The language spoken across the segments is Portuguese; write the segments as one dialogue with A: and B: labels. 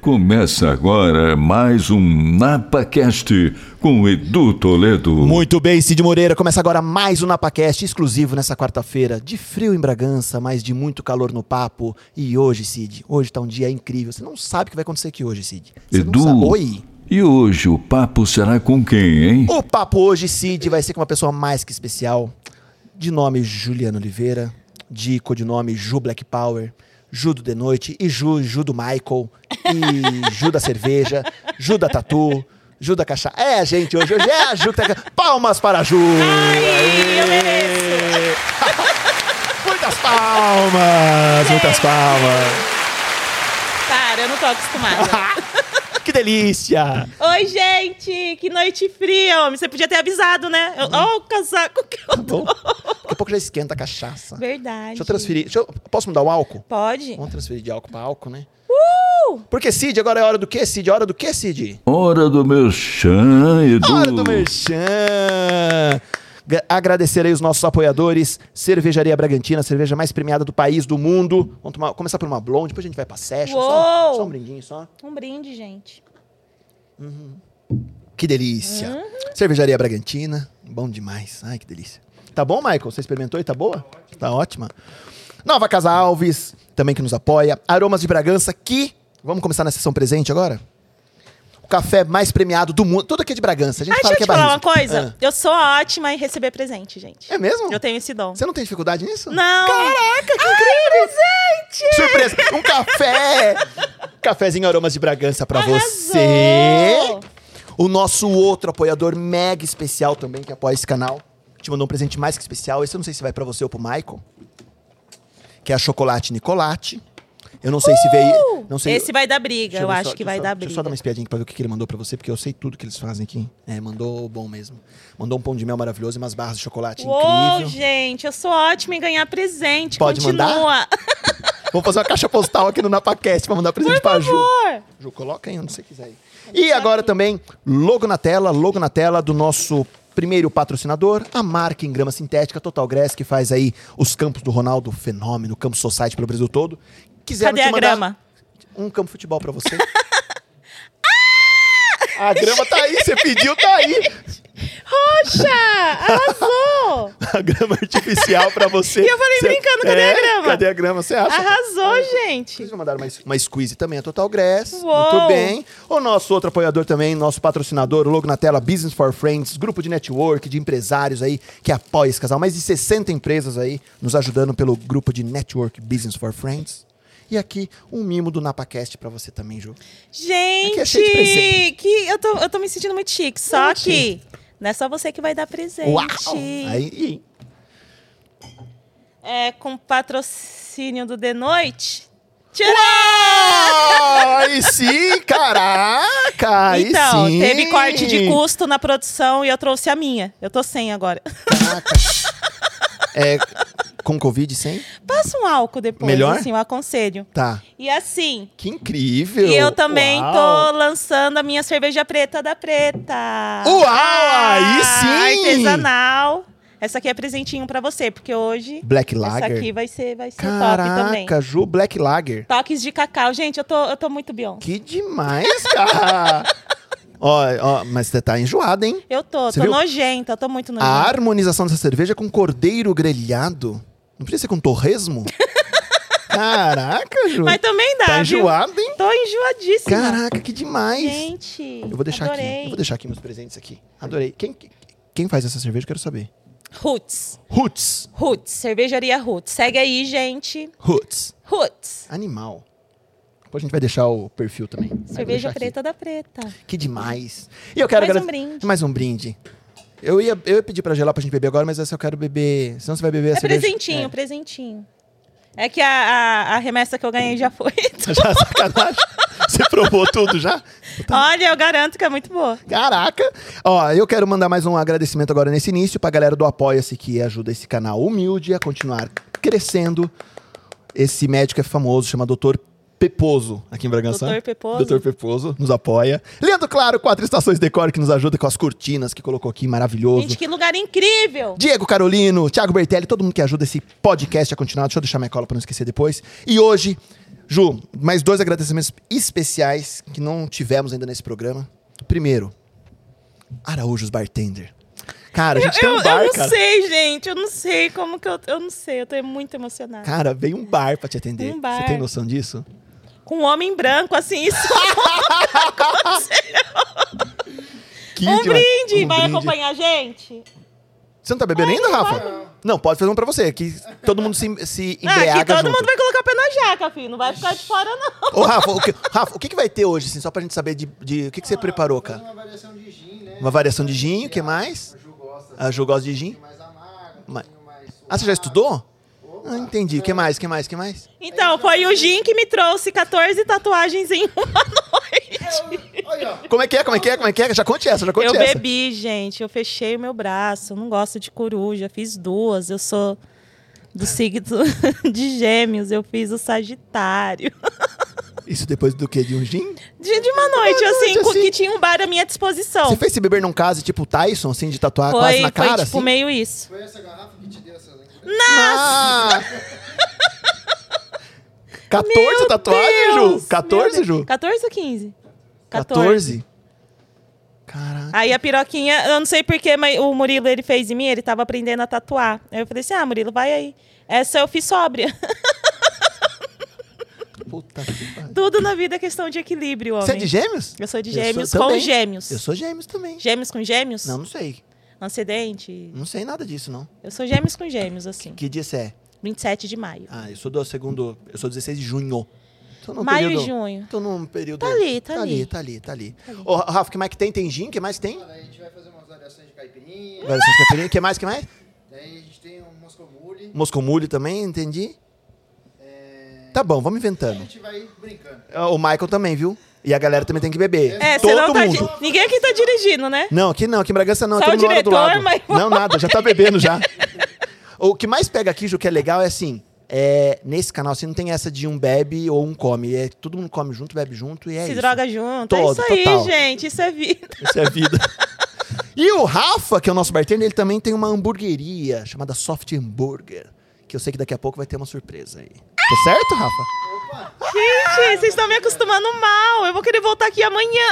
A: Começa agora mais um NapaCast com Edu Toledo.
B: Muito bem, Cid Moreira. Começa agora mais um NapaCast exclusivo nessa quarta-feira. De frio em Bragança, mas de muito calor no papo. E hoje, Cid, hoje tá um dia incrível. Você não sabe o que vai acontecer aqui hoje, Cid. Você
A: Edu.
B: Não sabe. Oi.
A: E hoje o papo será com quem, hein?
B: O papo hoje, Cid, vai ser com uma pessoa mais que especial. De nome Juliano Oliveira, de codinome Ju Black Power, Ju do The Noite, e Ju, Ju do Michael, e Ju da Cerveja, Ju da Tatu, Ju da Cachaça. É a gente hoje, hoje é a Ju que tá... aqui. Palmas para a Ju!
C: eu
B: Aê! muitas palmas, muitas palmas.
C: Para, eu não tô acostumada.
B: Que delícia!
C: Oi, gente! Que noite fria, homem. Você podia ter avisado, né?
B: Uhum.
C: Eu- Ó, o casaco que eu tô.
B: Bom, daqui a pouco já esquenta a cachaça.
C: Verdade.
B: Deixa eu transferir. Um deixa eu- posso mudar o álcool?
C: Pode?
B: Vamos transferir de álcool pra álcool, né? Uh! Porque, Cid, agora é hora do quê, Cid? É hora do quê, Cid? Uh.
A: Hora do Merchan, Edu.
B: Hora do Merchan! Gra- Agradecer aí os nossos apoiadores. Cervejaria Bragantina, a cerveja mais premiada do país, do mundo. Vamos tomar- começar por uma blonde, depois a gente vai pra session. Só,
C: Uou!
B: só um brindinho, só.
C: Um brinde, gente.
B: Que delícia!
C: Uhum.
B: Cervejaria Bragantina, bom demais. Ai, que delícia. Tá bom, Michael? Você experimentou e tá boa? Tá ótima. Nova Casa Alves, também que nos apoia. Aromas de Bragança, que. Vamos começar na sessão presente agora? O café mais premiado do mundo. Tudo aqui é de Bragança. A gente
C: Ah,
B: fala
C: deixa eu
B: que é
C: te falar uma
B: barrista.
C: coisa. Eu sou ótima em receber presente, gente.
B: Ah, é mesmo?
C: Eu tenho esse dom.
B: Você não tem dificuldade nisso?
C: Não! Caraca, que presente!
B: Surpresa! Um café! Cafezinho Aromas de Bragança pra
C: Arrasou!
B: você. O nosso outro apoiador mega especial também, que é apoia esse canal. Te mandou um presente mais que especial. Esse eu não sei se vai pra você ou pro Michael. Que é a Chocolate Nicolate. Eu não sei se veio... Não sei...
C: Uh! Esse vai dar briga,
B: Deixa
C: eu
B: ver
C: acho
B: só- deixa
C: que vai
B: eu só-
C: dar
B: Deixa eu
C: briga.
B: só dar uma espiadinha aqui pra ver o que, que ele mandou pra você, porque eu sei tudo que eles fazem aqui. É, mandou bom mesmo. Mandou um pão de mel maravilhoso e umas barras de chocolate
C: Uou,
B: incrível.
C: gente, eu sou ótima em ganhar presente.
B: Pode
C: Continua.
B: mandar? Vou fazer uma caixa postal aqui no Napacast pra mandar presente pra Ju.
C: Por
B: Ju, coloca aí onde você quiser. Aí. E agora também, logo na tela, logo na tela do nosso primeiro patrocinador, a marca em grama sintética Total Grass, que faz aí os campos do Ronaldo Fenômeno, Campo Society pelo Brasil todo. Quiseram
C: Cadê
B: te
C: a
B: mandar
C: grama?
B: Um campo de futebol pra você. A grama tá aí, você pediu, tá aí.
C: Roxa! Arrasou!
B: A grama artificial pra você.
C: E eu falei
B: Você- É,
C: brincando, cadê a grama?
B: Cadê a grama? Você acha?
C: Arrasou, gente!
B: Vocês já mandaram uma, uma squeeze também, a Total Grass.
C: Uou!
B: Muito bem. O nosso outro apoiador também, nosso patrocinador, logo na tela, Business for Friends, grupo de network, de empresários aí que apoia esse casal. Mais de 60 empresas aí nos ajudando pelo grupo de network Business for Friends. E aqui um mimo do NapaCast pra você também, Ju. Aqui é cheio de presente.
C: Gente, que eu tô, eu tô me sentindo muito chique. Só
B: Muito chique.
C: que não é só você que vai dar presente.
B: Aí,
C: É com patrocínio do The Noite. Tcharam!
B: Ah, aí sim, caraca! Aí
C: Então,
B: sim.
C: teve corte de custo na produção e eu trouxe a minha. Eu tô sem agora.
B: Caraca. É, com Covid, sem?
C: Passa um álcool depois,
B: Melhor?
C: assim, eu aconselho.
B: Tá.
C: E assim,
B: Que incrível!
C: e eu também
B: Uau.
C: tô lançando a minha cerveja preta da Preta.
B: Uau,
C: Ah,
B: aí sim!
C: Artesanal. Essa aqui é presentinho pra você, porque hoje
B: Black
C: Essa aqui
B: Lager.
C: vai ser, vai ser top também.
B: Caraca, Ju Black Lager.
C: Toques de cacau. Gente, eu tô, eu tô muito Beyoncé.
B: Que demais, cara! ó, ó, mas você tá enjoada, hein?
C: Eu tô,
B: Você
C: tô
B: viu? Ah,
C: nojenta, eu tô muito
B: A
C: nojenta.
B: harmonização dessa cerveja é com cordeiro grelhado. Não podia ser com torresmo? Caraca, Ju.
C: Mas também dá,
B: tá
C: viu?
B: enjoada, hein?
C: Tô enjoadíssima.
B: Caraca, que demais!
C: Gente,
B: eu vou deixar
C: adorei.
B: aqui. né? Eu vou deixar aqui meus presentes aqui. Adorei. Quem, quem faz essa cerveja, eu quero saber.
C: Roots.
B: Roots.
C: Roots. Cervejaria Roots. Segue aí, gente.
B: Roots.
C: Roots.
B: Animal. Depois a gente vai deixar o perfil também. Aí eu vou deixar
C: Cerveja
B: aqui.
C: preta da preta.
B: Que demais. E eu quero
C: Mais um
B: agrade-
C: brinde.
B: Mais um brinde. Eu ia, eu ia pedir pra gelar pra gente beber agora, mas essa eu quero beber. Senão você vai beber a
C: É
B: cerveja.
C: presentinho, presentinho. É que a, a, a remessa que eu ganhei já foi.
B: É. Já sacanagem. Você provou tudo já? Tá.
C: Olha, eu garanto que é muito boa.
B: Caraca! Ó, eu quero mandar mais um agradecimento agora nesse início pra galera do Apoia-se que ajuda esse canal humilde a continuar crescendo. Esse médico é famoso, chama Dr. Peposo, aqui em Bragança.
C: Dr. Peposo?
B: Dr. Peposo nos apoia. Leandro Claro, Quatro Estações Decor, que nos ajuda com as cortinas que colocou aqui, maravilhoso.
C: Gente, que lugar incrível.
B: Diego Carolino, Thiago Bertelli, todo mundo que ajuda esse podcast a continuar. Deixa eu deixar minha cola pra não esquecer depois. E hoje, Ju, mais dois agradecimentos especiais que não tivemos ainda nesse programa. Primeiro, Araújos Bartender. Cara, a gente tem
C: Eu,
B: um
C: eu
B: bar,
C: não
B: cara.
C: sei, gente. Eu não sei como que eu. Eu não sei. Eu tô muito emocionada.
B: Cara, veio um bar pra te atender.
C: Um bar.
B: Você tem noção disso?
C: Com um homem branco, assim, isso.
B: Que
C: um
B: demais.
C: brinde.
B: Um
C: vai
B: brinde.
C: acompanhar a gente?
B: Você não tá bebendo ainda, Rafa? Não. pode fazer um pra você. Que todo mundo se, se
C: Ah, aqui
B: embriaga
C: todo
B: junto.
C: mundo vai colocar o pé na jaca, filho. Não vai ficar de fora, não.
B: Ô, Rafa, o que, Rafa, o que, que vai ter hoje, assim, só pra gente saber de, de- o que, que você preparou, cara?
D: Ah, Uma variação de gin, né?
B: Uma variação de gin, o que mais?
D: A Ju gosta.
B: A Ju gosta de gin?
D: Mais amarga, um
B: Mas-
D: pouquinho mais...
B: Ah, você já estudou? Ah, entendi. O que mais, o que mais, o que mais?
C: Então, foi o Jim que me trouxe 14 tatuagens em uma noite.
D: Olha, ó.
B: Como é que é, como é que é, como é que é? Já conte essa, já conte
C: Eu
B: essa.
C: bebi, gente. Eu fechei o meu braço. Eu não gosto de coruja. Fiz duas. Eu sou do signo de gêmeos. Eu fiz o Sagitário.
B: Isso depois do quê? De um gin?
C: De, de uma noite, assim,
B: noite,
C: co-
B: assim.
C: que tinha um bar à minha disposição.
B: Você fez se beber num caso, tipo o Tyson, assim, de tatuar quase
C: Foi,
B: na
C: foi
B: cara,
C: tipo
B: assim?
C: meio isso.
D: Foi essa garrafa que te deu essa lembrança?
B: Ah! 14
C: Meu
B: tatuagens,
C: Deus!
B: Ju? 14,
C: Meu Deus.
B: Ju?
C: 14 ou 15?
B: 14? Caraca.
C: Aí a piroquinha, eu não sei porquê, mas o Murilo ele fez em mim, ele tava aprendendo a tatuar. Aí eu falei assim: ah, Murilo, vai aí. Essa eu fiz sóbria.
B: Puta que pariu.
C: Tudo na vida é questão de equilíbrio, homem.
B: Você é de gêmeos?
C: Eu sou de
B: Eu sou
C: gêmeos com
B: também.
C: gêmeos.
B: Eu sou gêmeos também.
C: Gêmeos com gêmeos?
B: Não, não sei.
C: Acidente?
B: Não sei nada disso, não.
C: Eu sou gêmeos com gêmeos, assim.
B: Que dia você é?
C: 27 de maio.
B: Ah, eu sou do segundo. Eu sou 16 de junho. Tô num
C: maio
B: período,
C: e junho.
B: Tô num período.
C: Tá ali, tá
B: tá
C: ali.
B: Tá ali, tá ali, tá ali. Ô, Rafa, o que mais que tem? Tem gin? O que mais que tem?
D: Daí a gente vai fazer umas variações de caipirinha.
B: Variações de caipirinha. O que mais, que mais?
D: Daí a gente tem um Moscow Mule.
B: Moscomulho também, entendi. Tá bom, vamos
D: A
B: inventando.
D: gente vai brincando.
B: Ah, O Michael também, viu? E a galera também tem que beber.
C: É, você
B: Todo
C: não tá.
B: mundo.
C: di- Ninguém aqui tá dirigindo, né?
B: Não, aqui não, aqui em Bragança não, é
C: Só
B: todo
C: o
B: mundo mora do
C: diretor,
B: lado.
C: mas-
B: Não, nada, já tá bebendo já. o que mais pega aqui, Ju, que é legal é assim, é, nesse canal assim não tem essa de um bebe ou um come, é todo mundo come junto, bebe junto e é
C: Se
B: isso.
C: droga junto.
B: Todo,
C: é isso aí,
B: total.
C: gente. Isso é vida.
B: Isso é vida. e o Rafa, que é o nosso bartender, ele também tem uma hamburgueria chamada Soft Hamburger, que eu sei que daqui a pouco vai ter uma surpresa aí. Tá certo, Rafa?
C: Gente, vocês estão me acostumando mal. Eu vou querer voltar aqui amanhã.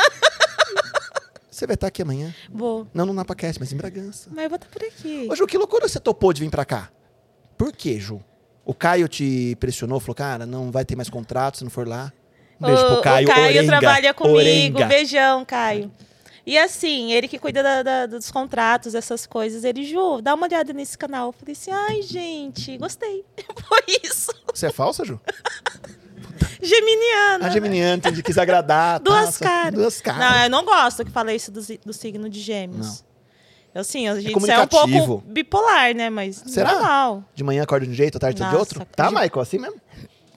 B: Você vai estar aqui amanhã?
C: Vou.
B: Não no NapaCast, mas em Bragança.
C: Mas eu vou estar por aqui.
B: Ô, Ju, que loucura você topou de vir pra cá. Por quê, Ju? O Caio te pressionou, falou, cara, não vai ter mais contrato se não for lá. Um Beijo pro Caio.
C: o Caio
B: Orenga,
C: trabalha comigo.
B: Orenga.
C: Beijão, Caio. E assim, ele que cuida da- da- dos contratos, essas coisas. Ele, Ju, dá uma olhada nesse canal. Eu falei assim, ai, gente, gostei. Foi isso.
B: Você é falsa, Ju?
C: Geminiana.
B: A Geminiana entendi, quis agradar. tá,
C: Duas
B: só-
C: caras.
B: Duas
C: Não,
B: caras.
C: eu não gosto que falei isso do, zi- do signo de gêmeos. Eu, assim, a gente é, um
B: comunicativo.
C: pouco bipolar, né? Mas
B: Será?
C: normal.
B: De manhã acorda de um jeito, à tarde tá de
C: é- Nossa,
B: outro. Tá,
C: de-
B: Michael, assim mesmo?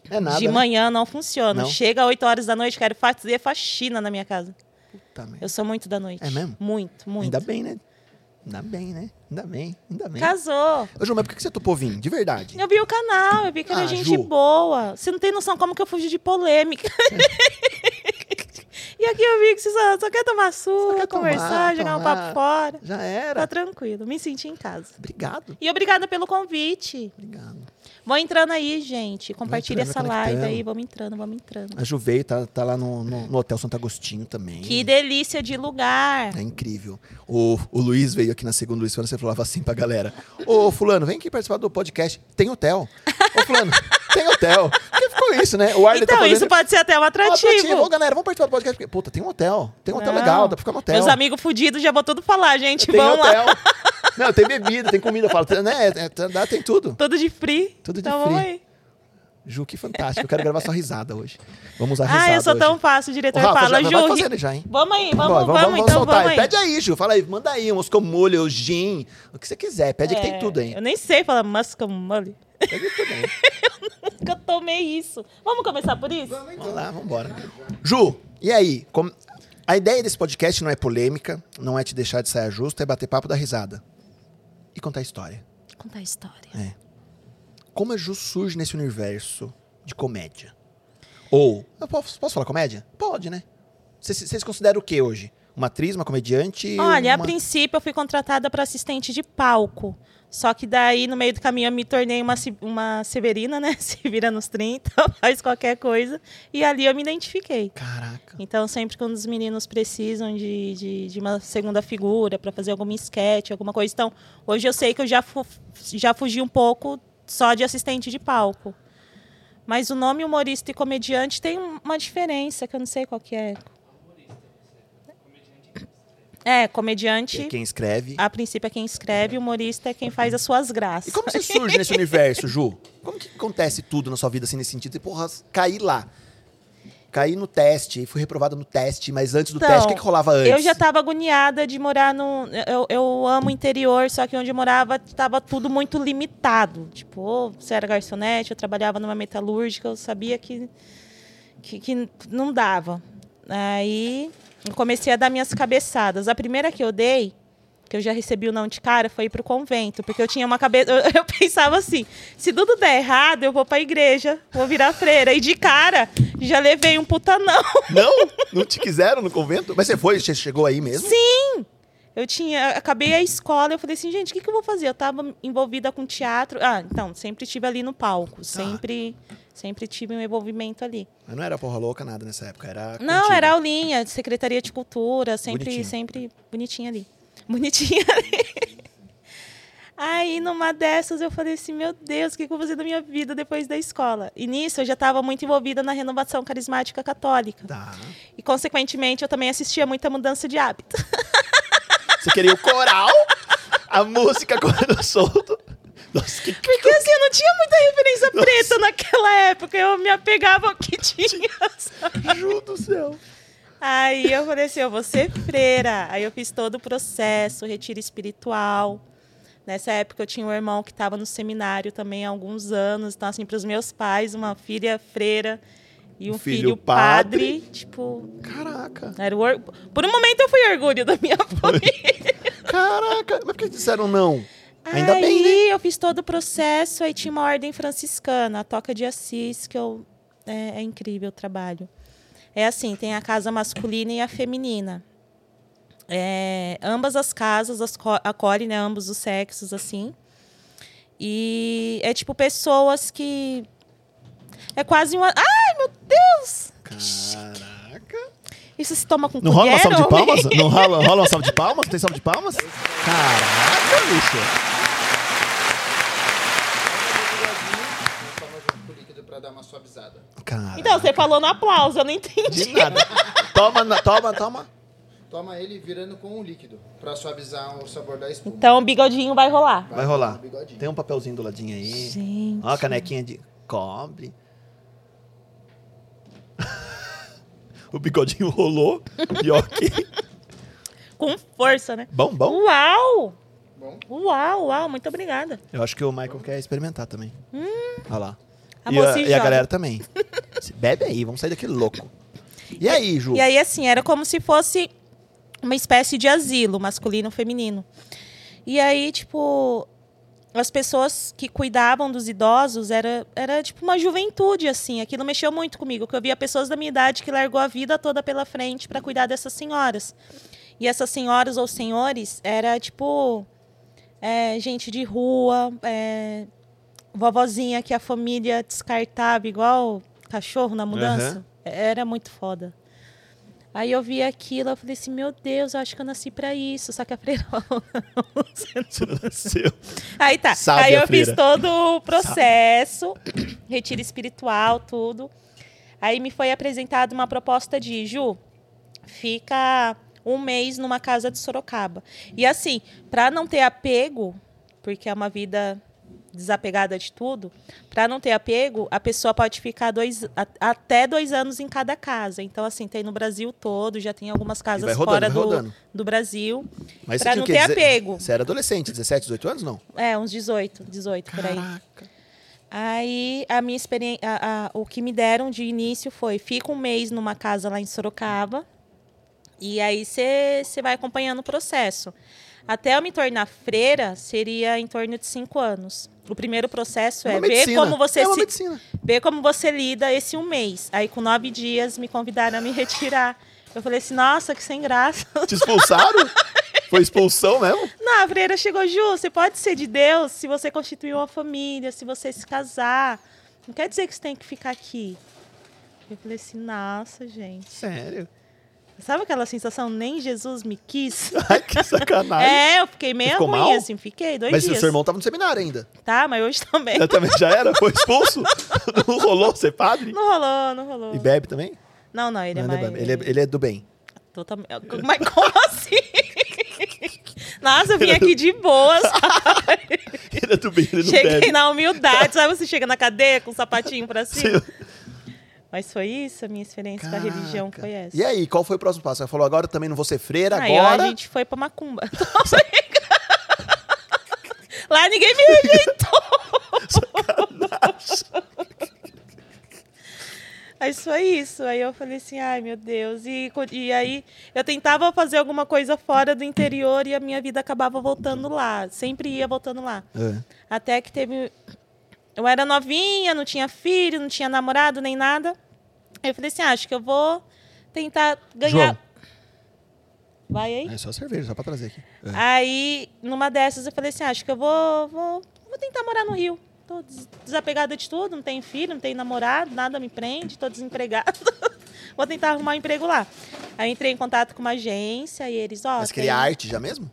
B: É nada.
C: de
B: né?
C: manhã não funciona.
B: Não?
C: Chega às 8 horas da noite, quero fazer faxina na minha casa.
B: Tá, mas-
C: Eu sou muito da noite.
B: É mesmo?
C: Muito, muito.
B: Ainda bem, né? Ainda bem, né? Ainda bem, ainda bem.
C: Casou.
B: Ô, Ju, mas por que você topou vir? De verdade.
C: Eu vi o canal, eu vi que era
B: Ah,
C: gente
B: Ju.
C: boa. Você não tem noção como que eu fugi de polêmica. e aqui eu vi que você só, só quer tomar surra,
B: quer tomar,
C: conversar, jogar um
B: tomar.
C: papo fora.
B: Já
C: Tá
B: era.
C: tranquilo, me senti em casa.
B: Obrigado.
C: E obrigada pelo convite.
B: Obrigado.
C: Vão entrando aí, gente. Compartilha
B: entrando,
C: essa
B: vai
C: live
B: conectando.
C: aí. Vamos entrando, vamos entrando.
B: A Ju veio, tá, tá lá no, no- no Hotel Santo Agostinho também.
C: Que delícia de lugar.
B: É incrível. O, o Luiz veio aqui na segunda, o Luiz Fernando, você falava assim pra galera: Ô, Fulano, vem aqui participar do podcast. Tem hotel. Ô, Fulano, tem hotel. Porque ficou isso, né? O Arley
C: Então,
B: tá fazendo.
C: isso pode ser até um
B: Ó,
C: atrativo.
B: atrativo. Ô, galera, vamos participar do podcast. Porque, puta, tem um hotel. Tem um hotel
C: Não.
B: legal, dá pra ficar no hotel.
C: Meus amigos fudidos já vão tudo falar, gente.
B: tem
C: Vamos lá.
B: hotel. Não, tem bebida, tem comida. Fala, tem- né? é, é, dá- tem tudo.
C: Tudo de free.
B: Tudo de
C: então, vamos
B: free.
C: aí.
B: Ju, que fantástico. Eu quero gravar sua risada hoje. Vamos usar risada.
C: Ah, eu sou
B: hoje.
C: tão fácil, o
B: Ô,
C: diretor
B: Rafa,
C: fala,
B: já, vai
C: Ju.
B: fazendo já, hein?
C: Vamos aí, vamos,
B: Bora,
C: vamos, então
B: soltar.
C: vamos aí.
B: Pede aí, Ju. Fala aí, manda aí, um moscomolho, gin, o que você quiser. Pede que tem
C: É,
B: tudo, hein?
C: Eu nem sei falar muscamole.
B: Pede tudo, hein?
C: Nunca tomei isso. Vamos começar por isso?
B: Vamos lá, vambora. Ju, e aí? Como- A ideia desse podcast não é polêmica, não é te deixar de saia justa, é bater papo da risada. E contar história.
C: Contar a história.
B: Como a Ju surge nesse universo de comédia? Ou. eu posso, posso falar comédia? Pode, né? Vocês vocês consideram o que hoje? Uma atriz, uma comediante. e
C: Olha, a
B: uma-
C: princípio eu fui contratada para assistente de palco. Só que daí, no meio do caminho, eu me tornei uma, ci- uma Severina, né? Se vira nos 30, faz qualquer coisa. E ali eu me identifiquei.
B: Caraca.
C: Então, sempre que um dos meninos precisam de, de, de uma segunda figura para fazer alguma esquete, alguma coisa. Então, hoje eu sei que eu já, fu- já fugi um pouco só de assistente de palco. Mas o nome humorista e comediante tem um- uma diferença que eu não sei qual que é. É, comediante,
B: É quem escreve.
C: a princípio é quem escreve, humorista é quem faz as suas
B: E
C: graças.
B: como você surge nesse universo, Ju? Como que acontece tudo na sua vida assim nesse sentido? E, Porra, caí lá. Caí no teste, fui reprovada no teste, mas antes do
C: Então,
B: teste, o que, que rolava antes?
C: Eu já estava agoniada de morar no. Eu, eu amo o interior, só que onde eu morava estava tudo muito limitado. Tipo, ou você era garçonete, eu trabalhava numa metalúrgica, eu sabia que, que, que não dava. Aí eu comecei a dar minhas cabeçadas. A primeira que eu dei, que eu já recebi o não de cara, foi ir pro convento, porque eu tinha uma cabeça. Eu, eu pensava assim: se tudo der errado, eu vou pra igreja, vou virar freira. E de cara, já levei um puta não.
B: Não? Não te quiseram no convento? Mas você foi? Você chegou aí mesmo? Sim.
C: Eu tinha, acabei a escola, eu falei assim, gente, o que, que eu vou fazer? Eu estava envolvida com teatro. Ah, então, sempre estive ali no
B: Tá.
C: palco, sempre, sempre tive um envolvimento ali.
B: Mas não era porra louca nada nessa época, era.
C: Não,
B: contigo.
C: era aulinha, de Secretaria de Cultura, sempre,
B: Bonitinho.
C: sempre bonitinha ali. Bonitinha ali. Aí, numa dessas, eu falei assim, meu Deus, o que, que eu vou fazer da minha vida depois da escola? E nisso, eu já estava muito envolvida na renovação carismática católica.
B: Tá.
C: E, consequentemente, eu também assistia muita mudança de hábito.
B: Você queria o coral, a música correndo solto. Nossa, que
C: Porque assim, eu não tinha muita referência preta naquela época. Eu me apegava ao que tinha. sabe?
B: Ju do céu.
C: Aí eu falei assim, eu vou ser freira. Aí eu fiz todo o processo, retiro espiritual. Nessa época eu tinha um irmão que estava no seminário também há alguns anos. Então, assim, para os meus pais, uma filha freira e um,
B: Um filho
C: filho,
B: padre.
C: padre. Tipo,
B: Caraca,
C: era o or... por um momento eu fui orgulho da minha família.
B: caraca. Mas por que disseram não? Ainda
C: aí
B: bem, né?
C: eu fiz todo o processo, aí tinha uma ordem franciscana, a Toca de Assis, que eu, é, é incrível o trabalho. É assim, tem a casa masculina e a feminina. É, ambas as casas asco- acolhem né, ambos os sexos, assim. E é tipo pessoas que... É quase uma... Ai, meu Deus!
B: Caraca.
C: Isso se toma com
B: Não rola uma
C: colher,
B: salva de
C: homem?
B: palmas? Não rola, rola uma salva de palmas? Tem salva de palmas? Caraca, bicho.
D: Eu tava junto com o líquido pra dar uma suavizada.
B: Cara.
C: Então, você falou no aplauso, eu não entendi.
B: de nada. Toma, na- toma, toma.
D: Toma ele virando com o líquido pra suavizar o sabor da espuma.
C: Então, o bigodinho vai rolar.
B: Vai rolar.
D: Bigodinho.
B: Tem um papelzinho do ladinho aí.
C: Gente...
B: Ó, a canequinha de cobre. o bigodinho rolou. E ó, que
C: Com força, né?
B: bom, bom.
C: Uau!
D: Bom,
C: Uau, uau, muito obrigada.
B: Eu acho que o Michael quer experimentar também. Olha lá.
C: Hum. A
B: e,
C: moça
B: a,
C: e
B: e a
C: joga.
B: galera também. Se Bebe aí, vamos sair daqui louco. E aí, Ju?
C: E aí, assim, era como se fosse uma espécie de asilo, masculino e feminino. E aí, tipo, as pessoas que cuidavam dos idosos era, era tipo uma juventude, assim. Aquilo mexeu muito comigo, que eu via pessoas da minha idade que largou a vida toda pela frente para cuidar dessas senhoras. E essas senhoras ou senhores era, tipo, é, gente de rua, é, vovozinha que a família descartava igual cachorro na mudança. É,
B: Aham.
C: Era muito foda. Aí eu vi aquilo, eu falei assim, meu Deus, eu acho que eu nasci pra isso, só que a freira falou, "Não, você não
B: Você nasceu.
C: Aí tá.
B: Sábia
C: aí eu
B: freira.
C: fiz todo o processo, retiro espiritual, tudo. Aí me foi apresentada uma proposta de Ju, fica um mês numa casa de Sorocaba. E assim, pra não ter apego, porque é uma vida desapegada de tudo, pra não ter apego, a pessoa pode ficar dois, a- até dois anos em cada casa. Então, assim, tem no Brasil todo, já tem algumas
B: E
C: casas
B: vai rodando,
C: fora
B: vai
C: do-
B: rodando.
C: do Brasil.
B: Mas
C: Pra
B: você tinha
C: não
B: o quê?
C: ter
B: Deze-
C: apego.
B: Você era adolescente, 17, 18 anos, não?
C: É, uns 18, 18 por aí. Aí a minha experiência, o que me deram de início foi fica um mês numa casa lá em Sorocaba e aí você vai acompanhando o processo. Até eu me tornar freira seria em torno de cinco anos. O primeiro processo é,
B: uma
C: ver como você
B: é uma
C: se,
B: medicina.
C: ver como você lida esse um mês. Aí com nove dias me convidaram a me retirar. Eu falei assim, nossa, que sem graça.
E: Te expulsaram? Foi expulsão mesmo?
C: Não, a freira chegou, Ju, você pode ser de Deus se você constituir uma família, se você se casar. Não quer dizer que você tem que ficar aqui. Eu falei assim, nossa, gente.
E: Sério?
C: Sabe aquela sensação, nem Jesus me quis?
E: Ai, que sacanagem.
C: É, eu fiquei meio
E: ficou
C: ruim,
E: mal?
C: assim, fiquei dois
B: Mas o
C: dias.
B: seu irmão tava no seminário ainda.
C: Tá, mas hoje também.
E: Eu também já era? Foi expulso? Não rolou ser padre?
C: Não rolou, não rolou.
B: E bebe também?
C: Não, não, ele é
B: Não,
C: mais...
B: ele, é, ele, é, ele é do bem.
C: Totalmente. Mas como assim? Nossa, eu vim aqui de boas.
E: Ele é do bem, ele não
C: Cheguei
E: bebe.
C: na humildade. Sabe você chega na cadeia com o sapatinho pra cima?
E: Sim.
C: Mas foi isso, a minha experiência com a religião
B: Caraca.
C: foi essa.
B: E aí, qual foi o próximo passo? Ela falou, agora eu também não vou ser freira,
C: Aí
B: agora...
C: a gente foi pra Macumba. Lá ninguém me rejeitou. Mas foi isso. Aí eu falei assim, ai meu Deus. E, co- e aí eu tentava fazer alguma coisa fora do interior e a minha vida acabava voltando lá. Sempre ia voltando lá.
B: É.
C: Até que teve. Eu era novinha, não tinha filho, não tinha namorado nem nada. Aí eu falei assim: ah, acho que eu vou tentar ganhar.
B: João.
C: Vai aí?
B: É só cerveja, só pra trazer aqui.
C: Aí, numa dessas, eu falei assim: acho que eu vou, vou, vou tentar morar no Rio. Tô des- desapegada de tudo, não tenho filho, não tenho namorado, nada me prende, tô desempregada. vou tentar arrumar um emprego lá. Aí eu entrei em contato com uma agência e eles, ó.
B: Mas
C: tem-
B: queria arte já mesmo?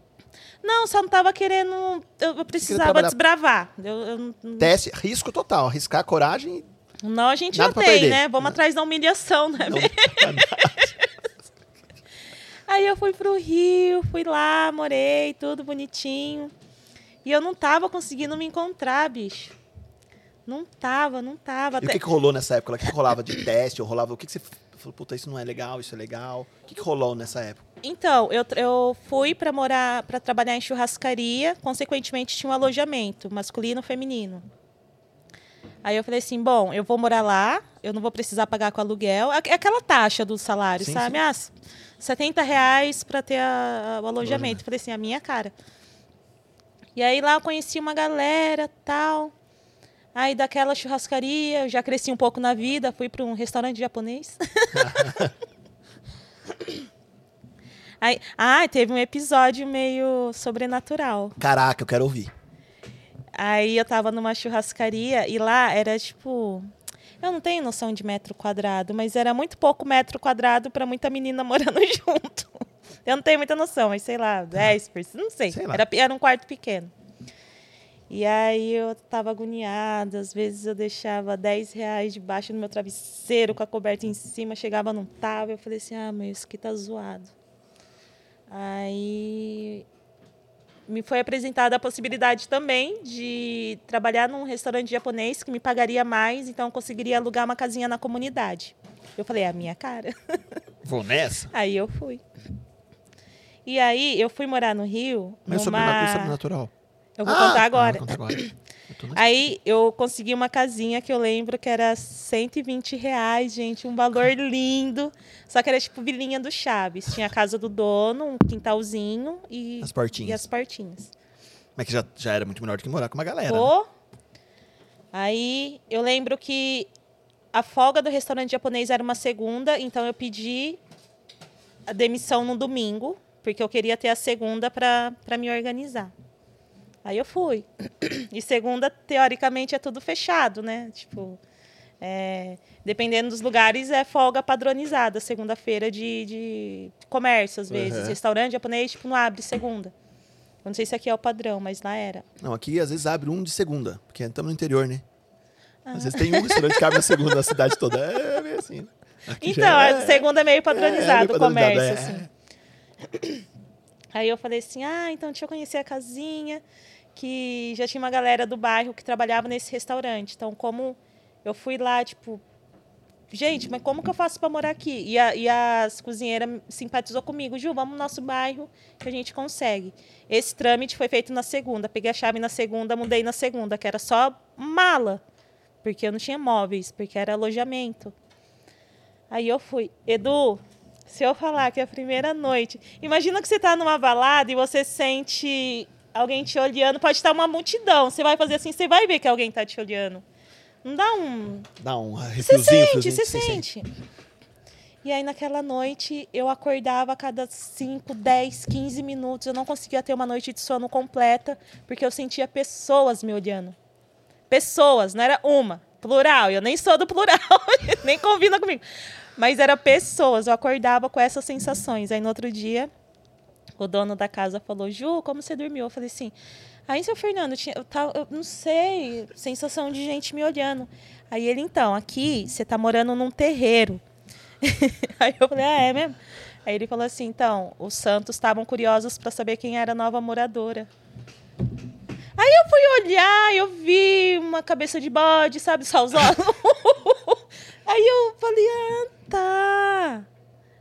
C: Não, só não tava querendo. Eu, eu precisava
B: trabalhar-
C: desbravar. Eu, eu não-
B: Teste, risco total. Arriscar coragem.
C: Não, a gente
B: Nada
C: já
B: pra
C: tem,
B: perder.
C: né? Vamos atrás da humilhação, né? mesmo? Aí eu fui pro Rio, fui lá, morei, tudo bonitinho. E eu não tava conseguindo me encontrar, bicho. Não tava, não tava.
B: E o
C: Até-
B: que, que rolou nessa época? O que, que rolava de teste? Ou rolava... O que, que você falou? Puta, isso não é legal, isso é legal. O que, que rolou nessa época?
C: Então, eu, tra- eu fui pra morar, para trabalhar em churrascaria, consequentemente tinha um alojamento, masculino e feminino. Aí eu falei assim, bom, eu vou morar lá, eu não vou precisar pagar com aluguel. É aquela taxa do salário,
B: Sim,
C: sabe? Ah, s- 70 reais para ter a- a- o alojamento. Eu Falei assim, a minha cara. E aí lá eu conheci uma galera, tal. Aí daquela churrascaria, eu já cresci um pouco na vida, fui para um restaurante japonês. Aí, ah, teve um episódio meio sobrenatural.
B: Caraca, eu quero ouvir.
C: Aí eu tava numa churrascaria e lá era tipo. Eu não tenho noção de metro quadrado, mas era muito pouco metro quadrado pra muita menina morando junto. Eu não tenho muita noção, mas sei lá, 10 por não sei.
B: Ah. Sei lá.
C: Era, pe- era um quarto pequeno. E aí eu tava agoniada, às vezes eu deixava 10 reais debaixo do meu travesseiro com a coberta em cima, chegava, não tava. Eu falei assim, ah, meu, isso aqui tá zoado. Aí me foi apresentada a possibilidade também de trabalhar num restaurante japonês que me pagaria mais, então eu conseguiria alugar uma casinha na comunidade. Eu falei, é a minha cara.
B: Vou nessa?
C: Aí eu fui. E aí eu fui morar no Rio.
B: Mas o
C: numa-
B: sobrenatural, sobrenatural.
C: Eu vou
B: Ah,
C: contar agora.
B: Ah, conta agora. Eu tô na-
C: Aí eu consegui uma casinha que eu lembro que era 120 reais, gente. Um valor lindo. Só que era tipo vilinha do Chaves. Tinha a casa do dono, um quintalzinho e
B: As
C: e
B: portinhas.
C: as partinhas.
B: Mas que já, já era muito melhor do que morar com uma galera. né?
C: Pô. Aí eu lembro que a folga do restaurante japonês era uma segunda, então eu pedi a demissão no domingo, porque eu queria ter a segunda para me organizar. Aí eu fui. E segunda, teoricamente, é tudo fechado, né? Tipo, é, dependendo dos lugares, é folga padronizada. Segunda-feira de, de comércio, às vezes.
E: Uhum.
C: Restaurante japonês, tipo, não abre segunda. Eu não sei se aqui é o padrão, mas lá era.
B: Não, aqui às vezes abre um de segunda, porque estamos no interior, né?
E: Às vezes tem um restaurante que abre na segunda na cidade toda. É meio assim, né? Aqui já
C: Então,
E: é-
C: a segunda é meio padronizado
E: é,
C: o
E: é meio padronizado,
C: comércio,
E: é.
C: assim. Aí eu falei assim, ah, então deixa eu conhecer a casinha, que já tinha uma galera do bairro que trabalhava nesse restaurante. Então, como eu fui lá, tipo, gente, mas como que eu faço para morar aqui? E, a, e as cozinheiras simpatizou comigo, Ju, vamos no nosso bairro que a gente consegue. Esse trâmite foi feito na segunda. Peguei a chave na segunda, mudei na segunda, que era só mala, porque eu não tinha móveis, porque era alojamento. Aí eu fui, Edu, se eu falar que é a primeira noite, imagina que você tá numa balada e você sente alguém te olhando, pode estar uma multidão. Você vai fazer assim, você vai ver que alguém tá te olhando. Não dá um,
B: Dá um
C: você
B: refiozinho.
C: sente,
B: friozinho,
C: você
B: sim, sim.
C: sente. E aí, naquela noite, eu acordava a cada 5, 10, 15 minutos. Eu não conseguia ter uma noite de sono completa, porque eu sentia pessoas me olhando. Pessoas, não era uma. Plural. Eu nem sou do plural, nem combina comigo. Mas era pessoas. Eu acordava com essas sensações. Aí, no outro dia, o dono da casa falou: Ju, como você dormiu? Eu falei assim. Aí, seu Fernando, tinha, eu, tava, eu não sei, sensação de gente me olhando. Aí ele, então, aqui você tá morando num terreiro. Aí eu falei, ah, é mesmo? Aí ele falou assim, então, os santos estavam curiosos para saber quem era a nova moradora. Aí eu fui olhar, eu vi uma cabeça de bode, sabe, salzona. Aí eu falei, ah, tá.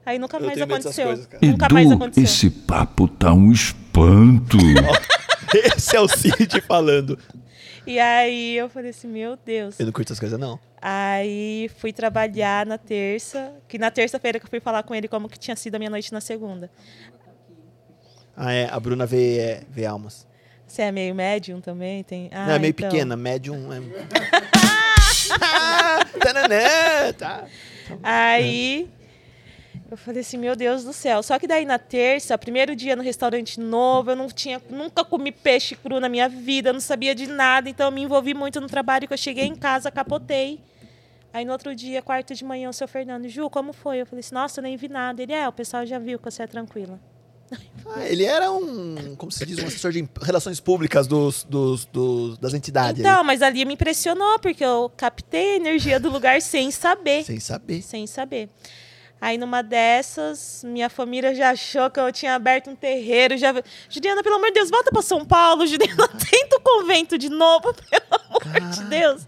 C: Aí nunca
E: Eu
C: mais
E: tenho medo dessas
C: aconteceu.
E: coisas, cara.
C: nunca mais
A: Edu,
C: aconteceu.
A: esse papo tá um espanto.
E: Esse é o Cid falando.
C: E aí eu falei assim, meu Deus.
E: Eu não curto essas coisas, não.
C: Aí fui trabalhar na terça, que na terça-feira que eu fui falar com ele como que tinha sido a minha noite na segunda.
E: Ah, é.
B: A Bruna vê, é, vê almas.
C: Você é meio médium também? Tem... Ah,
B: Não, é meio
C: então.
B: pequena,
E: um,
B: médium. É...
E: Tananã, tá.
C: Aí eu falei assim, meu Deus do céu. Só que daí na terça, primeiro dia no restaurante novo, eu não tinha, nunca comi peixe cru na minha vida, eu não sabia de nada, então eu me envolvi muito no trabalho que eu cheguei em casa, capotei. Aí no outro dia, quarta de manhã, o seu Fernando, Ju, como foi? Eu falei assim, nossa, eu nem vi nada. Ele, é, o pessoal já viu que você é tranquila.
E: Ah, ele era um, como se diz, um assessor de relações públicas dos, dos, dos- das
B: Ah,
E: entidades.
C: Então, mas ali me impressionou, porque eu captei a energia do lugar sem saber.
E: ali, sem saber.
C: Sem saber. Aí numa dessas, minha família já achou que eu tinha aberto um terreiro. Já... Juliana, pelo amor de Deus, volta para São Paulo, Juliana, tenta o convento de novo, pelo amor de Deus.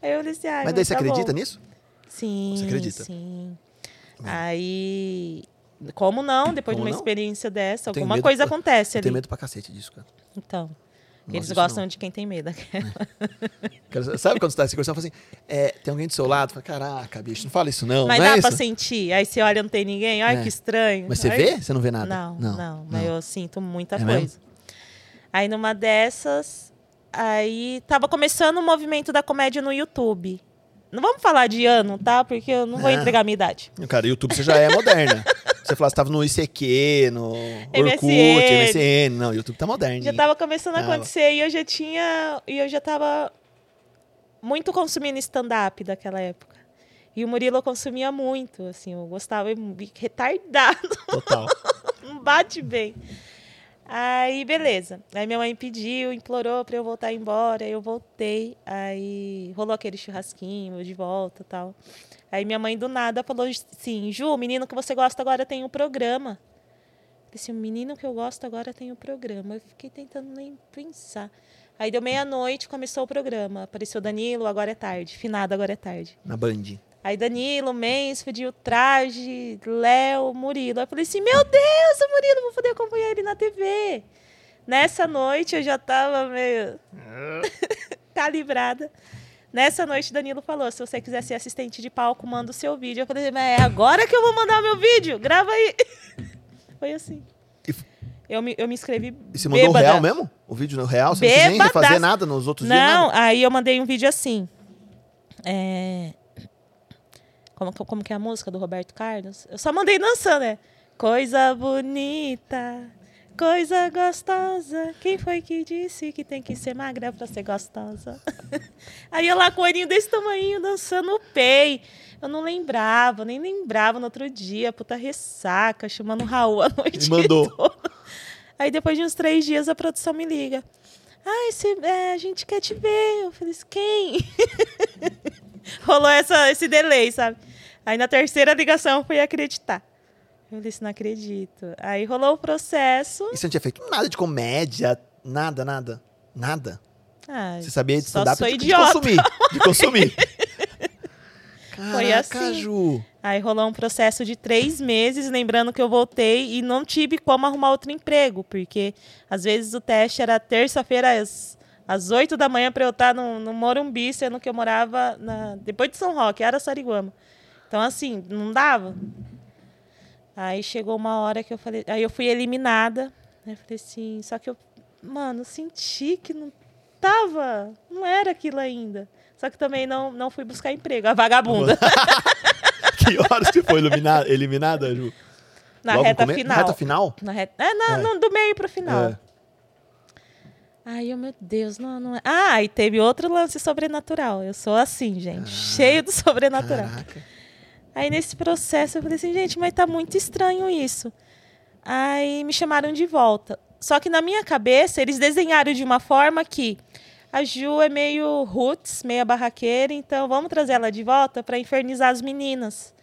C: Aí eu falei assim, ai,
E: Mas daí você
C: tá
E: acredita
C: bom.
E: nisso?
C: Sim.
E: Você acredita? Hum.
C: Sim. Aí. Como não? Depois
E: Como
C: de uma
E: não?
C: experiência dessa,
E: Eu tenho
C: alguma
E: medo-
C: coisa acontece
E: Eu
C: ali.
E: tenho medo pra cacete disso, cara.
C: Então.
E: Nossa,
C: eles
E: isso
C: gostam
E: não.
C: de quem tem medo.
E: Cara, Sabe quando você tá se conversando e fala assim, é, tem alguém do seu lado? Fala, caraca, bicho, não fala isso não,
C: Mas
E: não
C: dá
E: é
C: pra
E: isso?
C: sentir. Aí você olha, não tem ninguém. Ai,
E: É.
C: que estranho.
E: Mas você
C: Ai,
E: vê? Você não vê nada?
C: Não, não, mas eu sinto muita
E: É
C: coisa.
E: mesmo?
C: Aí numa dessas, aí tava começando o movimento da comédia no YouTube. Não vamos falar de ano, tá? Porque eu não vou
E: Ah.
C: entregar a minha idade.
E: Cara, YouTube você já é moderna. você falou, você tava no ICQ, no Orkut,
C: MSN.
E: MSN. Não, YouTube tá moderno.
C: Já tava começando a
E: Tava.
C: acontecer e eu já tinha. E eu já tava muito consumindo stand-up daquela época. E o Murilo consumia muito, assim, eu gostava eu me retardado.
E: Total.
C: não Um bate bem. Aí, beleza. Aí minha mãe pediu, implorou pra eu voltar embora. Aí eu voltei. Aí rolou aquele churrasquinho eu de volta e tal. Aí minha mãe do nada falou assim: Ju, o menino que você gosta agora tem um programa. Eu Disse, o menino que eu gosto agora tem um programa. Eu fiquei tentando nem pensar. Aí deu meia-noite, começou o programa. Apareceu Danilo, agora é tarde. Finado, agora é tarde.
E: Na Band.
C: Aí Danilo, Mansfield, o traje, Léo, Murilo. Aí eu falei assim: Meu Deus, o Murilo, vou poder acompanhar ele na TV. Nessa noite eu já tava meio
E: É.
C: calibrada. Nessa noite Danilo falou: Se você quiser ser assistente de palco, manda o seu vídeo. Eu falei: Mas é agora que eu vou mandar o meu vídeo, grava aí. Foi assim.
E: E f-
C: Eu me, eu me inscrevi.
E: E você mandou o
C: bêbada.
E: real mesmo? O vídeo no real? Você não quis nem
C: Bêbadaço.
E: fazer nada nos outros dias?
C: Não,
E: nada?
C: aí eu mandei um vídeo assim. É... Como, que- como que é a música do Roberto Carlos? Eu só mandei dançando, né? Coisa bonita, coisa gostosa. Quem foi que disse que tem que ser magra pra ser gostosa? aí eu lá com o olhinho desse tamanho, dançando o pei. Eu não lembrava, nem lembrava no outro dia. Puta ressaca, chamando o Raul à noite.
E: Ele mandou.
C: toda. Aí depois de uns três dias a produção me liga. Ai, cê- é, a gente quer te ver. Eu falei, assim, quem? Rolou essa, esse delay, sabe? Aí na terceira ligação eu fui acreditar. Eu disse, não acredito. Aí rolou o processo.
E: E você não tinha feito nada de comédia? Nada, nada? Nada?
C: Ah,
E: Você sabia de
C: só
E: stand-up Tipo,
C: sou
E: de, de
C: idiota.
E: consumir. De consumir.
C: Foi
E: Caraca,
C: assim.
E: Ju.
C: Aí rolou um processo de três meses, lembrando que eu voltei e não tive como arrumar outro emprego, porque às vezes o teste era terça-feira às, às 8 da manhã para eu estar no, no Morumbi, sendo que eu morava na- depois de São Roque, era Sariguama. Então, assim, não dava. Aí chegou uma hora que eu falei. Aí eu fui eliminada. Aí eu falei assim, só que eu, mano, senti que não tava. Não era aquilo ainda. Só que também não, não fui buscar emprego, a vagabunda.
E: que horas que foi iluminada, eliminada, Ju?
C: Na
E: Logo no
C: reta
E: come-
C: final.
E: Reta final?
C: Na reta... É,
E: É.
C: na, no- do meio pro final.
E: É.
C: Ai, eu- meu Deus, não, não é. Ah, e teve outro lance sobrenatural. Eu sou assim, gente.
E: Ah.
C: cheio do sobrenatural.
E: Caraca.
C: Aí nesse processo eu falei assim, gente, mas tá muito estranho isso. Aí me chamaram de volta. Só que na minha cabeça eles desenharam de uma forma que a Ju é meio roots, meia barraqueira, então vamos trazer ela de volta para infernizar as meninas.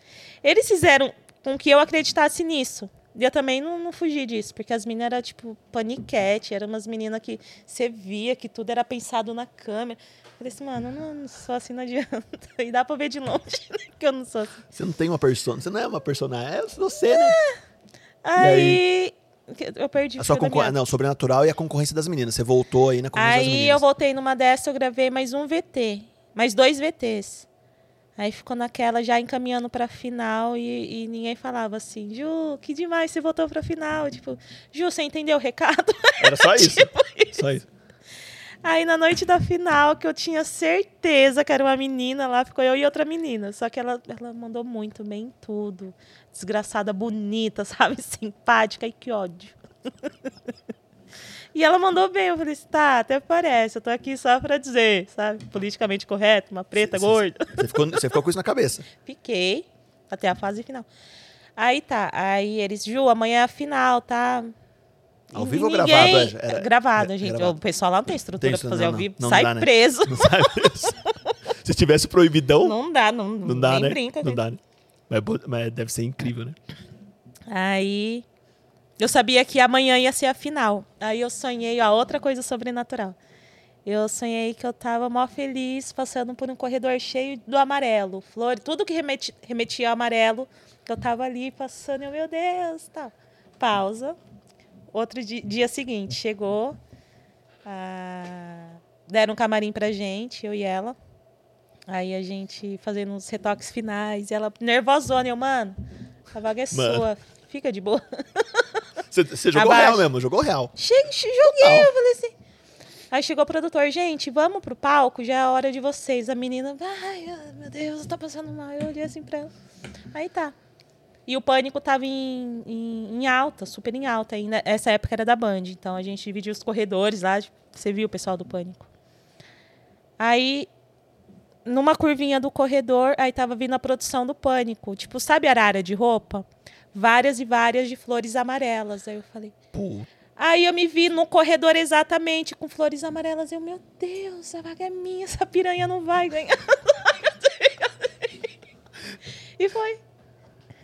C: Eles fizeram com que eu acreditasse nisso. E eu também não, não fugi disso, porque as meninas eram tipo paniquete, eram umas meninas que você via que tudo era pensado na câmera. Eu falei assim, mano, não, não sou assim, não adianta. E dá pra ver de longe né, que eu não sou assim.
E: Você não tem uma persona, você não é uma personagem, é você, né?
C: Aí, eu perdi
E: A
C: o
E: sua
C: fio da
E: concor...
C: meada.
E: Não, sobrenatural e a concorrência das meninas. Você voltou aí na concorrência das
C: Aí
E: meninas.
C: eu voltei numa dessa, eu gravei mais um VT, mais dois VTs. Aí ficou naquela, já encaminhando pra final, e, e ninguém falava assim, Ju, que demais, você voltou pra final. Tipo, Ju, você entendeu o recado?
E: Era só isso.
C: Tipo
E: Só isso.
C: Aí na noite da final, que eu tinha certeza que era uma menina lá, ficou eu e outra menina. Só que ela, ela mandou muito bem em tudo. Desgraçada, bonita, sabe? Simpática. Ai, que ódio. e ela mandou bem. Eu falei assim, tá, até parece. Eu tô aqui só pra dizer, sabe? Politicamente correto, uma preta,
E: Sim, sim,
C: gorda.
E: Você ficou, você ficou com isso na cabeça.
C: Fiquei até a fase final. Aí tá, aí eles, Ju, amanhã é a final, tá?
E: Ao
C: E
E: vivo ou
C: ninguém-
E: gravado, é? Era-
C: gravado,
E: era-
C: gente.
E: gravado.
C: O pessoal lá não tem estrutura
E: Tem
C: pra fazer
E: estrutura,
C: ao
E: não,
C: vivo.
E: não. Não
C: Sai
E: dá, né?
C: preso.
E: Não sabe isso. Se tivesse proibidão, não,
C: Não dá, não, não
E: dá,
C: nem
E: né?
C: brinca.
E: não
C: gente.
E: dá, né? Mas, bo- mas deve ser incrível, né?
C: Aí eu sabia que amanhã ia ser a final. Aí eu sonhei a outra coisa sobrenatural. Eu sonhei que eu tava mó feliz passando por um corredor cheio do amarelo, flor, tudo que remeti- remetia ao amarelo. que Eu tava ali passando, eu, meu Deus, tal. Pausa. Outro di- dia seguinte, chegou. a- Deram um camarim pra gente, eu e ela. Aí a gente fazendo uns retoques finais. E ela nervosona, eu, mano, a vaga é
E: Mano.
C: sua. Fica de boa.
E: Você, você jogou
C: Abaixo.
E: real mesmo, jogou real.
C: Che- che- joguei, eu falei assim. Aí chegou o produtor, gente, vamos pro palco, já é a hora de vocês. A menina, ai, ai, meu Deus, tá passando mal. Eu olhei assim pra ela. Aí tá. E o pânico tava em, em, em alta, super em alta ainda. Essa época era da Band, então a gente dividia os corredores lá. tipo, Você viu o pessoal do pânico. Aí, numa curvinha do corredor, aí tava vindo a produção do pânico. Tipo, sabe arara de roupa? Várias e várias de flores amarelas. Aí eu falei.
E: Pô,
C: Aí eu me vi no corredor exatamente com flores amarelas. Eu, meu Deus, a vaga é minha, essa piranha não vai ganhar. e foi.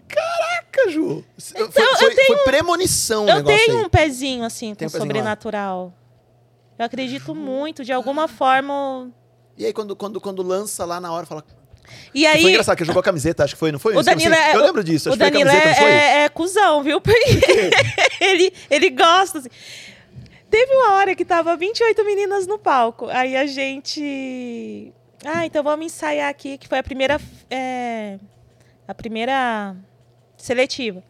E: caraca, Ju. foi, foi- foi premonição o
C: Então, Eu
E: negócio
C: tenho
E: aí.
C: um pezinho assim com
E: Tem um pezinho lá.
C: sobrenatural. Eu acredito muito, de alguma forma.
E: E aí, quando, quando, quando lança lá na hora, fala.
C: E
E: Que
C: aí.
E: Foi engraçado que jogou a camiseta, acho que foi, não foi?
C: O Danilo
E: eu,
C: é,
E: eu lembro disso,
C: o
E: acho que foi a
C: Danilo
E: camiseta, não foi?
C: é, é, é cuzão, viu? Porque ele, ele gosta. assim. Teve uma hora que tava 28 meninas no palco. Aí a gente. Ah, então vamos ensaiar aqui, que foi a primeira. é, a primeira seletiva.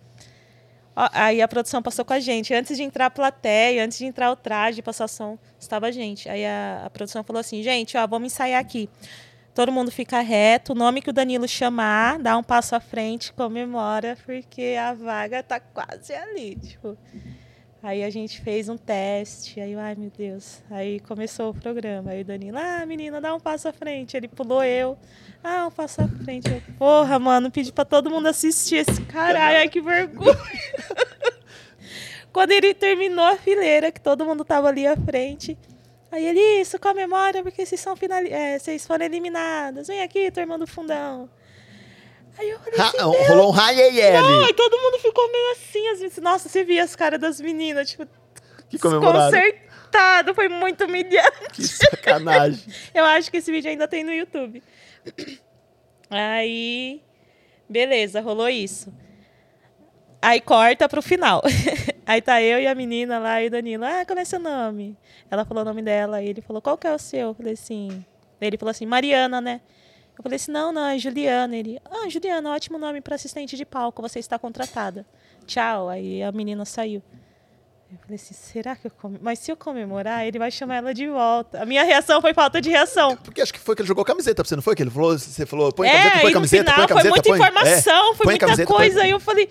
C: Ó, Aí a produção passou com a gente. Antes de entrar a plateia, antes de entrar o traje, passar som, estava a gente. Aí a, a produção falou assim: gente, ó, vamos ensaiar aqui. Todo mundo fica reto, o nome que o Danilo chamar, dá um passo à frente, comemora, porque a vaga tá quase ali. Tipo. Aí a gente fez um teste, aí, eu, ai meu Deus. Aí começou o programa. Aí o Danilo, ah, menina, dá um passo à frente. Ele pulou eu. Ah, um passo à frente. Eu, Porra, mano, pedi pra todo mundo assistir esse caralho, ai que vergonha. Quando ele terminou a fileira, que todo mundo tava ali à frente. Aí ele, isso, comemora, porque vocês, são finali- eh, vocês foram eliminadas. Vem aqui, turma do fundão. Aí eu falei,
E: Ra- rolou um raieié ali.
C: Ai, todo mundo ficou meio assim, às vezes. Nossa, você via as caras das meninas, tipo,
E: Que comemorado.
C: desconcertado, foi muito humilhante.
E: Que sacanagem.
C: Eu acho que esse vídeo ainda tem no YouTube. Aí, beleza, rolou isso. Aí corta pro final. Aí tá eu e a menina lá e o Danilo. Ah, como é seu nome? Ela falou o nome dela. Aí ele falou, qual que é o seu? Eu falei assim. Ele falou assim, Mariana, né? Eu falei assim, não, não, é Juliana. Ele, ah, Juliana, ótimo nome para assistente de palco. Você está contratada. Tchau. Aí a menina saiu. Eu falei assim, será que eu comemorar? Mas se eu comemorar, ele vai chamar ela de volta. A minha reação foi falta de reação.
B: Porque acho que foi que ele jogou camiseta pra você, não foi? Que ele falou, você falou, põe
C: é,
B: camiseta,
C: e
B: põe
C: no
B: camiseta, põe
C: final
B: camiseta,
C: foi muita
B: põe.
C: informação,
B: É,
C: foi
B: põe
C: muita
B: camiseta, põe-
C: coisa. Aí eu falei,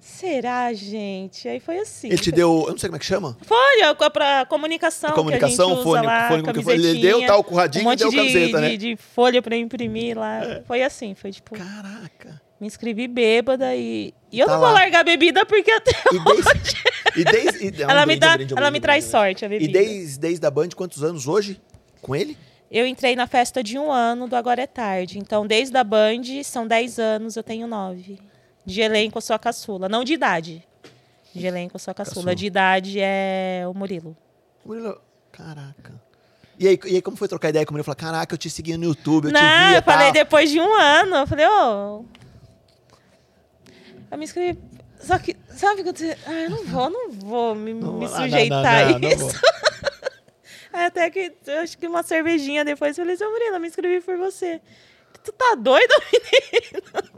C: será, gente? Aí foi assim.
B: Ele te deu, eu não sei como é que chama.
C: Foi a, a, a comunicação,
B: A comunicação,
C: Então, que a gente usa
B: fônico,
C: lá,
B: fônico que foi.
C: camisetinha,
B: Ele deu tal curradinho
C: um
B: e
C: monte
B: deu
C: de,
B: camiseta, né? É.
C: de, de folha pra imprimir lá. Foi assim, foi tipo,
B: Caraca.
C: me inscrevi bêbada e... E eu
B: Tá
C: não vou
B: lá.
C: largar a bebida porque até
B: E desde... e desde e- é um
C: ela me
B: brinde, é um
C: dá,
B: brinde, é um
C: ela
B: brinde, é
C: me
B: um
C: traz
B: brinde.
C: sorte a
B: E
C: bebida.
B: desde, desde a Band, quantos anos hoje? Com ele?
C: Eu entrei na festa de um ano do Agora é Tarde. Então, desde a Band, são 10 anos, eu tenho 9. De elenco, eu sou a caçula. Não de idade. De elenco, eu sou a caçula.
B: Caçula.
C: De idade é o Murilo.
B: Murilo, caraca. E aí, e aí, como foi trocar ideia com o Murilo? Falar, caraca, eu te segui no YouTube, eu te
C: não,
B: via,
C: eu falei
B: tal.
C: depois de um ano. Eu falei, ô. Eu me inscrevi. Só que, sabe quando você. Ah, eu não vou, não vou me, me
B: ah, não,
C: sujeitar
B: não, não, não
C: a isso.
B: vou.
C: Aí Até que eu acho que uma cervejinha depois eu falei, seu Murilo, eu me inscrevi por você. Tu tá doido, menino?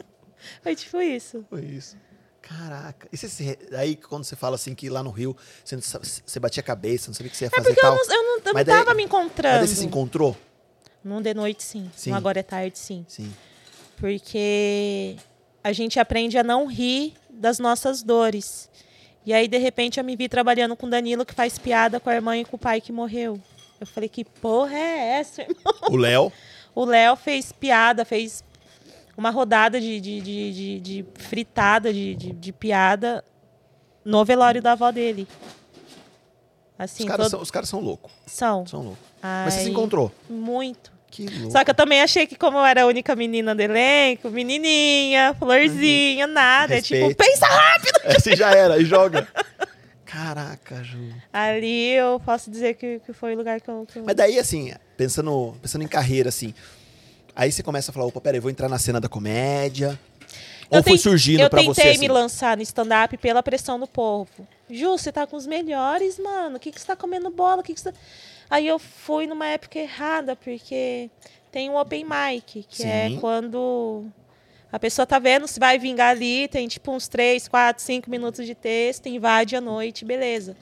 C: Foi tipo isso.
B: Foi isso. Caraca. E você, se re- aí, quando você fala assim, que lá no Rio, você, não sabe- você batia a cabeça, não sabia o que você ia
C: É
B: fazer e
C: porque eu
B: tal.
C: não, eu não, eu não
B: Mas daí-
C: tava me
B: Mas
C: encontrando.
B: daí você se encontrou?
C: Num de noite, sim.
B: Sim.
C: No agora é tarde, sim.
B: Sim.
C: Porque a gente aprende a não rir das nossas dores. E aí, de repente, eu me vi trabalhando com o Danilo, que faz piada com a irmã e com o pai que morreu. Eu falei, que porra é essa, irmão?
B: O Léo.
C: O Léo fez piada, fez uma rodada de, de, de, de- de fritada de, de, de piada no velório da avó dele. Assim,
B: os, caras
C: todo-
B: são, os caras são loucos.
C: são.
B: São loucos.
C: Ai,
B: Mas você se encontrou.
C: Muito.
B: Que louco.
C: Só que eu também achei que, como eu era a única menina do elenco, menininha, florzinha, nada. É tipo,
B: Respeito.
C: pensa rápido!
B: Assim já era, e joga. Caraca, Ju.
C: Ali eu posso dizer que, que foi o lugar que eu. que eu-
B: Mas daí, assim, pensando, pensando em carreira, assim, aí você começa a falar, opa, peraí, vou entrar na cena da comédia.
C: Eu
B: Ou foi
C: ten-
B: surgindo
C: Eu
B: pra
C: tentei
B: você, assim?
C: me lançar no stand-up pela pressão do povo. Ju, você tá com os melhores, mano. O que, que você tá comendo bola? O que, que você tá... Aí eu fui numa época errada, porque tem um open mic, que é
B: Sim.
C: quando a pessoa tá vendo se vai vingar ali, tem tipo uns 3, 4, 5 minutos de texto, invade a noite, beleza.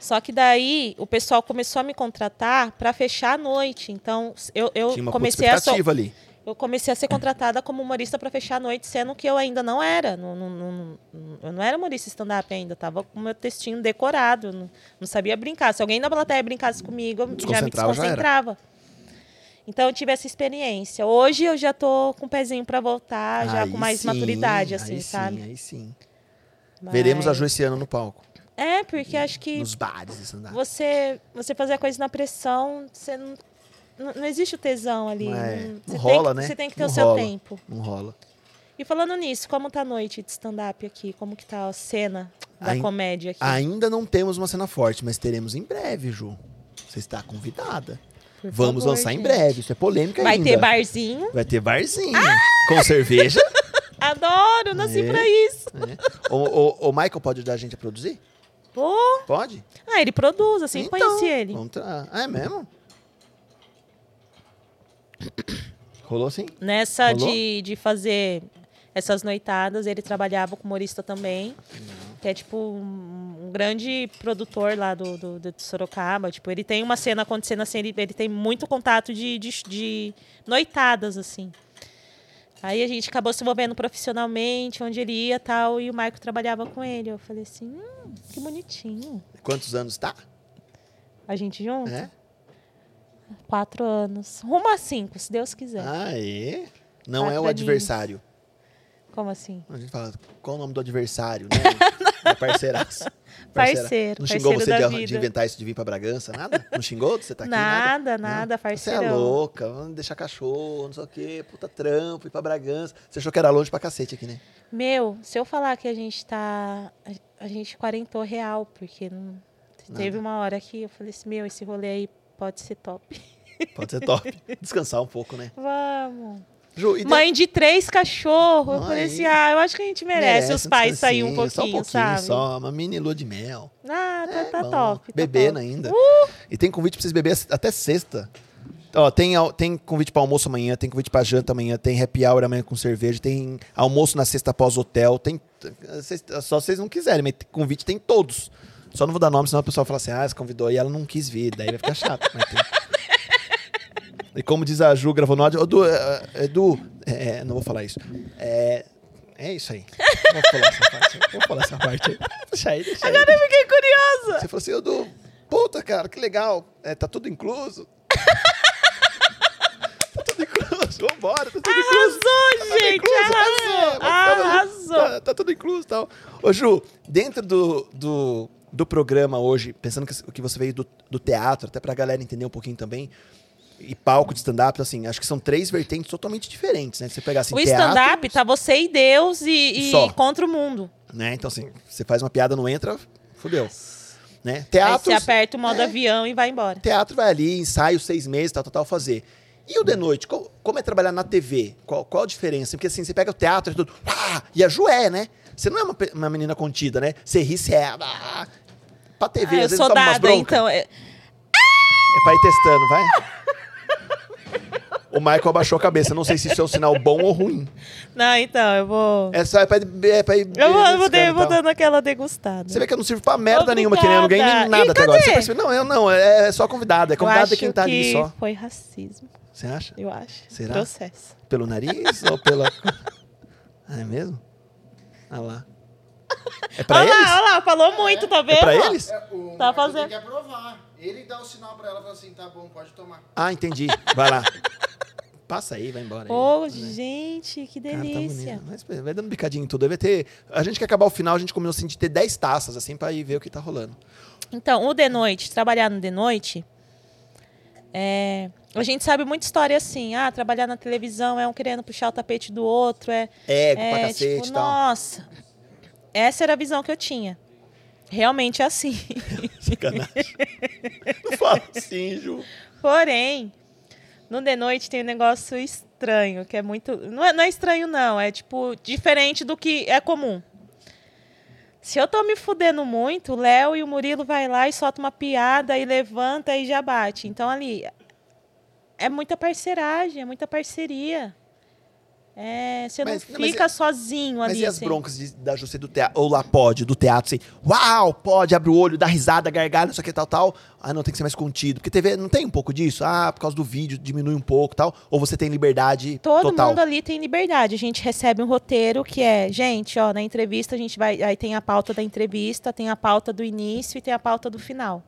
C: Só que daí o pessoal começou a me contratar pra fechar a noite. Então eu, eu
B: Tinha uma puta
C: comecei a, sol-
B: expectativa ali.
C: eu comecei a ser contratada como humorista para fechar a noite, sendo que eu ainda não era. Não, não, não- não- eu não era humorista stand-up ainda. Tava com o meu textinho decorado. eu Não, não sabia brincar. Se alguém da plateia brincasse comigo, eu já me
B: Desconcentrava, já era.
C: desconcentrava. Então eu tive essa experiência. Hoje eu já tô com o pezinho para voltar, Ah, já
B: Aí
C: com mais
B: sim,
C: maturidade, assim,
B: aí
C: sabe?
B: Sim, aí sim.
C: Mas-
B: Veremos a Ju esse ano no palco.
C: É, porque acho que
B: Nos bares, isso andar.
C: você, você fazer a coisa na pressão, você não. Não não existe o tesão ali.
B: É, não
C: você tem
B: rola,
C: que-
B: né?
C: Você tem que ter
B: Não
C: o seu
B: rola.
C: tempo.
B: Não rola.
C: E falando nisso, como tá a noite de stand-up aqui? Como que tá a cena da
B: Ai-
C: comédia aqui?
B: Ainda não temos uma cena forte, mas teremos em breve, Ju. Você está convidada.
C: Por
B: Vamos
C: favor,
B: lançar em
C: gente.
B: breve. Isso é polêmica
C: Vai
B: ainda.
C: ter Ah! barzinho?
B: Vai ter barzinho. Com cerveja.
C: Adoro, nasci
B: É.
C: pra isso.
B: né? o, o- o Michael pode ajudar a gente a produzir?
C: Pô,
B: Pode?
C: ah, ele produz, assim,
B: Então,
C: conheci ele.
B: Vamos tra- Ah, é mesmo? Rolou sim?
C: Nessa
B: Rolou?
C: de, de fazer essas noitadas, ele trabalhava com humorista também.
B: Uhum.
C: Que é tipo um, um grande produtor lá do, do, do- de Sorocaba. Tipo, ele tem uma cena acontecendo assim, ele, ele tem muito contato de, de, de noitadas, assim. Aí a gente acabou se envolvendo profissionalmente, onde ele ia e tal, e o Marco trabalhava com ele. Eu falei assim, hum, que bonitinho.
B: Quantos anos tá?
C: A gente junto?
B: É?
C: Quatro anos. Rumo a cinco, se Deus quiser.
B: Aê. Não é o
C: é? Quatro aninhos.
B: adversário. Ah.
C: Como assim?
B: A gente fala, qual o nome do adversário, né? É parceiraço. Parceira.
C: Parceiro,
B: Não xingou
C: parceiro
B: você
C: da
B: de, de
C: vida.
B: inventar isso de vir pra Bragança, nada? Não xingou de você tá aqui?
C: Nada,
B: Não?
C: nada,
B: Você é
C: parceirão.
B: louca, vamos deixar cachorro, não sei o quê, puta trampo, ir pra Bragança. Você achou que era longe pra cacete aqui, né?
C: Meu, se eu falar que a gente tá. a- A gente quarentou real, porque não- teve uma hora que eu falei assim: meu, esse rolê aí pode ser top.
B: Pode ser top. Descansar um pouco, né?
C: Vamos.
B: Ju, e tem-
C: Mãe de três cachorros. Eu
B: Mãe.
C: falei assim: ah, eu acho que a gente merece, os
B: um
C: pais sair um
B: descansinho,
C: pouquinho,
B: só um pouquinho,
C: sabe?
B: só, uma mini lua de mel.
C: Ah, tá,
B: É
C: tá
B: bom. né?
C: top. Tá
B: Bebendo
C: top.
B: ainda. E tem convite pra vocês beber até sexta. Ó, tem, al- tem convite pra almoço amanhã, tem convite pra janta amanhã, tem happy hour amanhã com cerveja, tem almoço na sexta após hotel, tem Vocês- Só vocês não quiserem, mas convite tem todos. Só não vou dar nome, senão a pessoa fala assim, ah, você convidou e ela não quis vir, daí vai ficar chato. mas tem- E como diz a Ju, gravou no áudio, "Ô, Du, eh, Edu, é, não vou falar isso. É, é isso aí. Vou falar essa parte. Vou falar essa parte. aí. Deixa aí, deixa aí.
C: Eu fiquei curiosa.
B: Você falou assim, Edu, puta, cara, que legal. É, tá tudo incluso. tá tudo incluso, vambora, tá tudo incluso.
C: Arrasou,
B: Tá
C: gente.
B: incluso,
C: Arrasou.
B: arrasou.
C: Arrasou.
B: Tá, tá tudo incluso e tal. Ô, Ju, dentro do, do, do programa hoje, pensando que, que você veio do, do teatro, até pra galera entender um pouquinho também, e palco de stand-up, assim, acho que são três vertentes totalmente diferentes, né? Você pegar assim,
C: O
B: teatro,
C: stand-up tá você e Deus e, e
B: Só.
C: contra o mundo.
B: né? Então, assim, você faz uma piada, não entra, fudeu. Né? É.
C: Aí
B: Teatro,
C: você aperta o modo avião e vai embora.
B: teatro vai ali, ensaio seis meses, tal, tal, tal, fazer. E o de noite, qual- como é trabalhar na TV? Qual, qual a diferença? Porque assim, você pega o teatro e tudo, ah, e a Joé, né? Você não é uma, pe- uma menina contida, né? Você ri, você é. Ah, pra TV,
C: Ah, eu
B: às vezes
C: sou
B: toma umas
C: dada,
B: broncas.
C: então. é-
B: É pra ir testando, vai? O Michael abaixou a cabeça. Não sei se isso é um sinal bom ou ruim.
C: Não, então, eu vou.
B: É só é pra, é pra ir.
C: eu vou, eu
B: testando e
C: vou, de- eu vou
B: tal.
C: dando aquela degustada.
B: Você vê que eu não sirvo pra merda
C: Obrigada.
B: nenhuma, que nem eu não ganhei nem nada
C: E
B: até agora. Você
C: cadê?
B: percebe? Não, eu não. É só convidado. É
C: eu
B: convidado
C: acho
B: é quem tá ali
C: que
B: só.
C: foi racismo,
B: Você acha?
C: eu acho.
B: Será? É
C: Processo.
B: Pelo nariz ou pela. Ah, é mesmo? Ah lá. É pra
C: olha
B: eles?
C: lá, olha lá, falou muito, tá vendo?
B: é pra
C: ó?
B: eles?
D: É, o
C: Tá
D: Michael
C: fazendo.
D: Tem que aprovar. Ele dá o sinal pra ela e fala assim: tá bom, pode tomar.
B: Ah, entendi. Vai lá. Passa aí, vai embora. aí.
C: Ô,
B: Vai.
C: gente, que
B: Cara, tá
C: delícia.
B: bonito. Mas pô, vai dando bicadinho em tudo. Deve ter. A gente quer acabar o final, a gente combinou assim de ter 10 taças, assim, pra ir ver o que tá rolando.
C: Então, o de noite, trabalhar no de noite, é, a gente sabe muita história assim. Ah, trabalhar na televisão é um querendo puxar o tapete do outro, é.
B: Ego
C: é,
B: pra cacete e
C: tipo,
B: tal.
C: nossa. Essa era a visão que eu tinha. Realmente é assim.
B: Sacanagem. Não fala assim, Ju.
C: Porém, no de noite tem um negócio estranho, que é muito. Não é, não é estranho, não. É tipo diferente do que é comum. Se eu tô me fudendo muito, o Léo e o Murilo vai lá e solta uma piada e levanta e já bate. Então ali é muita parceragem, é muita parceria. É, você
B: Mas- não,
C: não
B: mas
C: fica sozinho
B: Mas
C: ali.
B: e as
C: assim.
B: broncas de- da José do teatro? Ou lá pode, do teatro, assim, uau, pode, abre o olho, dá risada, gargalha, não sei o que, tal, tal. Ah, não, tem que ser mais contido. Porque TV não tem um pouco disso? Ah, por causa do vídeo diminui um pouco tal. Ou você tem liberdade
C: Todo
B: total?
C: mundo é ali tem liberdade. A gente recebe um roteiro que é, gente, ó, na entrevista a gente vai. Aí tem a pauta da entrevista, tem a pauta do início e tem a pauta do final.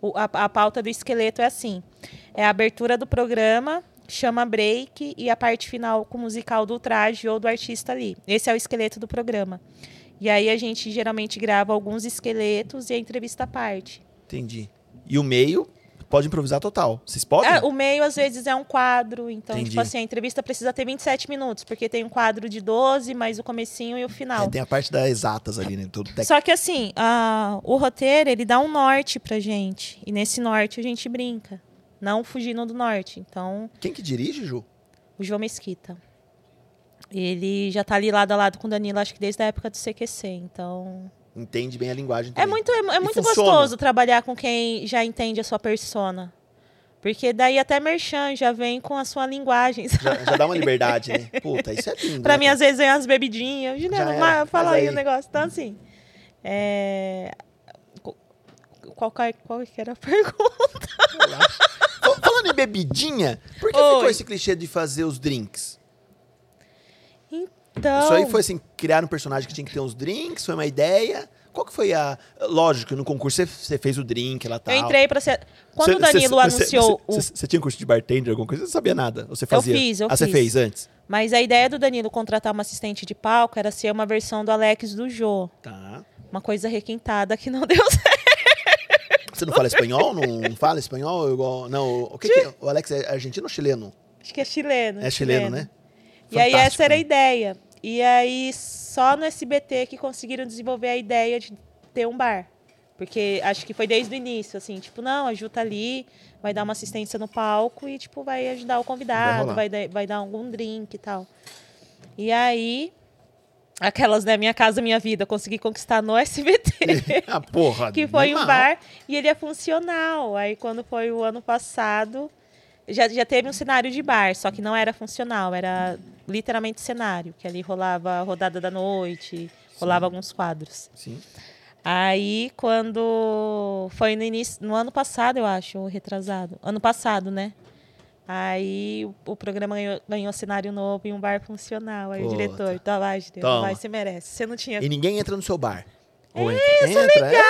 C: O- a, a pauta do esqueleto é assim: é a abertura do programa, chama break e a parte final com o musical do traje ou do artista ali. Esse é o esqueleto do programa. E aí a gente geralmente grava alguns esqueletos e a entrevista à parte.
B: Entendi. E o meio, pode improvisar total. Vocês podem?
C: É, o meio, às vezes, é um quadro. Então,
B: Entendi.
C: tipo assim, a entrevista precisa ter 27 minutos, porque tem um quadro de 12, mais o comecinho e o final.
B: É, tem a parte das exatas ali, né? Tudo técnico.
C: Só que assim, a- o roteiro, ele dá um norte pra gente. E nesse norte a gente brinca. Não fugindo do norte. Então,
B: Quem que dirige, Ju?
C: o João Mesquita. Ele já tá ali lado a lado com o Danilo, acho que desde a época do CQC. Então.
B: Entende bem a linguagem.
C: É
B: também.
C: muito, é, é
B: funciona?
C: muito gostoso trabalhar com quem já entende a sua persona. Porque daí até merchan já vem com a sua linguagem, sabe?
B: Já, já dá uma liberdade, né? Puta, isso é lindo.
C: Pra
B: né,
C: mim, às vezes, vem umas bebidinhas.
B: Já era,
C: Juliana, ma- fala
B: faz
C: aí o
B: aí.
C: negócio. Então, assim. é, co- Qual, que- qual que era a pergunta?
B: Fal- Falando em bebidinha, por que
C: Oi.
B: ficou esse clichê de fazer os drinks?
C: Então,
B: Isso aí foi assim, criar um personagem que tinha que ter uns drinks, foi uma ideia. Qual que foi a. Lógico, no concurso você- você fez o drink lá tal.
C: eu entrei pra ser. Quando
B: Cê-
C: o Danilo
B: cê- cê-
C: anunciou
B: cê-
C: o.
B: cê- Você tinha um curso de bartender, alguma coisa? Você não sabia nada. Ou você fazia?
C: fiz, eu
B: ah, você
C: fiz.
B: fez antes?
C: Mas a ideia do Danilo contratar uma assistente de palco era ser uma versão do Alex do Jô.
B: Tá.
C: Uma coisa requintada que não deu certo.
B: Você não fala espanhol? Não fala espanhol? Igual, não, o que, que é? O Alex é argentino ou chileno?
C: Acho que é chileno.
B: É chileno, né?
C: E aí
B: Fantástico,
C: essa era a
B: né?
C: ideia. E aí só no SBT que conseguiram desenvolver a ideia de ter um bar. Porque acho que foi desde o início, assim, tipo, não, a Ju tá ali, vai dar uma assistência no palco e, tipo, vai ajudar o convidado,
B: rolar.
C: vai, dar- vai dar algum drink e tal. E aí, aquelas, né, Minha Casa Minha Vida, consegui conquistar no SBT.
B: ah, porra.
C: que foi
B: normal.
C: um bar e ele é funcional. Aí quando foi o ano passado, já, já teve um cenário de bar, só que não era funcional, era literalmente cenário, que ali rolava a rodada da noite, Colava alguns quadros.
B: Sim.
C: Aí, quando foi no início, no ano passado, eu acho, ou retrasado. Ano passado, né? Aí o, o programa ganhou, ganhou cenário novo e um bar funcional. Aí
B: Puta.
C: o diretor, tá lá, Gideon,
B: Toma.
C: vai, você merece. Você não tinha.
B: E ninguém entra no seu bar. Ou entra. Isso entra, É, liberdade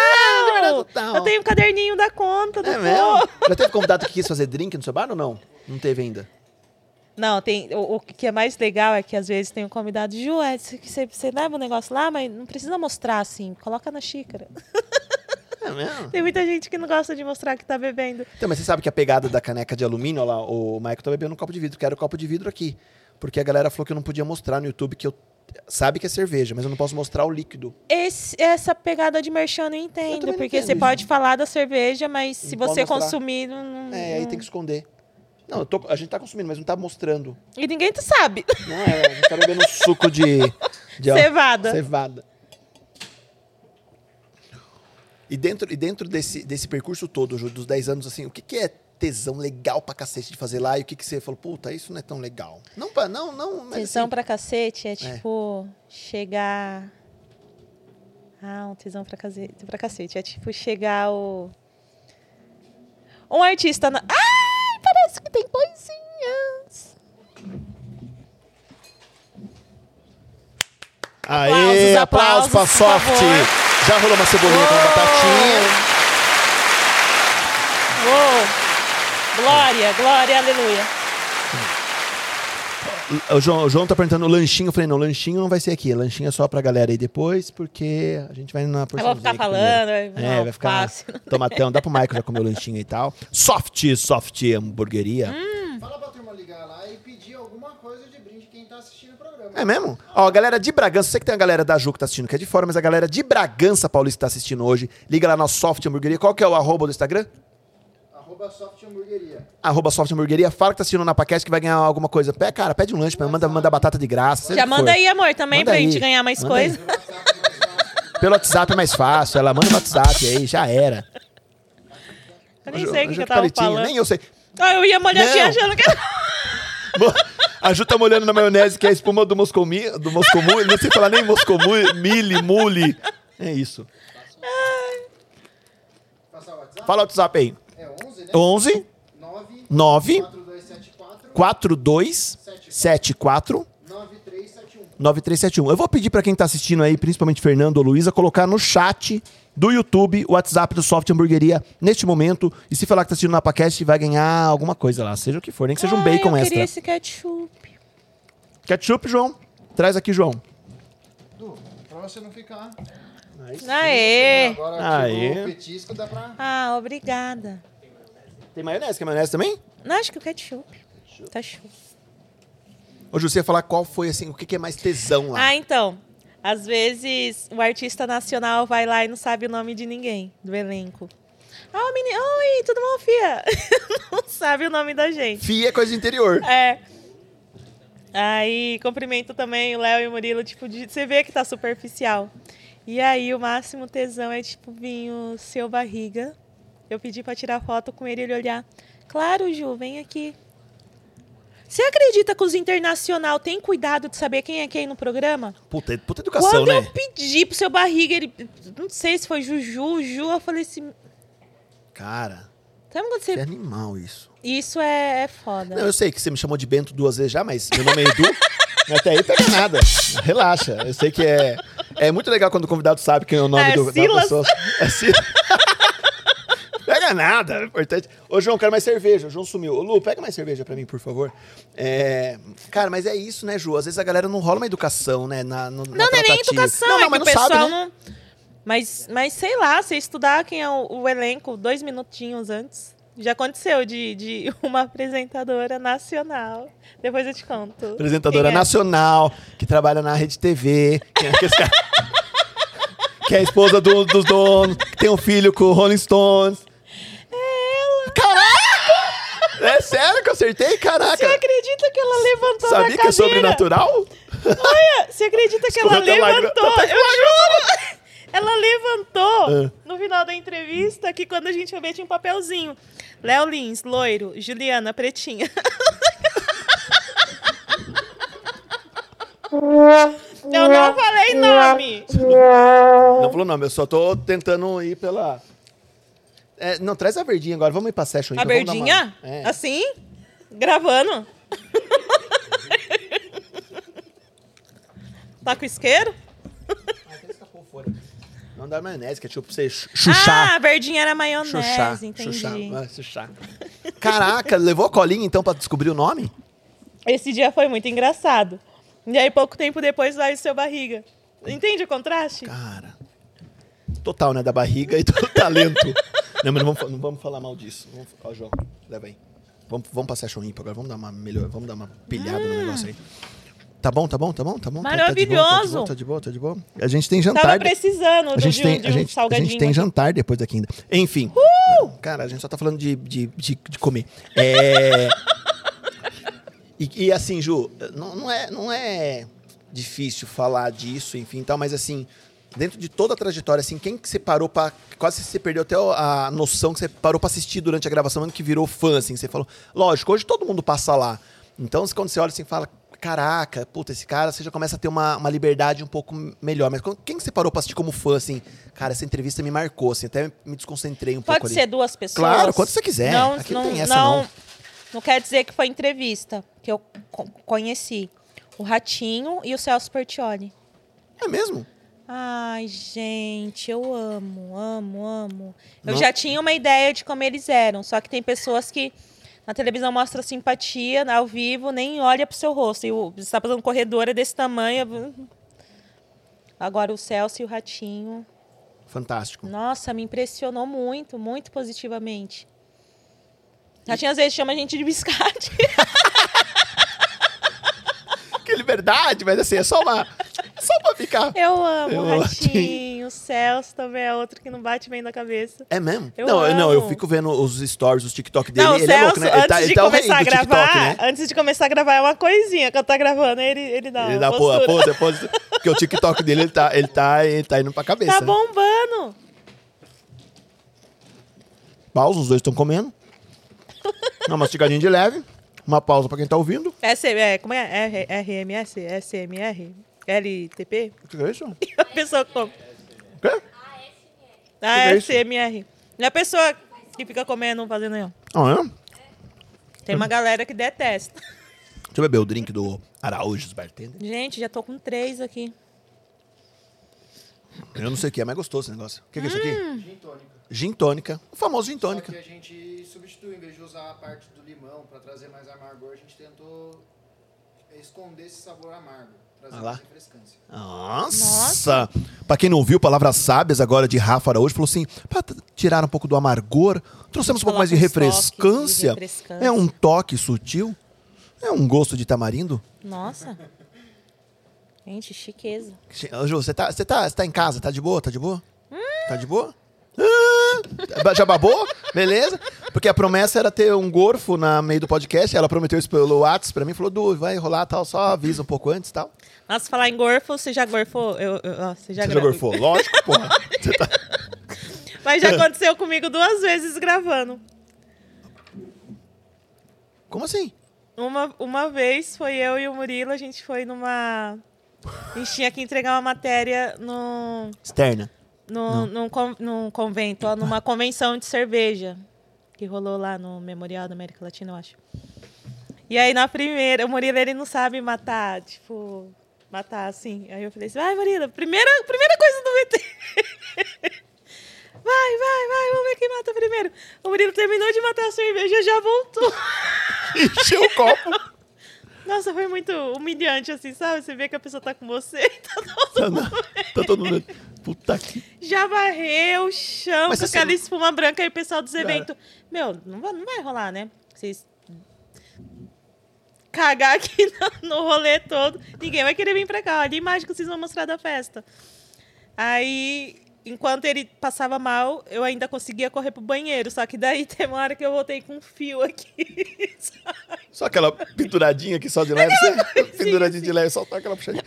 B: total.
C: Eu tenho um caderninho da conta do
B: É
C: povo.
B: mesmo? Já teve convidado que quis fazer drink no seu bar ou não? Não teve ainda.
C: Não, tem. O, o que é mais legal é que às vezes tem um convidado, Ju, é, você, você- você leva um negócio lá, mas não precisa mostrar assim, coloca na xícara.
B: É mesmo?
C: Tem muita gente que não gosta de mostrar que tá bebendo.
B: Então, mas você sabe que a pegada da caneca de alumínio, olha lá, o Michael tá bebendo um copo de vidro, quero o copo de vidro aqui. Porque a galera falou que eu não podia mostrar no YouTube que eu. Sabe que é cerveja, mas eu não posso mostrar o líquido.
C: Esse- essa pegada de merchan eu não
B: Eu
C: entendo,
B: também não
C: porque
B: entendo
C: você
B: isso.
C: pode falar da cerveja, mas se
B: pode
C: você
B: mostrar.
C: consumir. Não, não-
B: É, aí tem que esconder. Não, eu tô- a gente tá consumindo, mas não tá mostrando.
C: E ninguém te sabe.
B: Não é, a gente tá bebendo um suco de. de al-
C: Cevada.
B: Cevada. E dentro, e dentro desse, desse percurso todo, Ju, dos 10 anos, assim, o que, que é tesão legal pra cacete de fazer lá? E o que, que você falou, puta, isso não é tão legal. Não, pra, não, não, mas
C: Tesão
B: assim,
C: pra cacete é tipo chegar. Ah, um tesão pra cacete, pra cacete. É tipo chegar o. Um artista. Na... Ai, parece que tem coisinhas.
B: Aê, aplausos,
C: Aplausos,
B: pra
C: aplausos,
B: Soft! Oh!
C: por favor.
B: Já rolou uma cebolinha com
C: Uou!
B: batatinha.
C: Uou! Glória, glória, aleluia.
B: O João, o João tá perguntando o lanchinho. Eu falei, não, lanchinho não vai ser aqui. Lanchinho é só pra galera aí depois, porque a gente vai na
C: Eu vou ficar um falando.
B: É, vai ficar
C: Fácil.
B: tomatão. Dá pro Michael já comer o lanchinho e tal. Soft, soft hamburgueria.
C: Hum.
D: Fala pra turma ligar lá e pedir alguma coisa de brinde quem tá assistindo o programa.
B: É mesmo? Ó, a galera de Bragança, sei que tem a galera da Ju que tá assistindo que é de fora, mas a galera de Bragança Paulista que tá assistindo hoje. Liga lá na Soft Hamburgueria. Qual que é o arroba do Instagram?
C: É.
D: Arroba Soft Hamburgueria.
B: Arroba Soft Hamburgueria. Fala que tá assistindo na Paquete que vai ganhar alguma coisa. Pé, cara, pede um lanche, pra mim, manda, manda batata de graça. seja o
C: Já
B: que
C: manda
B: for.
C: aí, amor, também,
B: Manda
C: pra
B: aí.
C: gente ganhar mais
B: Manda
C: coisa.
B: Pelo WhatsApp é mais fácil. Ela manda no WhatsApp aí, já era.
C: Eu nem sei o
B: Ju
C: que, que eu tava
B: Caritinho,
C: falando.
B: Nem eu sei.
C: Ah, eu ia molhadinha
B: Não.
C: achando que era.
B: Mo- A Ju tá molhando na maionese, que é a espuma do Moscomi, do Moscomu, não sei falar nem Moscomu, mili, mule. É isso.
D: Passar o WhatsApp?
B: Fala o WhatsApp aí.
D: É 11, né?
B: 11
D: 9
B: 9
D: 4274
B: 42 74
D: 9371.
B: 9371. Eu vou pedir pra quem tá assistindo aí, principalmente Fernando ou Luísa, colocar no chat do YouTube o WhatsApp do Soft Hamburgueria neste momento. E se falar que tá assistindo na podcast, vai ganhar alguma coisa lá, seja o que for, nem que seja um
C: Ai,
B: bacon
C: Ah, eu
B: extra.
C: queria esse ketchup.
B: Ketchup, João. Traz aqui, João.
D: Du, pra você não ficar.
B: É
C: Aê!
D: Agora
B: Aê.
D: ativou o petisco, dá pra.
C: Ah, obrigada.
B: Tem maionese, quer maionese também?
C: Não, acho que o ketchup. Tá show.
B: Ô, Ju, você ia falar qual foi, assim, o que, que é mais tesão lá?
C: Ah, então. Às vezes o artista nacional vai lá e não sabe o nome de ninguém do elenco. Ah, o menino. Oi, tudo bom, Fia? não sabe o nome da gente.
B: Fia é coisa de interior.
C: É. Aí cumprimento também o Léo e o Murilo, tipo, de- você vê que tá superficial. E aí o máximo tesão é tipo vinho seu barriga. Eu pedi pra tirar foto com ele, ele olhar. Claro, Ju, vem aqui. Você acredita que os internacional têm cuidado de saber quem é quem no programa?
B: Puta, puta educação,
C: Quando eu
B: né?
C: pedi pro seu barriga, ele não sei se foi Juju, Ju, eu falei assim,
B: Cara,
C: sabe quando
B: que
C: você
B: animal isso.
C: isso é, é foda.
B: Não, eu sei que você me chamou de Bento duas vezes já, mas meu nome é Edu. Até aí pega nada. Relaxa. Eu sei que é. É muito legal quando o convidado sabe quem é o nome
C: É
B: do, da
C: Silas.
B: pessoa. É Silas. pega nada, é importante. Ô, João, quero mais cerveja. O João sumiu. Ô, Lu, pega mais cerveja pra mim, por favor. É, Cara, mas é isso, né, Ju? Às vezes a galera não rola uma educação, né? Na, no- na
C: Não, não é nem
B: tratativa.
C: educação,
B: Não, não,
C: é
B: mas
C: que o
B: não
C: pessoal
B: sabe, né?
C: não... Mas, mas sei lá, você estudar quem é o, o elenco dois minutinhos antes. Já aconteceu de, de uma apresentadora nacional. Depois eu te conto.
B: apresentadora
C: Quem é.
B: nacional, que trabalha na Rede TV, que é, que esse cara- que é a esposa do- dos donos, que tem um filho com o Rolling Stones. É ela! Caraca! É sério que eu acertei?
C: Você
B: Caraca!
C: acredita que ela levantou da
B: Sabia que é
C: cadeira?
B: sobrenatural?
C: Olha, você acredita que ela
B: Escorreu até lágrima.
C: levantou? Eu juro! Ela levantou
B: Ah.
C: no final da entrevista que quando a gente foi ver tinha um papelzinho. Léo Lins, loiro. Juliana, pretinha. Eu não falei nome.
E: Não falou nome, eu só tô tentando ir pela.
B: É, não, traz a verdinha agora. Vamos ir pra session.
C: A
B: então, vamos dar uma-
C: Verdinha?
B: É.
C: Assim? Gravando. tá com isqueiro?
B: Não dá maionese, que é tipo pra você chu- chuchar.
C: Ah, a Verdinha era maionese,
B: Xuxá,
C: entendi.
B: xuxá, ah, xuxá. Caraca, levou a colinha então pra descobrir o nome?
C: Esse dia foi muito engraçado. E aí, pouco tempo depois, lá o seu barriga. Entende o contraste?
B: Cara. Total, né? Da barriga e do talento. não, mas não vamos, fa- não vamos falar mal disso. Vamos, ó, João, leva aí. Vamos, vamos pra Session Ímpar agora. Vamos dar uma melhor, vamos dar uma pilhada
C: Ah.
B: no negócio aí. Tá bom, tá bom, tá bom, tá bom. tá- tá de boa,
C: Maravilhoso.
B: Tá de boa, tá de boa, tá de boa. A gente tem jantar.
C: Tava
B: de-
C: precisando
B: A
C: do-
B: gente,
C: de,
B: tem,
C: um, de
B: a,
C: um
B: gente, a
C: salgadinho.
B: gente tem
C: aqui. Uh!
B: jantar depois daqui ainda. Enfim. Cara, a gente só tá falando de, de, de, de comer. É... e, e assim, Ju, não, não, é, não é difícil falar disso, enfim, e tal, mas assim, dentro de toda a trajetória, assim, quem que você parou pra. Quase você perdeu até a noção que você parou pra assistir durante a gravação, mas que virou fã, assim, você falou. Lógico, hoje todo mundo passa lá. Então, quando você olha assim e fala. Caraca, puta, esse cara, você já começa a ter uma, uma liberdade um pouco melhor. Mas quando- quem que você parou pra assistir como fã, assim? Cara, essa entrevista me marcou, assim, até me desconcentrei um pouco
C: Pode
B: ali.
C: ser duas pessoas?
B: Claro, quanto você quiser.
C: Não,
B: Aqui não
C: não,
B: tem essa, não.
C: não. não quer dizer que foi entrevista, que eu co- conheci. O Ratinho e o Celso Portioli.
B: É mesmo?
C: Ai, gente, eu amo, amo, amo. Eu
B: Não-
C: já tinha uma ideia de como eles eram, só que tem pessoas que na televisão mostra simpatia, ao vivo, nem olha pro seu rosto. E o, você tá passando corredora desse tamanho. Agora o Celso e o Ratinho.
B: Fantástico.
C: Nossa, me impressionou muito, muito positivamente. Ratinho às vezes chama a gente de biscate.
B: Que liberdade, mas assim, é só uma. só pra ficar.
C: Eu amo
B: Eu
C: o
B: amo.
C: Ratinho. O Celso também é outro que não bate bem na cabeça.
B: É mesmo?
C: Eu
B: não, eu- não, eu
C: amo.
B: fico vendo os stories, os TikTok dele.
C: não, o
B: ele
C: Celso,
B: é louco, né? Ele
C: antes
B: tá, ele
C: de
B: tá o rei
C: começar a
B: do
C: gravar,
B: TikTok, né?
C: antes de começar a gravar é uma coisinha que eu tô gravando, ele, ele dá
B: Ele
C: uma
B: dá pô,
C: é,
B: é
C: postura.
B: pô, depois. Porque o TikTok dele, ele tá, ele tá, ele tá indo pra cabeça.
C: Tá
B: né?
C: bombando.
B: Pausa, os dois estão comendo. Uma mastigadinha de leve. Uma pausa pra quem tá ouvindo.
C: S, é, como é? R, RMS? SMR? LTP?
B: O que que é isso? O
C: A pessoa come.
B: quê?
C: Ah,
B: é isso?
C: SMR. E a pessoa que fica comendo, fazendo aí, ó.
B: Ah, é? Deixa
C: Tem uma galera que detesta.
B: eu beber o drink do Araújo, os bartender.
C: Gente, já tô com três aqui.
B: Eu não sei o que é, mas é gostoso esse negócio. O que, que é isso
C: Hum.
B: aqui? Gin tônica. O famoso gin
D: Só
B: tônica.
D: que a gente substituiu, em vez de usar a parte do limão pra trazer mais amargor, a gente tentou esconder esse sabor amargo, trazer
B: Ah lá.
D: mais refrescância.
B: Nossa! Pra quem não viu, palavras sábias agora de Rafa Araújo, falou assim: pra t- tirar um pouco do amargor, trouxemos um pouco
C: Coloca
B: mais de
C: uns
B: refrescância.
C: toques de refrescância.
B: É um toque sutil. É um gosto de tamarindo.
C: Nossa. Gente, chiqueza.
B: Che- Ô, Ju, você tá, você tá, você tá em casa? Tá de boa? Tá de boa? Tá de boa? Ah, ba- já babou? Beleza? Porque a promessa era ter um gorfo na meio do podcast. Ela prometeu isso pelo WhatsApp pra mim. Falou, Du, vai rolar tal, só avisa um pouco antes e tal.
C: Nossa, falar em gorfo, você já gorfou? Eu, eu- ó, você já,
B: Você já
C: gra-
B: gorfou? Lógico, porra.
C: Mas já aconteceu comigo duas vezes gravando.
B: Como assim?
C: Uma, uma vez foi eu e o Murilo, a gente foi numa. A gente tinha que entregar uma matéria no,
B: Externa.
C: no, num, con- num convento, ó, numa convenção de cerveja. Que rolou lá no Memorial da América Latina, eu acho. E aí na primeira, o Murilo ele não sabe matar, tipo, matar assim. Aí eu falei assim, vai Murilo, primeira, primeira coisa do VT. Vai, vai, vai, vamos ver quem mata primeiro. O Murilo terminou de matar a cerveja, já voltou.
B: Encheu o copo.
C: Nossa, foi muito humilhante, assim, sabe? Você vê que a pessoa tá com você, tá todo
B: Tá, na- tá todo mundo. Puta que.
C: Já varreu o chão
B: Mas
C: com
B: você
C: aquela
B: não- É.
C: espuma branca e o pessoal dos
B: Cara.
C: eventos. Meu, não vai, não vai rolar, né? Vocês cagar aqui no, no rolê todo. Ninguém vai querer vir pra cá. Olha a imagem que vocês vão mostrar da festa. Aí, enquanto ele passava mal, eu ainda conseguia correr pro banheiro. Só que daí tem uma hora que eu voltei com um fio aqui.
B: Só aquela penduradinha aqui só de leve. Você... Penduradinha de leve, só tá aquela puxadinha.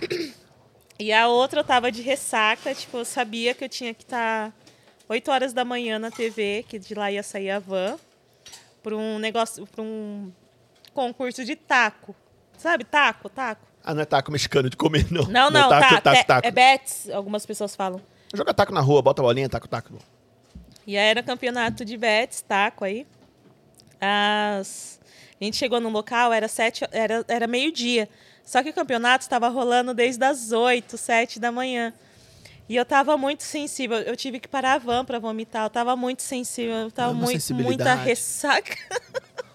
C: E a outra eu tava de ressaca, tipo, eu sabia que eu tinha que estar 8 horas da manhã na TV, que de lá ia sair a van, pra um negócio, pra um concurso de taco. Sabe, taco, taco?
B: Ah, não é taco mexicano de comer, não.
C: Não, não,
B: taco,
C: tá.
B: taco,
C: te-
B: taco.
C: É bets, algumas pessoas falam.
B: Joga taco na rua, bota a bolinha, taco, taco. bom.
C: E aí era campeonato de bets, taco aí. As... A gente chegou num local, era, sete, era, era meio-dia. Só que o campeonato estava rolando desde as oito, sete da manhã. E eu tava muito sensível. Eu tive que parar a van para vomitar. Eu tava muito sensível. Eu tava
B: Ah, uma
C: muito, muita
B: sensibilidade.
C: ressaca.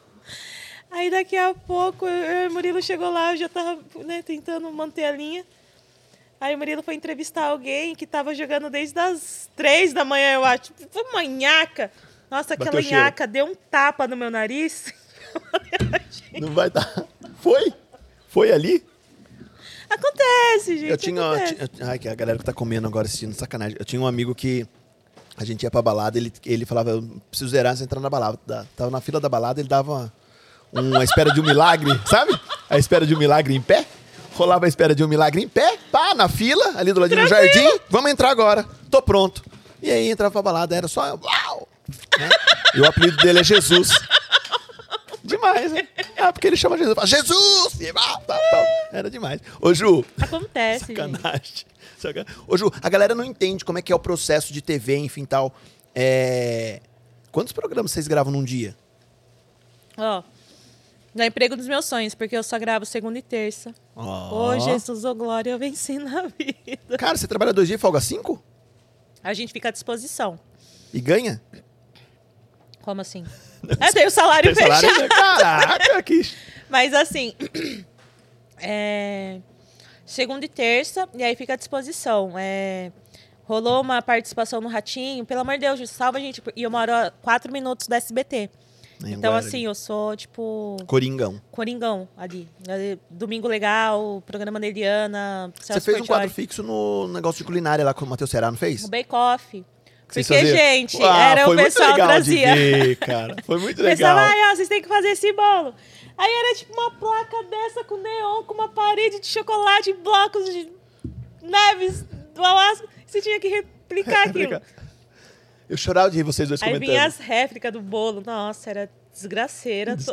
C: Aí daqui a pouco, eu- eu- o Murilo chegou lá, eu já tava né, tentando manter a linha. Aí o Murilo foi entrevistar alguém que tava jogando desde as três da manhã, eu acho. Tipo, Foi uma nhaca. Nossa,
B: Bateu
C: aquela
B: o cheiro.
C: nhaca deu um tapa no meu nariz.
B: Não vai dar. Foi? Foi ali?
C: Acontece, gente.
B: Eu tinha.
C: acontece.
B: eu tinha- ai, que a galera que tá comendo agora assistindo, sacanagem. Eu tinha um amigo que. A gente ia pra balada, ele, ele falava, eu preciso zerar antes de entrar na balada. Da- Tava na fila da balada, ele dava uma, uma espera de um milagre, sabe? A espera de um milagre em pé. Rolava a espera de um milagre em pé, pá, na fila, ali do ladinho do jardim. Vamos entrar agora, tô pronto. E aí entrava pra balada, era só. Uau! né? E o apelido dele é Jesus. Demais, né? Ah, porque ele chama Jesus. Fala, Jesus! E, pá, pá, pá. Era demais. Ô, Ju,
C: Acontece, gente.
B: Sacanagem. Saca- Ô, Ju, a galera não entende como é que é o processo de TV, enfim, tal. É... Quantos programas vocês gravam num dia?
C: Ó, dá emprego dos meus sonhos, porque eu só gravo segunda e terça.
B: Ó.
C: Ô, Jesus, ô glória, eu venci na vida.
B: Cara, você trabalha dois dias e folga cinco?
C: A gente fica à disposição.
B: E ganha?
C: Como assim? É, tem o salário
B: Tem salário,
C: fechado.
B: né? Caraca, que...
C: Mas assim, é, segunda e terça, e aí fica à disposição. É, rolou uma participação no Ratinho, pelo amor de Deus, gente, salva a gente. E eu moro a quatro minutos do SBT.
B: Nem
C: então,
B: guarda.
C: assim, eu sou, tipo,
B: Coringão.
C: coringão ali. É, Domingo Legal, programa da Eliana,
B: Você
C: Celso
B: fez um quadro
C: Portiolli,
B: fixo no negócio de culinária lá com o Matheus Será, não fez?
C: o Bake Off.
B: Vocês
C: Porque,
B: faziam?
C: gente,
B: Ah,
C: era
B: foi
C: o
B: muito
C: pessoal
B: legal de
C: trazia.
B: ver, cara. Foi muito legal.
C: Pensava, ai, ó, vocês têm que fazer esse bolo. Aí era tipo uma placa dessa com neon, com uma parede de chocolate e blocos de neves do Alasca. Você tinha que replicar aquilo.
B: Eu chorava de rir vocês dois
C: Aí
B: comentando.
C: vinha as réplicas do bolo. Nossa, era desgraceira. to-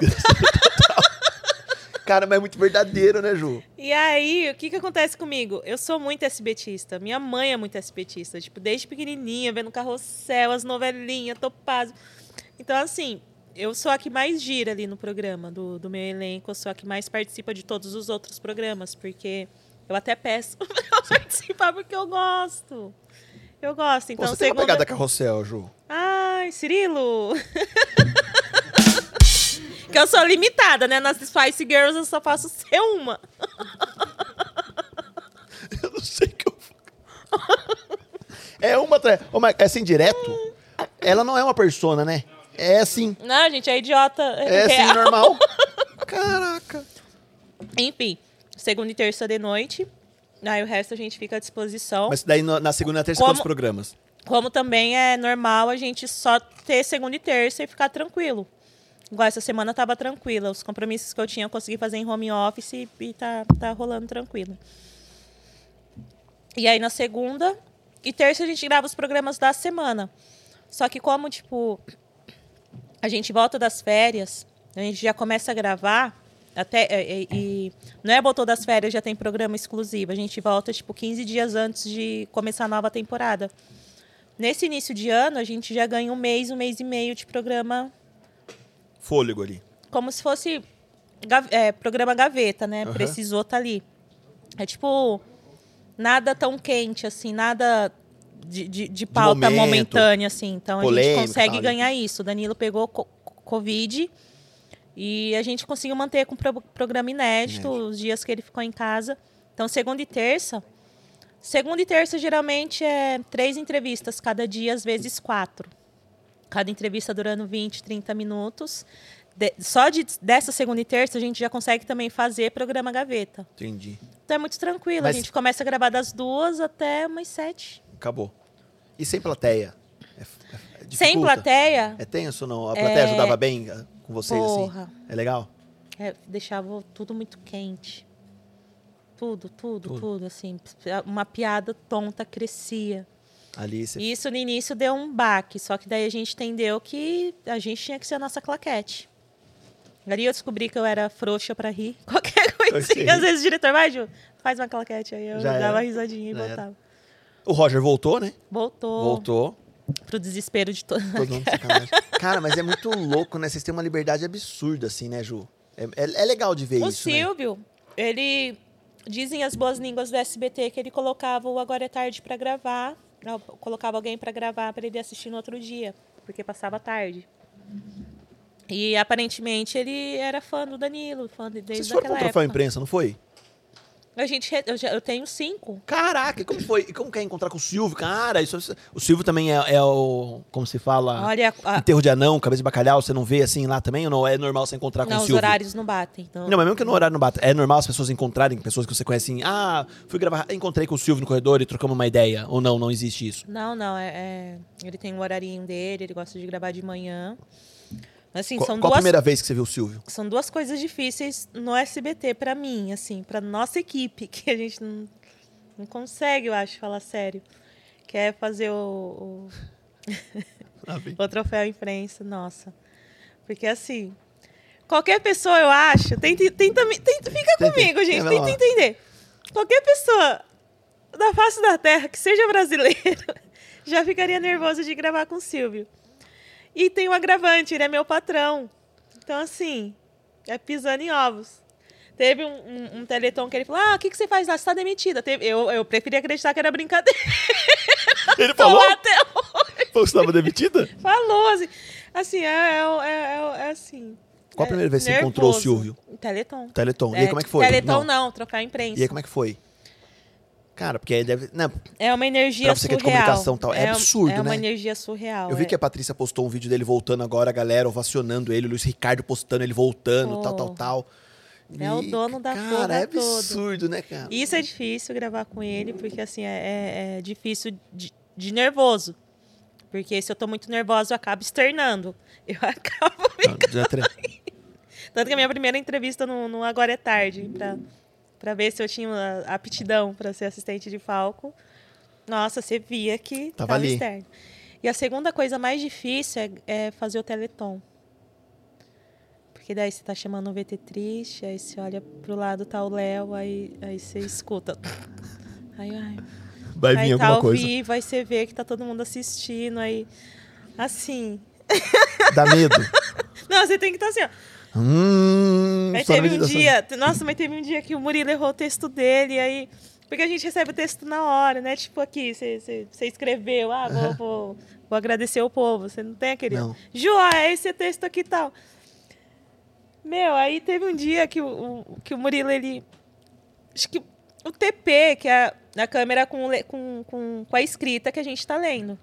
B: Cara, mas é muito verdadeiro, né, Ju?
C: E aí, o que que acontece comigo? Eu sou muito SBTista. Minha mãe é muito SBTista. Tipo, desde pequenininha, vendo carrossel, as novelinhas, topazio. Então, assim, eu sou a que mais gira ali no programa do, do meu elenco. Eu sou a que mais participa de todos os outros programas. Porque eu até peço pra eu participar, porque eu gosto. Eu gosto.
B: Pô,
C: Então,
B: você tem uma
C: segunda...
B: pegada carrossel, Ju.
C: Ai, Cirilo! que eu sou limitada, né? Nas Spice Girls eu só faço ser uma.
B: Eu não sei o que eu É uma. Tra... Ô, Mike, essa indireto, ela não é uma persona, né? É assim.
C: Não, gente, é idiota.
B: É assim,
C: real.
B: normal. Caraca.
C: Enfim, segunda e terça de noite. Aí o resto a gente fica à disposição.
B: Mas daí no- na segunda e na terça,
C: Como-
B: quantos programas?
C: Como também é normal a gente só ter segunda e terça e ficar tranquilo. Igual essa semana tava tranquila. Os compromissos que eu tinha eu consegui fazer em home office e, e tá, tá rolando tranquilo. E aí na segunda e terça a gente grava os programas da semana. Só que como, tipo, a gente volta das férias, a gente já começa a gravar. Até, é, é, e não é botou das férias, já tem programa exclusivo. A gente volta, tipo, 15 dias antes de começar a nova temporada. Nesse início de ano, a gente já ganha um mês, um mês e meio de programa,
B: Fôlego ali.
C: como se fosse ga- é, programa gaveta, né?
B: Aham.
C: Precisou tá ali. É tipo, nada tão quente, assim, nada de, de, de pauta
B: momento.
C: momentânea, assim. Então a
B: Polêmica,
C: gente consegue
B: tal, né?
C: ganhar isso. O Danilo pegou co- co- Covid e a gente conseguiu manter com pro programa inédito, os dias que ele ficou em casa. Então, segunda e terça. Segunda e terça, geralmente, é três entrevistas cada dia, às vezes quatro. Cada entrevista durando 20, 30 minutos. De- só de, dessa segunda e terça, a gente já consegue também fazer programa gaveta.
B: Entendi.
C: Então é muito tranquilo.
B: Mas-
C: A gente começa a gravar das duas até umas sete.
B: Acabou. E sem plateia? É, é- é
C: Sem
B: dificulta?
C: plateia,
B: É tenso ou não? A plateia ajudava bem ah, com vocês,
C: Porra.
B: assim? É legal?
C: É, deixava tudo muito quente. Tudo, tudo, tudo, assim. Uma piada tonta crescia.
B: Ali você...
C: E Isso no início deu um baque, só que daí a gente entendeu que a gente tinha que ser a nossa claquete. Aí eu descobri que eu era frouxa pra rir. Qualquer coisa. assim, às vezes o diretor vai, Ju, faz uma claquete aí. Eu
B: Já
C: dava
B: era.
C: uma risadinha e
B: Já era.
C: voltava.
B: O Roger voltou, né?
C: Voltou,
B: Voltou.
C: pro desespero de todo
B: Todo mundo de sacanagem. Cara, mas é muito louco, né? Vocês têm uma liberdade absurda, assim, né, Ju? É, é- é legal de ver
C: O
B: isso, né?
C: Silvio, ele. Dizem as boas línguas do SBT que ele colocava o Agora é Tarde pra gravar. não, colocava alguém pra gravar pra ele assistir no outro dia, porque passava tarde. E aparentemente ele era fã do Danilo, fã de
B: Vocês
C: desde
B: foram
C: aquela
B: pro troféu
C: época.
B: imprensa, não foi?
C: A gente, re- eu, já- eu tenho cinco.
B: Caraca, e como foi? E como quer encontrar com o Silvio? Cara, isso, o Silvio também é, é o. Como se fala?
C: Olha, a-
B: Enterro de anão, cabeça de bacalhau, você não vê assim lá também? Ou não é normal você encontrar com o
C: não, os
B: Silvio?
C: horários não batem. então. Não,
B: Não, mas mesmo que no horário não bata, é normal as pessoas encontrarem pessoas que você conhece assim. Ah, fui gravar, encontrei com o Silvio no corredor e trocamos uma ideia. Ou não, não existe isso.
C: não, não, é, é- ele tem um horarinho dele, ele gosta de gravar de manhã. Assim,
B: Qual,
C: são
B: qual a
C: duas
B: primeira vez que você viu o Silvio?
C: são duas coisas difíceis no SBT pra mim, assim, pra nossa equipe, que a gente não, não consegue, eu acho, falar sério. Que é fazer o, o, o troféu imprensa, nossa. Porque assim, qualquer pessoa, eu acho, tenta, tenta, me- tenta- fica comigo, gente,
B: vai lá.
C: tenta entender. Qualquer pessoa da face da terra que seja brasileiro já ficaria nervosa de gravar com o Silvio. E tem um agravante, ele é meu patrão. Então, assim, é pisando em ovos. Teve um, um, um teleton que ele falou: Ah, o que, que você faz lá? Você tá demitida. Teve- eu, eu preferi acreditar que era brincadeira.
E: Ele falou?
C: Lá até hoje.
E: Falou que você tava demitida?
C: Falou, assim. Assim, é, é, é- é- é assim.
B: Qual a
C: é
B: primeira vez que você encontrou o
C: nervoso.
B: Silvio?
C: Teleton.
B: Teleton. E aí, como é que foi?
C: tipo, Teleton não, troféu imprensa.
B: E aí, como é que foi? Cara, porque aí deve. né, Não,
C: É uma energia
B: Pra você que é
C: surreal.
B: de comunicação e tal, é
C: um-
B: absurdo,
C: É uma
B: né?
C: energia surreal. é.
B: eu vi que a Patrícia postou um vídeo dele voltando agora, a galera ovacionando ele, o Luiz Ricardo postando ele voltando,
C: Pô.
B: tal, tal, tal.
C: Oh. É o dono da
B: Cara,
C: porra
B: é
C: toda.
B: absurdo, né, cara?
C: Isso é difícil gravar com ele, porque assim, é, é- é difícil de, de nervoso. Porque se eu tô muito nervosa, eu acabo externando. Eu acabo. me-
B: Já tre-
C: Tanto que a minha primeira entrevista no, no Agora é Tarde, pra, pra ver se eu tinha a aptidão pra ser assistente de palco. Nossa, você via que
B: Tava
C: tava,
B: ali.
C: externo. E a segunda coisa mais difícil é, é fazer o teleton. Porque daí você tá chamando o VT triste, aí você olha pro lado, tá o Léo, aí, aí você escuta. Aí, ai,
E: Vai
C: aí
E: vir
C: tá
E: alguma
C: ao
E: coisa.
C: vivo, aí você vê que tá todo mundo assistindo, aí. Assim.
B: Dá medo.
C: Não, você tem que estar assim, ó.
B: Hum,
C: Mas
B: só na
C: teve um
B: meditação.
C: dia, nossa, mas teve um dia que o Murilo errou o texto dele, e aí. Porque a gente recebe o texto na hora, né? Tipo aqui, você escreveu, ah, vou, vou, vou agradecer o povo. Você não tem aquele.
B: Não.
C: Ju, ah, é esse texto aqui e tal. Meu, aí teve um dia que o, o- que o Murilo, ele. Acho que o TP, que é a, a câmera com, o le- com, com, com a escrita que a gente tá lendo.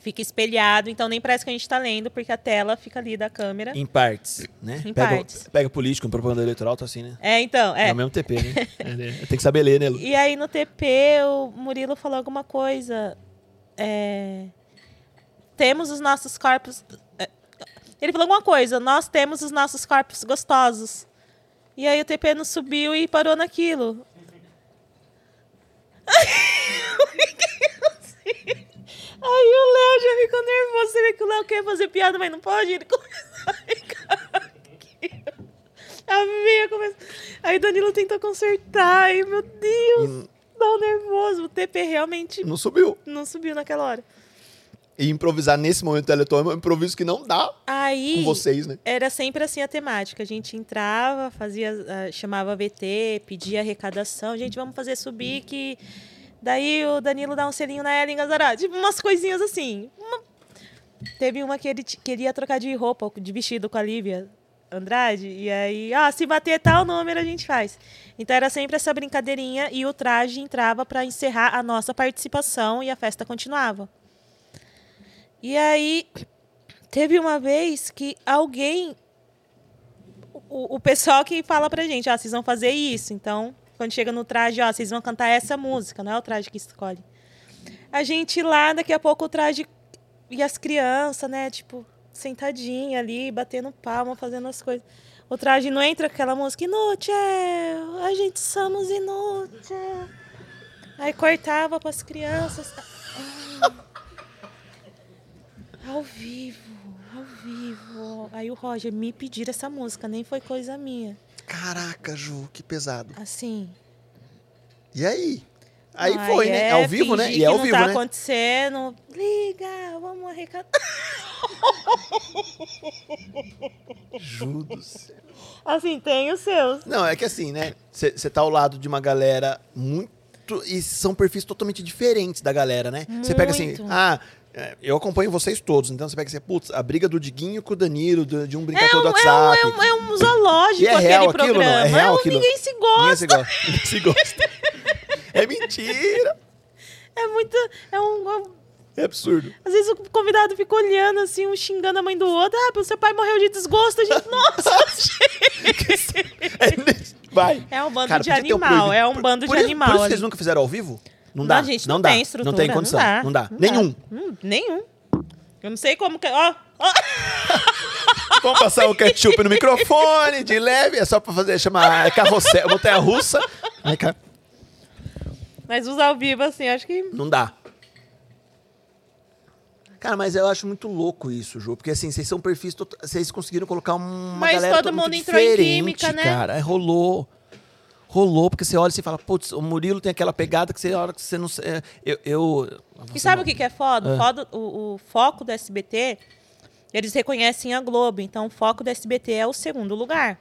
C: Fica espelhado, então nem parece que a gente tá lendo, porque a tela fica ali da câmera.
B: Em partes, né?
C: Em
B: pega,
C: partes.
B: Pega político, propaganda eleitoral, tá assim, né?
C: É, então, é.
B: É o mesmo TP, né? É, é. Tem que saber ler, né, Lu?
C: E aí no TP o Murilo falou alguma coisa. é, Temos os nossos corpos. é, Ele falou alguma coisa. Nós temos os nossos corpos gostosos. E aí o TP não subiu e parou naquilo. Aí o Léo já ficou nervoso. Você vê que o Léo quer fazer piada, mas não pode. Ele começou a ficar aqui. A veia começou. Aí Danilo tentou consertar. Ai, meu Deus. Dá um nervoso. O TP realmente
E: Não subiu.
C: não subiu naquela hora.
E: E improvisar nesse momento do Teleton é um improviso que não dá com
C: Aí
E: vocês, né?
C: era sempre assim a temática. A gente entrava, fazia, ah, chamava a VT, pedia arrecadação. Gente, vamos fazer subir que daí o Danilo dá um selinho na Ellen Gazará. Tipo, umas coisinhas assim. Uma- Teve uma que ele t- queria trocar de roupa, de vestido com a Lívia Andrade. E aí, ah, se bater tal número, a gente faz. Então era sempre essa brincadeirinha e o traje entrava para encerrar a nossa participação e a festa continuava. E aí, Teve uma vez que alguém. O, o pessoal que fala pra gente, ó, vocês vão fazer isso. Então, quando chega no traje, ó, vocês vão cantar essa música, não é o traje que escolhe. A gente lá, daqui a pouco o traje. E as crianças, né, tipo, sentadinha ali, batendo palma, fazendo as coisas. O traje não entra com aquela música, inútil, a gente somos inútil. Aí cortava pras crianças. Ao vivo, ao vivo. Aí o Roger me pedir essa música, nem foi coisa minha.
B: Caraca, Ju, que pesado.
C: Assim.
B: E aí? Aí
C: Ai,
B: foi, né?
C: é,
B: É ao vivo, né?
C: fingir
B: E é ao
C: que
B: vivo,
C: não tá
B: né?
C: acontecendo. Liga, vamos arrecadar.
B: Ju do céu.
C: Assim, tem os seus.
B: Não, é que assim, né? Você tá ao lado de uma galera muito. E são perfis totalmente diferentes da galera, né? Você pega assim,
C: Muito.
B: ah, é, eu acompanho vocês todos, então você pega assim, putz, a briga do Diguinho com o Danilo, do- de um brincar todo
C: É um,
B: WhatsApp.
C: é um- é um
B: E
C: zoológico
B: é real
C: aquele
B: aquilo, não? É
C: programa.
B: real
C: Não,
B: aquilo?
C: Ninguém se gosta.
B: Ninguém se gosta. Ninguém se gosta. É mentira!
C: É muito. É um, é um-
B: É absurdo.
C: às vezes o convidado fica olhando, assim, um xingando a mãe do outro. Ah, seu pai morreu de desgosto. A gente, nossa, gente.
B: Vai.
C: É um bando
B: Cara,
C: de
B: podia ter um
C: animal.
B: proibido.
C: é um bando
B: Por
C: de
B: isso-
C: animal.
B: Por isso vocês
C: ali.
B: nunca fizeram ao vivo? Não
C: Não,
B: dá.
C: gente,
B: não
C: não
B: dá.
C: tem estrutura,
B: Não tem condição.
C: não dá.
B: Não dá.
C: Não
B: Nenhum.
C: Hum, nenhum. Eu não sei como que. Ó, ó.
B: Vamos passar o ketchup no microfone, de leve. É só pra fazer, chamar carrossel, montanha russa.
C: Mas os ao vivo, assim, acho que.
B: Não dá. Cara, mas eu acho muito louco isso, Ju. Porque assim, vocês são perfis... tota- Vocês conseguiram colocar uma
C: Mas
B: galera
C: todo
B: totalmente
C: mundo entrou em
B: diferente,
C: química, né?
B: cara. Aí rolou. Rolou, porque você olha e você fala... Putz, o Murilo tem aquela pegada que você... A hora que você não... se- é, Eu... eu
C: E sabe o que, que é foda?
B: Ah.
C: Foda- o, o foco do SBT, eles reconhecem a Globo. Então, o foco do SBT é o segundo lugar.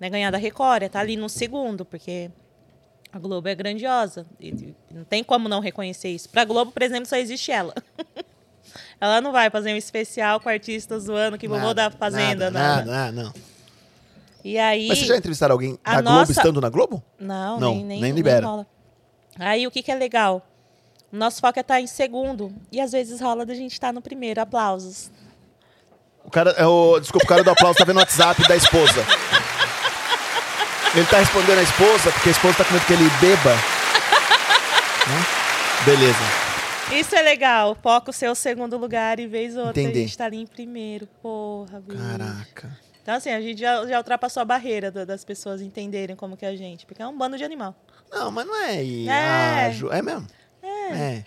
C: Né? Ganhar da Record, é tá ali no segundo, porque a Globo é grandiosa. E- e não tem como não reconhecer isso. Pra Globo, por exemplo, só existe ela. ela não vai fazer um especial com artista zoando que vovô da Fazenda,
B: não.
C: não. né?
B: Nada, nada, não.
C: E aí.
B: Mas vocês já entrevistaram alguém
C: a
B: da Globo
C: nossa-
B: estando na Globo?
C: Não,
B: Não,
C: nem, nem,
B: nem libera.
C: rola. Aí o que, que é legal? O nosso foco é estar em segundo. E às vezes rola da gente estar no primeiro. Aplausos.
B: O cara, é o, desculpa, o cara do aplauso tá vendo o WhatsApp da esposa. Ele tá respondendo a esposa, porque a esposa tá com medo que ele beba. Né? Beleza.
C: Isso é legal. Foca o seu segundo lugar e vez ou outra
B: Entendi.
C: a gente tá ali em primeiro. Porra, bicho.
B: Caraca.
C: Então assim, a gente já, já ultrapassou a barreira do- das pessoas entenderem como que é a gente. Porque é um bando de animal.
B: Não, mas não é aí.
C: É.
B: É, é mesmo? É.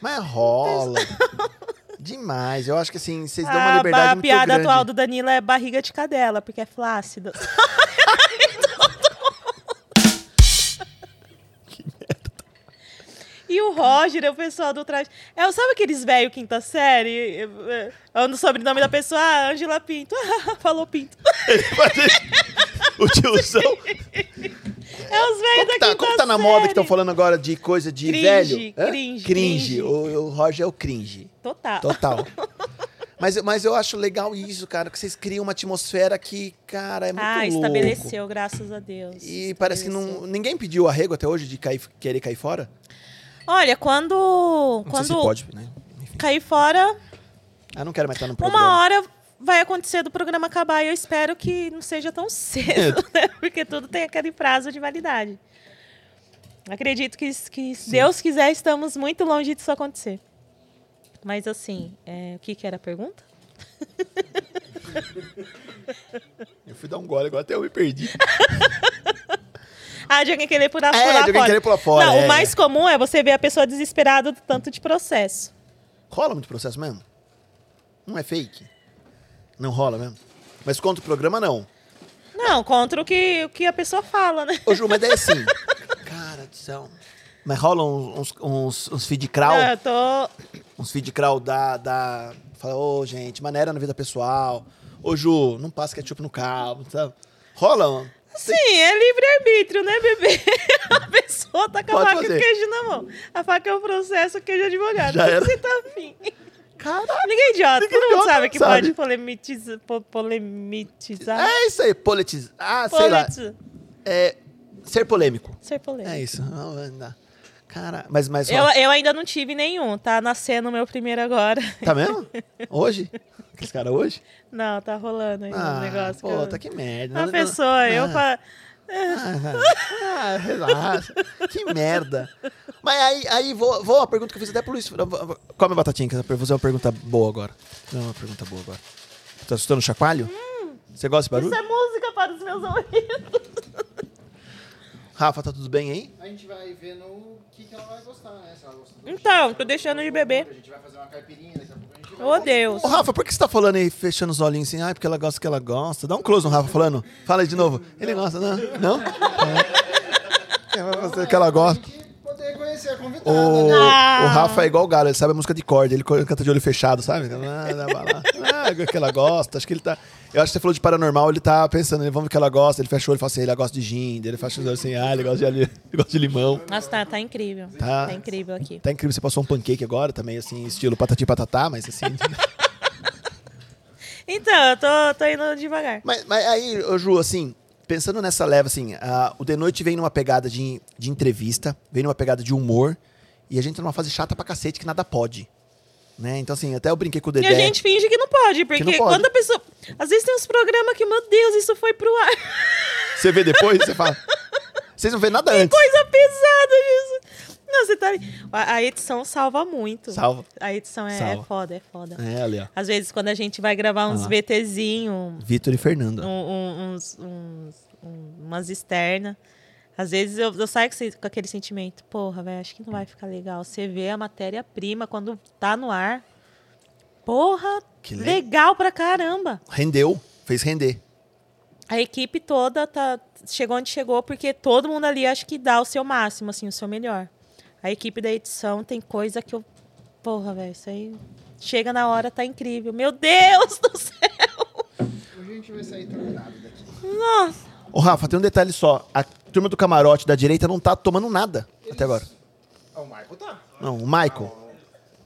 B: Mas rola. Demais. Eu acho que assim, vocês dão uma
C: a,
B: liberdade
C: ba- Ah, a
B: muito
C: piada
B: grande.
C: atual do Danilo é barriga de cadela, porque é flácida. E o Roger é o pessoal do traje. É, sabe aqueles velho quinta série? É, é, O sobrenome da pessoa, ah, Angela Pinto. Falou Pinto.
B: O tiozão.
C: É os velhos da
B: Tá,
C: quinta
B: como tá na
C: série.
B: moda que estão falando agora de coisa de
C: Cringe,
B: velho? Hã?
C: cringe, cringe.
B: Cringe. O, o Roger é o cringe.
C: Total.
B: Total. Tá mas, mas eu acho legal isso, cara, que vocês criam uma atmosfera que, cara, é muito
C: ah,
B: louco.
C: estabeleceu, graças a Deus.
B: E parece que
C: Estabeleceu.
B: não, ninguém pediu arrego até hoje de cair, querer cair fora.
C: Olha, quando.
B: Não sei se
C: quando
B: pode, né? Enfim.
C: cair fora,
B: Ah, não quero mais estar no programa.
C: uma hora vai acontecer do programa acabar e eu espero que não seja tão cedo,
B: É.
C: né? Porque tudo tem aquele prazo de validade. Acredito que, s- que se Deus quiser, estamos muito longe disso acontecer. Mas assim, é, o que, que era a pergunta?
B: Eu fui dar um gole, agora até eu me perdi.
C: Ah, de alguém querer pular,
B: É,
C: pular
B: de alguém
C: fora.
B: querer pular fora,
C: Não,
B: é.
C: o mais comum é você ver a pessoa desesperada do tanto de processo.
B: Rola muito processo mesmo? Não é fake? Não rola mesmo? Mas contra o programa, não.
C: Não, contra o que, o que a pessoa fala, né?
B: Ô, Ju, mas daí assim. Cara do céu. Mas rola uns, uns, uns, uns feed crawl?
C: Não, eu tô.
B: uns feed crawl da. da fala, ô, gente, maneira na vida pessoal. Ô, Ju, não passa ketchup no cabo, sabe? Rola, mano.
C: Sim, é livre-arbítrio, né, bebê? A pessoa tá com a
B: Pode
C: faca e
B: fazer.
C: o queijo na mão. A faca é o processo, o queijo é o advogado.
B: Já era.
C: Você tá afim.
B: Caralho.
C: Ninguém é idiota,
B: Ninguém é
C: todo mundo
B: idiota,
C: sabe que
B: sabe.
C: pode polemitiza, po- polemitizar.
B: É isso aí, politizar. Ah, sei lá.
C: Politi-
B: É, ser polêmico.
C: Ser polêmico.
B: É isso. Não, não. Cara, mas, mas
C: Eu, é.
B: rola.
C: eu ainda não tive nenhum, tá nascendo o meu primeiro agora.
B: Tá mesmo? Hoje? Esse cara hoje?
C: Não, tá rolando aí um negócio. que
B: pô,
C: eu-
B: tá que merda.
C: Uma
B: Não, não, não.
C: pessoa, eu
B: Ah.
C: fa-
B: Ah, relaxa. que merda. Mas aí, aí vou, vou a pergunta que eu fiz até pro Luiz. Vou- vou- Come batatinha, que eu vou fazer uma pergunta boa agora. Não, é uma pergunta boa agora. Tá assustando o chacoalho? Você gosta desse
C: Hum. Isso
B: barulho?
C: é música para os meus ouvidos.
B: Rafa, tá tudo bem aí?
D: A gente vai vendo o que, que ela vai gostar, né? Se ela gosta do
C: Então,
D: chá,
C: tô deixando de
D: do
C: beber.
D: outro, A gente vai fazer uma caipirinha daqui a pouco. A gente
C: Ô,
D: vai
C: Deus.
B: Ô, Rafa, por que você tá falando aí, fechando os olhinhos assim? Ah, porque ela gosta que ela gosta. Dá um close no Rafa falando. Fala aí de novo. Ele gosta, não? Não? É. Ela gosta que ela gosta.
D: Tem que poder conhecer a convidada,
B: O,
D: né?
C: Ah.
B: o Rafa é igual o Galo, ele sabe a música de corda, ele canta de olho fechado, sabe? Ah, dá pra lá. Ah, que ela gosta, acho que ele tá. Eu acho que você falou de paranormal, ele tá pensando, né, vamos ver o que ela gosta, ele fecha o olho e fala assim, ele gosta de gin, daí ele fecha os olhos assim, ah, ele gosta de, ali- ele gosta de limão.
C: Nossa, tá, tá incrível.
B: Tá.
C: tá incrível aqui.
B: Tá incrível, você passou um pancake agora também, assim, estilo patati patatá, mas assim.
C: Então, eu tô, tô indo devagar.
B: mas, mas aí, ô, Ju, assim, pensando nessa leva, assim, ah, o The Noite vem numa pegada de, de entrevista, vem numa pegada de humor, e a gente tá numa fase chata pra cacete que nada pode. Né? Então, assim, até eu brinquei com o
C: E
B: Dedé.
C: a gente finge que não pode, porque
B: não pode.
C: quando a pessoa. Às vezes tem uns programas que, meu Deus, isso foi pro ar.
B: Você vê depois, você fala. Vocês não vê nada antes.
C: Coisa pesada disso. Não, você tá. A, a edição salva muito.
B: Salva.
C: A edição é,
B: Salva.
C: é foda, é foda.
B: É, ali, ó.
C: Às vezes, quando a gente vai gravar uns
B: Ah.
C: VTzinho,
B: Vitor e Fernando.
C: um- um- uns, uns- um- umas externas. Às vezes eu, eu saio com, esse- com aquele sentimento, porra, velho, acho que não vai ficar legal. Você vê a matéria-prima quando tá no ar. Porra,
B: Que le-
C: legal pra caramba.
B: Rendeu, fez render.
C: A equipe toda tá, chegou onde chegou, porque todo mundo ali acho que dá o seu máximo, assim, o seu melhor. A equipe da edição tem coisa que eu. Porra, velho, isso aí. Chega na hora, tá incrível. Meu Deus do céu!
D: Hoje a gente vai sair tornado daqui.
C: Nossa!
B: Ô, Rafa, tem um detalhe só. A turma do camarote da direita não tá tomando nada até agora.
D: Ah, o Michael tá.
B: Não, o Michael.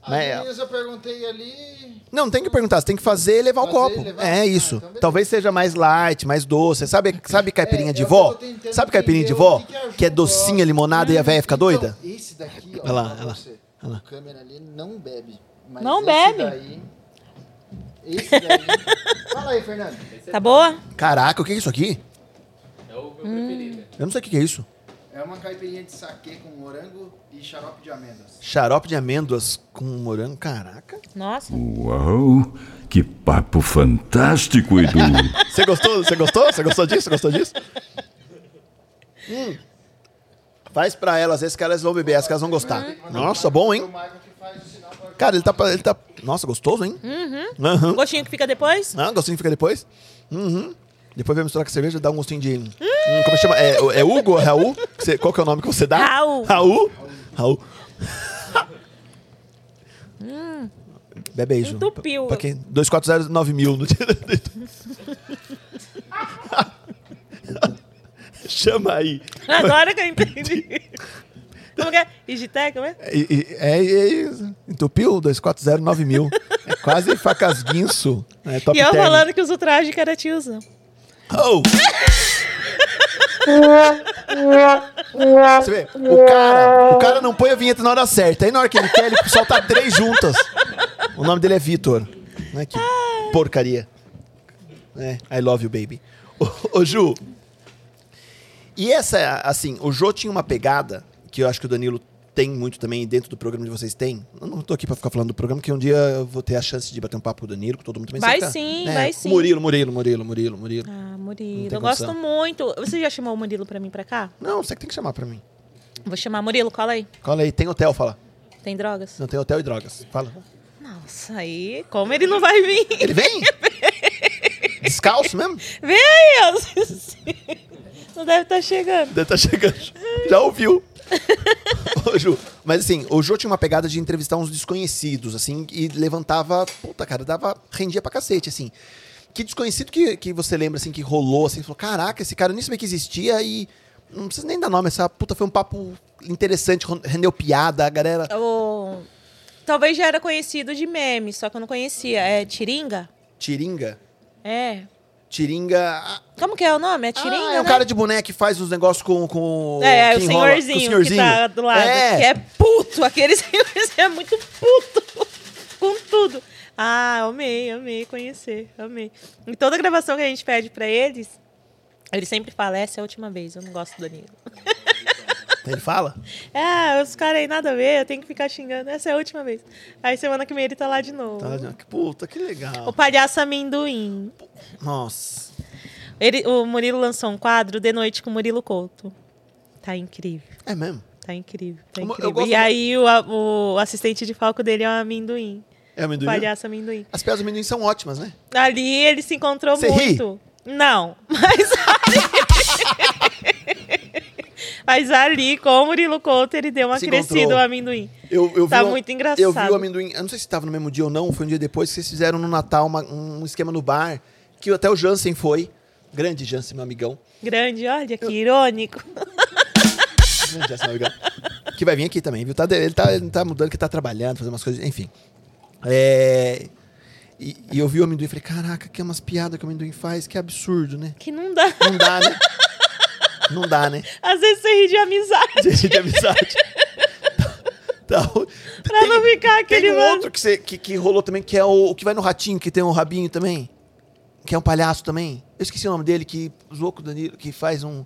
B: Mas é-
D: As meninas eu perguntei ali.
B: Não, não tem que perguntar, você tem que fazer e levar o
D: Fazer e
B: copo.
D: levar?
B: É
D: Ah,
B: isso.
D: então beleza.
B: Talvez seja mais light, mais doce. Sabe, sabe caipirinha
D: É,
B: de
D: é o que
B: vó?
D: eu tô tentando
B: Sabe caipirinha de
D: entender
B: vó?
D: o que que a Ju
B: Que é docinha,
D: gosta.
B: limonada e a véia fica
D: Então,
B: doida?
D: Esse daqui, ó.
B: Olha lá,
D: pra
B: olha lá,
D: você.
B: olha lá.
D: O câmera ali não bebe. Mas
C: Não
D: esse
C: bebe?
D: Daí, esse daí. Fala aí, Fernando.
C: Tá boa?
B: Caraca, o que é isso aqui?
F: É o meu preferido.
B: Eu não sei o que é isso.
D: É uma caipirinha de saquê com morango e xarope de amêndoas.
B: Xarope de amêndoas com morango. Caraca.
C: Nossa!
A: Uau, que papo fantástico, Edu.
B: Você gostou? Você gostou? Você gostou disso? Você gostou disso? Hum. Faz pra elas, esse que elas vão beber, as que elas vão gostar. Nossa, bom,
D: Uhum. O
B: hein?
D: Michael que faz o sinal pra
B: Cara, ele tá. pa- Ele tá... Nossa, gostoso, hein? Uhum. Aham.
C: O gostinho que fica depois?
B: Ah, gostinho fica depois? Uhum. Depois vai misturar com a cerveja, dá um gostinho de. Hum, como chama? É, é Hugo ou Raul? Você- qual que é o nome que você dá?
C: Raul.
B: Raul? Raul. Bebe aí, Ju.
C: Hum. Entupiu.
B: Pra quem? 2409 mil no dia. Chama aí.
C: Agora que eu entendi. Como que é? Igitec, como é?
B: É, é, é isso. Entupiu 2409 mil. É quase facas guinso. É top
C: E eu
B: term.
C: falando que uso traje de caratilza.
B: Oh! Você vê, o cara, o cara não põe a vinheta na hora certa. Aí na hora que ele quer, ele solta três juntas. O nome dele é Vitor. Né, que porcaria. É, I love you, baby. Ô, ô, Ju. E essa, assim, o Jô tinha uma pegada que eu acho que o Danilo tem muito também, e dentro do programa de vocês tem. Eu não tô aqui pra ficar falando do programa, que um dia eu vou ter a chance de bater um papo com o Danilo, com todo mundo também. Você
C: Vai
B: fica,
C: sim,
B: né,
C: vai
B: com o
C: sim.
B: Murilo, Murilo, Murilo, Murilo, Murilo.
C: Ah,
B: Não
C: Murilo,
B: tem
C: eu gosto
B: condição.
C: muito. Você já chamou o Murilo pra mim pra cá?
B: Não, você que tem que chamar pra mim.
C: Vou chamar Murilo, cola aí.
B: Cola aí, tem hotel, fala.
C: Tem drogas?
B: Não tem hotel e drogas. Fala.
C: Nossa, aí como ele não vai vir?
B: Ele vem? Descalço mesmo?
C: Vem aí, ó. Não deve estar chegando.
B: Deve tá chegando. Já ouviu. Ô, Ju. Mas assim, o Jô tinha uma pegada de entrevistar uns desconhecidos, assim, e levantava. Puta, cara, dava. rendia pra cacete, assim. Que desconhecido que, que você lembra, assim, que rolou, assim, falou: caraca, esse cara eu nem sabia que existia e. Não precisa nem dar nome, essa puta foi um papo interessante, rendeu piada, a galera.
C: O- Talvez já era conhecido de meme, só que eu não conhecia. É Tiringa?
B: Tiringa.
C: É.
B: Tiringa. ah,
C: Como que é o nome? É Tiringa,
B: Ah, é o
C: né?
B: cara de boneco que faz os negócios com, com.
C: É, é, o
B: que enrola- com
C: senhorzinho, que tá do lado,
B: É.
C: que é puto. Aquele senhorzinho é muito puto com tudo. Ah, amei, amei conhecer, amei. Em toda gravação que a gente pede pra eles, ele sempre fala, essa é a última vez, eu não gosto do Danilo.
B: Ele fala?
C: Ah, os caras aí nada a ver, eu tenho que ficar xingando, essa é a última vez. Aí semana que vem ele tá lá de novo.
B: Tá, já. que puta, que
C: O
B: legal.
C: palhaço amendoim.
B: Nossa.
C: Ele, o Murilo lançou um quadro de noite com o Murilo Couto. Tá incrível.
B: É mesmo?
C: Tá incrível. Tá
B: Uma- eu
C: incrível.
B: gosto
C: e
B: da-
C: aí o, a- o assistente de palco dele é um amendoim.
B: É amendoim?
C: Palhaço amendoim.
B: As piadas do amendoim são ótimas, né?
C: Ali ele se encontrou
B: Você ri?
C: muito. Não, mas ali... mas ali, com o Murilo Couto, ele deu uma
B: Se
C: crescida
B: encontrou.
C: o amendoim.
B: Eu, eu
C: Tá
B: vi o-
C: muito engraçado.
B: Eu vi o amendoim. Eu não sei se tava no mesmo dia ou não, foi um dia depois que vocês fizeram no Natal uma- um esquema no bar, que até o Jansen foi. Grande Jansen, meu amigão.
C: Grande, olha, que irônico.
B: Grande Jansen, meu amigão. Que vai vir aqui também, viu? Tá, de- ele, tá, ele tá mudando, que tá trabalhando, fazendo umas coisas, enfim. É, E, e eu vi o amendoim e falei, caraca, que é umas piadas que o amendoim faz, que absurdo, né?
C: Que não dá.
B: Não dá, né? Não dá, né?
C: Às vezes você ri de amizade
B: Gente, de amizade. Tá, tá-
C: pra não ficar aquele
B: Tem um
C: mano.
B: outro que, você- que, que rolou também, que é o, o que vai no ratinho, que tem um rabinho também. Que é um palhaço também. Eu esqueci o nome dele, que os loucos Danilo, que faz um,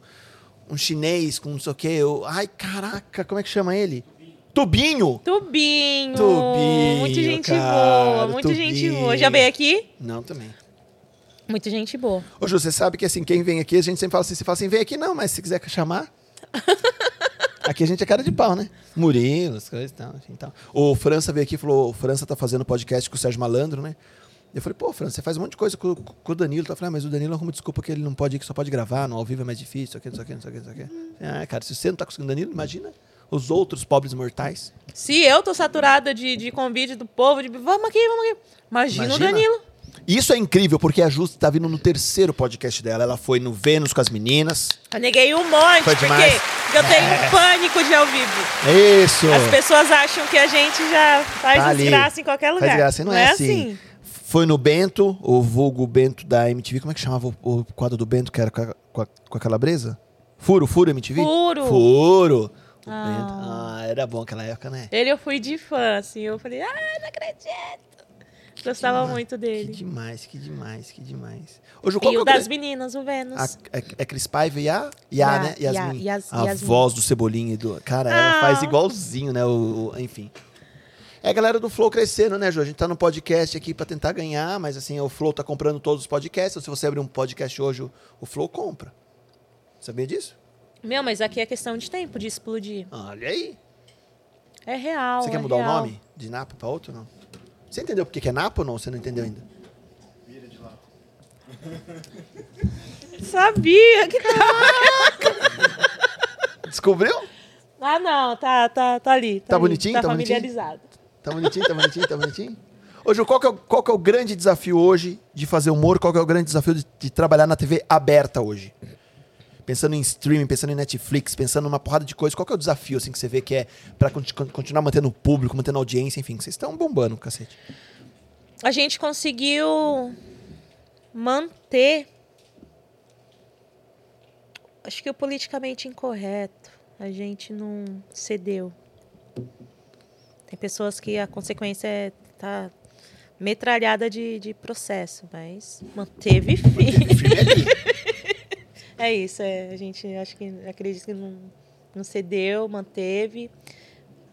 B: um chinês com não sei o quê. Eu- ai, caraca, como é que chama ele? Tubinho!
C: Tubinho.
B: Tubinho,
C: Muito gente
B: cara,
C: boa, muito gente
B: Tubinho.
C: boa. Já veio aqui?
B: Não, também.
C: Muito gente boa.
B: Ô, Ju, você sabe que assim, quem vem aqui, a gente sempre fala assim, você fala assim, vem aqui não, mas se quiser chamar... Aqui a gente é cara de pau, né? Murilo, as coisas e tal, enfim, tal. O França veio aqui e falou, o França tá fazendo podcast com o Sérgio Malandro, né? Eu falei, pô, França, você faz um monte de coisa com, com o Danilo. Tá falando, ah, mas o Danilo arruma desculpa que ele não pode ir, que só pode gravar, no ao vivo é mais difícil, não sei o que, não sei o que, não sei o que, não sei o que. Ah, cara, se você não tá conseguindo Danilo, imagina os outros pobres mortais.
C: Se eu tô saturada de, de convite do povo, de vamos aqui, vamos aqui. Imagina, o
B: Imagina.
C: Danilo.
B: Isso é incrível, porque a Justa tá vindo no terceiro podcast dela. Ela foi no Vênus com as meninas.
C: Eu neguei um monte,
B: Foi
C: porque
B: demais. É.
C: eu tenho um pânico de ao vivo.
B: Isso!
C: As pessoas acham que a gente já faz
B: Tá ali.
C: desgraça em qualquer lugar.
B: Faz graça, não, é, assim. Foi no Bento, o vulgo Bento da MTV. Como é que chamava o, o quadro do Bento, que era com a, com a, com a calabresa? Furo, furo MTV?
C: Furo.
B: Furo. O
C: Ah.
B: Bento. Ah, era bom aquela época, né?
C: Ele eu fui de fã, assim. Eu falei, ah, não acredito. Gostava muito
B: Ah, Que
C: dele.
B: demais, que demais, que demais. Hoje, qual
C: E
B: que
C: o
B: eu
C: das meninas, o Vênus.
B: a, é, é Cris Paiva e a... E a,
C: Yá,
B: né?
C: Yá,
B: Yasmin.
C: Yas-
B: a
C: Yasmin.
B: voz do Cebolinha e do... Cara, ela
C: Ah.
B: faz igualzinho, né? O, o- enfim. É a galera do Flow crescendo, né, Ju? A gente tá no podcast aqui pra tentar ganhar, mas assim, o Flow tá comprando todos os podcasts. Então, se você abrir um podcast hoje, o, o Flow compra. Sabia disso?
C: Meu, mas aqui é questão de tempo, de explodir.
B: Olha aí.
C: É real.
B: você
C: é
B: quer mudar
C: real.
B: o nome de Napo pra outro, não? Você entendeu por que que é Napo ou não? Você não entendeu ainda?
C: Sabia que tá- tava.
B: Descobriu?
C: Ah, não, tá, tá, tá ali. Tá,
B: Tá
C: ali,
B: bonitinho,
C: Tá
B: tá bonitinho?
C: familiarizado.
B: Tá bonitinho, tá bonitinho, tá bonitinho? Ô, Ju, qual que, é o, qual que é o grande desafio hoje de fazer humor? Qual que é o grande desafio de, de trabalhar na TV aberta hoje? Pensando em streaming, pensando em Netflix, pensando numa porrada de coisa, qual que é o desafio assim, que você vê que é pra conti- con- continuar mantendo o público, mantendo a audiência, enfim, que vocês estão bombando, cacete.
C: a gente conseguiu manter. Acho que o politicamente incorreto. A gente não cedeu. Tem pessoas que a consequência é tá metralhada de, de processo, mas manteve firme. é isso, é, a gente acho que acredito que não, não cedeu, manteve.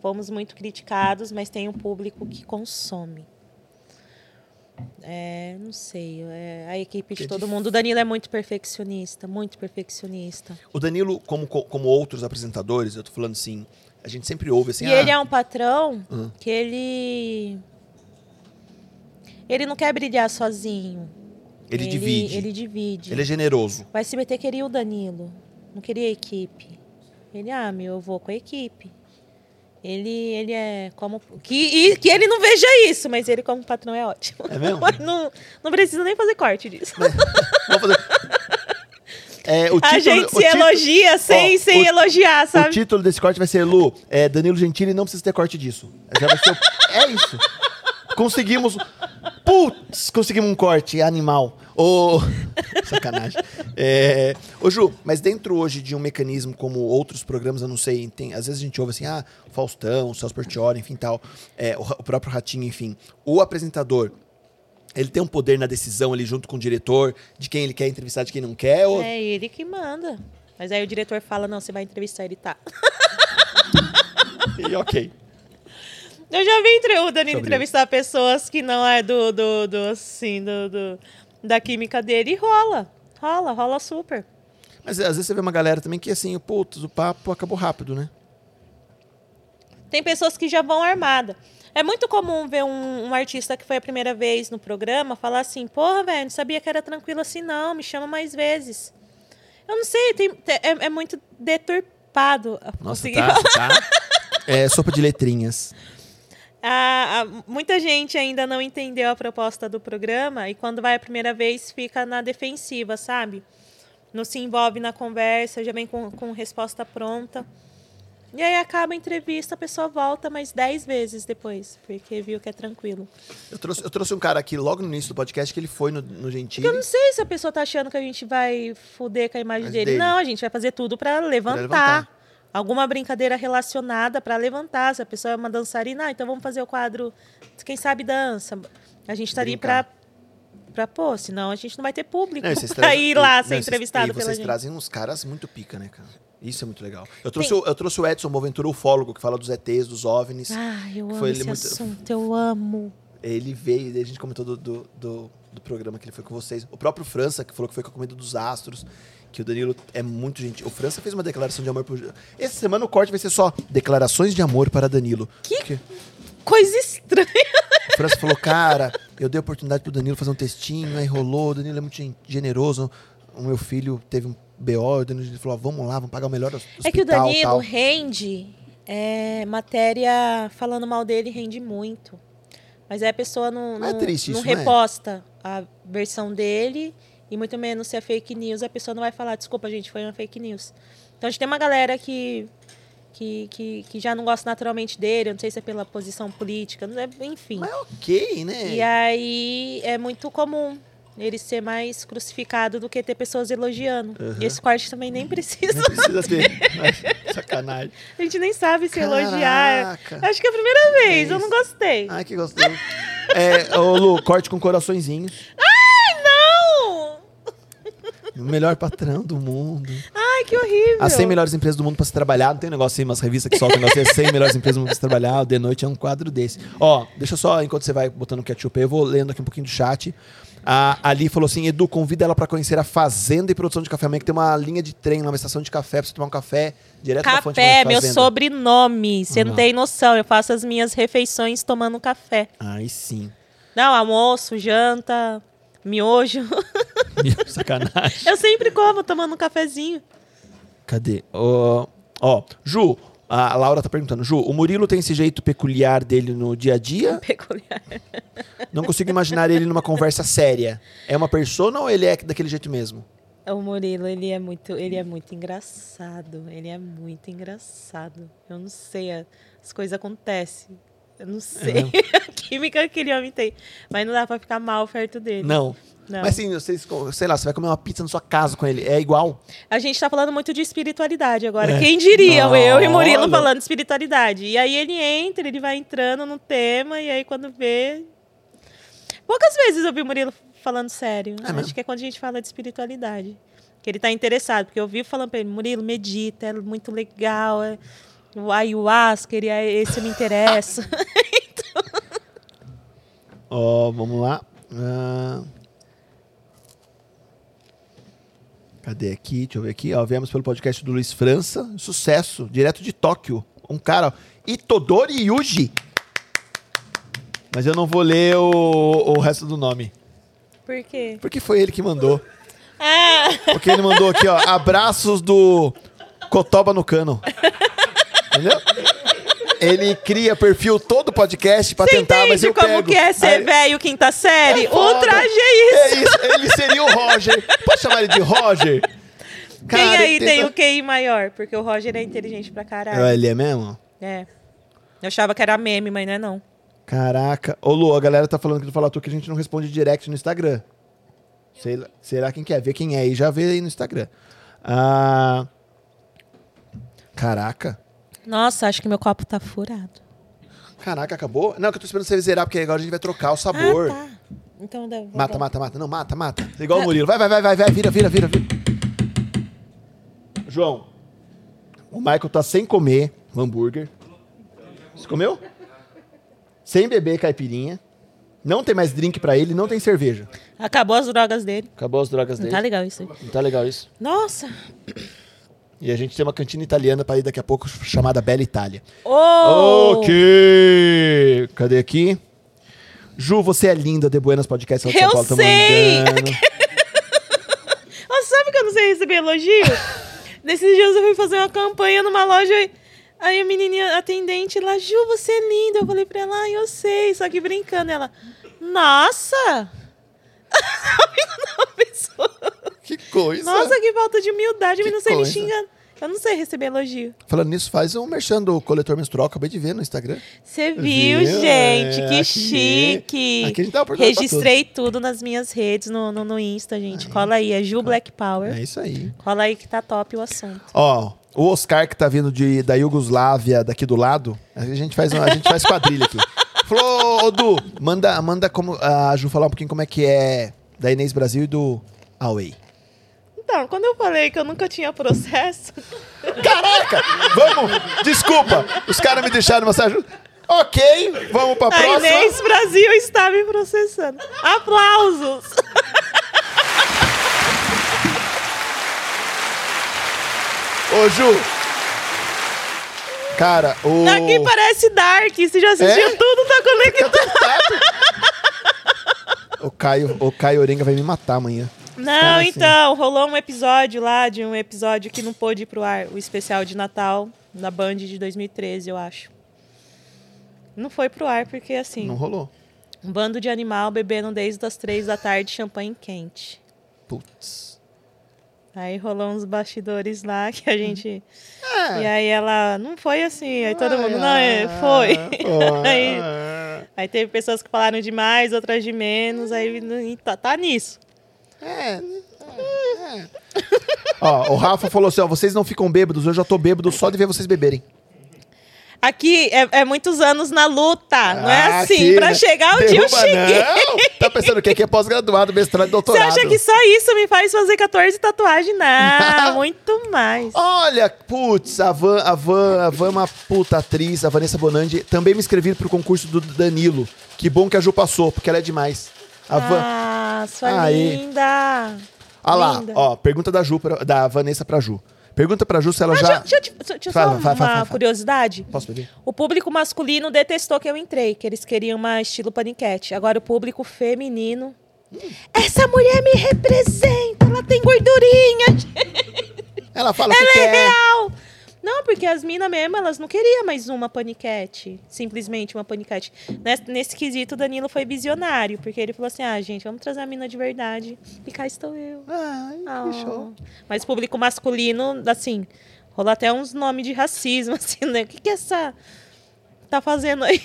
C: Fomos muito criticados, mas tem um público que consome. É, não sei. é, a equipe de todo mundo. O Danilo é muito perfeccionista, muito perfeccionista.
B: O Danilo, como, co- como outros apresentadores, eu tô falando assim, a gente sempre ouve assim.
C: e
B: ah,
C: ele é um patrão
B: Hum.
C: que ele. Ele não quer brilhar sozinho.
B: ele divide.
C: um- Ele divide.
B: ele é generoso.
C: O SBT queria o Danilo, não queria a equipe. Ele, ah, meu, eu vou com a equipe. Ele, ele é como. Que, e- que ele não veja isso, mas ele, como patrão, é ótimo.
B: É mesmo?
C: não, não precisa nem fazer corte disso.
B: Vamos fazer. É, o
C: a
B: título-
C: gente
B: o
C: se
B: título-
C: elogia sem,
B: Ó,
C: sem
B: o-
C: elogiar,
B: O
C: sabe?
B: título desse corte vai ser Lu, é, Danilo Gentili não precisa ter corte disso. Já vai ser o- é isso. Conseguimos. Putz, conseguimos um corte, animal. Ô. Sacanagem. É... Ô, Ju, mas dentro hoje de um mecanismo como outros programas, eu não sei, tem- às vezes a gente ouve assim, ah, Faustão, Celso Portioli, enfim tal, é, o, ra- o próprio Ratinho, enfim. O apresentador, ele tem um poder na decisão ali junto com o diretor, de quem ele quer entrevistar, de quem não quer, ou
C: É ele que manda. Mas aí o diretor fala, não, você vai entrevistar ele, tá.
B: E ok.
C: Eu já vi entre- o Danilo
B: Sobre
C: entrevistar pessoas que não é do, do, do assim, do, do- da química dele e rola. Rola, rola super.
B: Mas é, às vezes você vê uma galera também que assim, putz, o papo acabou rápido, né?
C: Tem pessoas que já vão armada. É muito comum ver um, um artista que foi a primeira vez no programa falar assim: porra, velho, não sabia que era tranquilo assim, não, me chama mais vezes. Eu não sei, tem- te- é, é muito deturpado. a-
B: Nossa,
C: conseguir
B: tá, tá. É sopa de letrinhas.
C: A- a- muita gente ainda não entendeu a proposta do programa e quando vai a primeira vez fica na defensiva, sabe? Não se envolve na conversa, já vem com, com resposta pronta. E aí acaba a entrevista, a pessoa volta mais dez vezes depois, porque viu que é tranquilo.
B: Eu trouxe, eu trouxe um cara aqui logo no início do podcast que ele foi no, no Gentili.
C: Porque eu não sei se a pessoa tá achando que a gente vai fuder com a imagem
B: Mas
C: dele.
B: dele.
C: Não, a gente vai fazer tudo para levantar.
B: levantar.
C: Alguma brincadeira relacionada para levantar. Se a pessoa é uma dançarina, ah, então vamos fazer o quadro Quem Sabe Dança. A gente tá ali
B: Brincar.
C: para pra pôr, senão a gente não vai ter público
B: Não, e vocês
C: para
B: trazem-
C: ir
B: e-
C: tá lá
B: não,
C: ser
B: e vocês-
C: entrevistado
B: e vocês
C: pela gente.
B: trazem uns caras muito pica, né, cara? Isso é muito legal. Eu trouxe, o, eu trouxe o Edson Boventura, ufólogo, que fala dos ETs, dos OVNIs.
C: Ah, eu amo
B: Foi ele
C: esse
B: muito-
C: assunto, eu amo.
B: Ele veio, daí a gente comentou do, do, do- do programa que ele foi com vocês. O próprio França, que falou que foi com a comida dos astros, que o Danilo é muito gente. O França fez uma declaração de amor pro. Essa semana o corte vai ser só declarações de amor para Danilo.
C: Que-
B: Porque
C: Coisa estranha.
B: O França falou, cara, eu dei oportunidade pro Danilo fazer um textinho, aí rolou, o Danilo é muito gen- generoso. O meu filho teve um BO, o Danilo falou, ó, vamos lá, vamos pagar o melhor hos- hospital.
C: É que o Danilo
B: tal.
C: rende é, matéria falando mal dele rende muito. Mas aí a pessoa não,
B: Mas é
C: não-
B: triste
C: não
B: isso, não é?
C: reposta a versão dele e muito menos se é fake news, a pessoa não vai falar, desculpa, gente, foi uma fake news. Então a gente tem uma galera que, que, que, que já não gosta naturalmente dele, eu não sei se é pela posição política, não é, enfim.
B: Mas é ok, né?
C: E aí é muito comum ele ser mais crucificado do que ter pessoas elogiando. E esse corte também nem precisa.
B: Precisa ter. Ai, Sacanagem.
C: A gente nem sabe se elogiar.
B: Caraca.
C: Acho que é a primeira vez,
B: É
C: eu
B: isso.
C: não gostei.
B: Ai, que gostoso. É, ô Lu, corte com coraçõezinhos.
C: Não!
B: O melhor patrão do mundo.
C: Ai, que horrível.
B: As 100 melhores empresas do mundo pra se trabalhar. Não tem um negócio assim, umas revistas que soltam um negócio assim, 100 melhores empresas do mundo pra se trabalhar. O De Noite é um quadro desse. Ó, deixa eu só, enquanto você vai botando o ketchup, eu vou lendo aqui um pouquinho do chat. A Ali falou assim, Edu, convida ela pra conhecer a Fazenda e Produção de Café Amanhã, que tem uma linha de trem, lá, uma estação de café, pra você tomar um café direto da fonte.
C: Café,
B: da
C: meu
B: fazenda.
C: sobrenome. Você
B: Ah, Não.
C: não tem noção. Eu faço as minhas refeições tomando café.
B: Aí sim.
C: Não, almoço, janta, miojo.
B: Sacanagem.
C: Eu sempre como tomando um cafezinho.
B: Cadê? Ó, ó, Ju, a Laura tá perguntando. Ju, o Murilo tem esse jeito peculiar dele no dia a dia?
C: Peculiar.
B: Não consigo imaginar ele numa conversa séria. É uma persona ou ele é daquele jeito mesmo?
C: O Murilo, ele é muito, ele é muito engraçado. Ele é muito engraçado. Eu não sei, a- as coisas acontecem. Eu não sei a química que ele homem tem. Mas não dá pra ficar mal perto dele.
B: Não.
C: Não.
B: Mas assim, vocês, co- sei lá, você vai comer uma pizza na sua casa com ele. É igual?
C: A gente tá falando muito de espiritualidade agora. Quem diria? eu e Murilo
B: É. Olha.
C: falando de espiritualidade. E aí ele entra, ele vai entrando no tema, e aí quando vê. Poucas vezes eu vi o Murilo falando sério. Acho
B: mesmo?
C: que é quando a gente fala de espiritualidade. Que ele tá interessado, porque eu vi falando pra ele, Murilo, medita, é muito legal. É... O ayahuasca, ele é... esse me interessa.
B: Ó, vamos lá. Ah. Cadê aqui? Deixa eu ver aqui. Ó, viemos pelo podcast do Luiz França. Sucesso, direto de Tóquio. Um cara, ó, Itodori Yuji. Mas eu não vou ler o, o resto do nome.
C: Por quê?
B: Porque foi ele que mandou.
C: Ah,
B: Porque ele mandou aqui, ó. Abraços do Cotoba no Cano. Entendeu? Ele cria perfil todo podcast pra
C: você
B: tentar, mas
C: entende
B: eu
C: como
B: pego.
C: que é
B: Aí
C: ser
B: ele-
C: velho quinta série?
B: foda.
C: o traje é isso.
B: É isso, ele seria o Roger. Pode chamar ele de Roger?
C: Quem aí
B: ele
C: tem
B: tenta-
C: o QI maior? Porque o Roger é inteligente pra
B: Ah,
C: caralho.
B: Ele é mesmo?
C: É. Eu achava que era meme, mas não é não.
B: Caraca. Ô, Lu, a galera tá falando que do Fala Tu que a gente não responde direct no Instagram. Sei lá, será quem quer? Vê quem é aí, já vê aí no Instagram. Ah... Caraca.
C: Nossa, acho que meu copo tá furado.
B: Caraca, acabou? Não, é que eu tô esperando você zerar, porque agora a gente vai trocar o sabor.
C: Ah, tá. Então dá.
B: Mata, mata, mata. Não, mata, mata. Igual o Murilo. Vai, vai, vai, vai, vai. Vira, vira, vira, vira. João, o Michael tá sem comer o hambúrguer. Você comeu? Sem beber caipirinha. Não tem mais drink pra ele, não tem cerveja.
C: Acabou as drogas dele.
B: Acabou as drogas
C: Não
B: dele.
C: tá legal isso aí.
B: Não tá legal isso?
C: Nossa!
B: E a gente tem uma cantina italiana pra ir daqui a pouco chamada Bela Itália.
C: Oh!
B: Ok! Cadê aqui? Ju, você é linda, de Buenas Podcast. São
C: Eu
B: Paulo, tá
C: sei!
B: mandando.
C: Ô, sabe que eu não sei receber elogio? Nesses dias eu fui fazer uma campanha numa loja. aí- Aí a menininha atendente lá, Ju, você é linda. Eu falei pra ela, ah, eu sei, só que brincando. Ela, nossa! Não, pessoa.
E: Que coisa.
C: Nossa, que falta de humildade, me não sei me
E: coisa.
C: xingando. Eu não sei receber elogio.
B: Falando nisso, faz um merchan do coletor menstrual, acabei de ver no Instagram.
C: Você viu,
E: Viu?
C: gente?
E: É,
C: que
E: aqui-
C: chique!
E: aqui a gente dá oportunidade pra
C: Registrei tudo nas minhas redes, no, no, no Insta, gente. Cola aí, é Ju Black Power.
B: É isso aí.
C: Cola aí que tá top o assunto.
B: Ó, o Oscar que tá vindo de, da Iugoslávia, daqui do lado, a gente faz, uma- a gente faz quadrilha aqui. Falou, ô, ô, Du, manda, manda como, a Ju falar um pouquinho como é que é da Inês Brasil e do Away.
C: Então, quando eu falei que eu nunca tinha processo,
B: Caraca! Vamos! Desculpa! Os caras me deixaram massagem. Ok, vamos pra
C: a
B: próxima.
C: Inês Brasil está me processando. Aplausos!
B: Ô, Ju. Cara, o.
C: Aqui parece Dark, você já assistiu
B: É?
C: tudo, tá conectado.
B: O Caio, o Caio Orenga vai me matar amanhã.
C: Não, então, rolou um episódio lá, de um episódio que não pôde ir pro ar, o especial de Natal, da Band de 2013, eu acho. Não foi pro ar, porque assim,
B: Não rolou.
C: um bando de animal bebendo desde as três da tarde champanhe quente.
B: Putz.
C: Aí rolou uns bastidores lá que a gente. E aí ela. Não foi assim. Aí todo mundo. Não, é,
B: ah,
C: foi. aí, aí teve pessoas que falaram de mais, outras de menos. Aí não- e tá, tá nisso.
B: Ó, o Rafa falou assim: ó, vocês não ficam bêbados, eu já tô bêbado só de ver vocês beberem.
C: Aqui é, é muitos anos na luta. não é
B: Ah,
C: assim.
B: aqui,
C: pra
B: né?
C: chegar o dia eu
B: Derruba,
C: cheguei.
B: não! Tá pensando o quê? Que é pós-graduado, mestrado e
C: Você
B: doutorado.
C: acha que só isso me faz fazer 14 tatuagens? Não, muito mais.
B: Olha, putz, a Van, a Van, a Van é uma puta atriz, a Vanessa Bonandi. Também me inscrevi pro concurso do Danilo. Que bom que a Ju passou, porque ela é demais. A Van.
C: Ah, sua
B: Aí.
C: linda.
B: Ah lá,
C: linda.
B: ó, pergunta da Ju, pra- da Vanessa pra Ju. Pergunta pra Ju se
C: Ah,
B: ela já.
C: Deixa eu, te- deixa eu te-
B: Fala,
C: só
B: fala, fala,
C: uma
B: fala.
C: curiosidade.
B: Posso beber?
C: O público masculino detestou que eu entrei, que eles queriam uma estilo paniquete. Agora o público feminino.
B: Hum.
C: Essa mulher me representa, ela tem gordurinha,
B: Ela fala o que, que
C: é
B: é.
C: real. Não, porque as minas mesmo, elas não queriam mais uma paniquete. Simplesmente uma paniquete. Nesse, nesse quesito, o Danilo foi visionário, porque ele falou assim: ah, gente, vamos trazer a mina de verdade. E cá estou eu.
B: Ai,
C: Ah.
B: que show.
C: Mas o público masculino, assim, rola até uns nomes de racismo, assim, né? O que, que essa tá fazendo aí?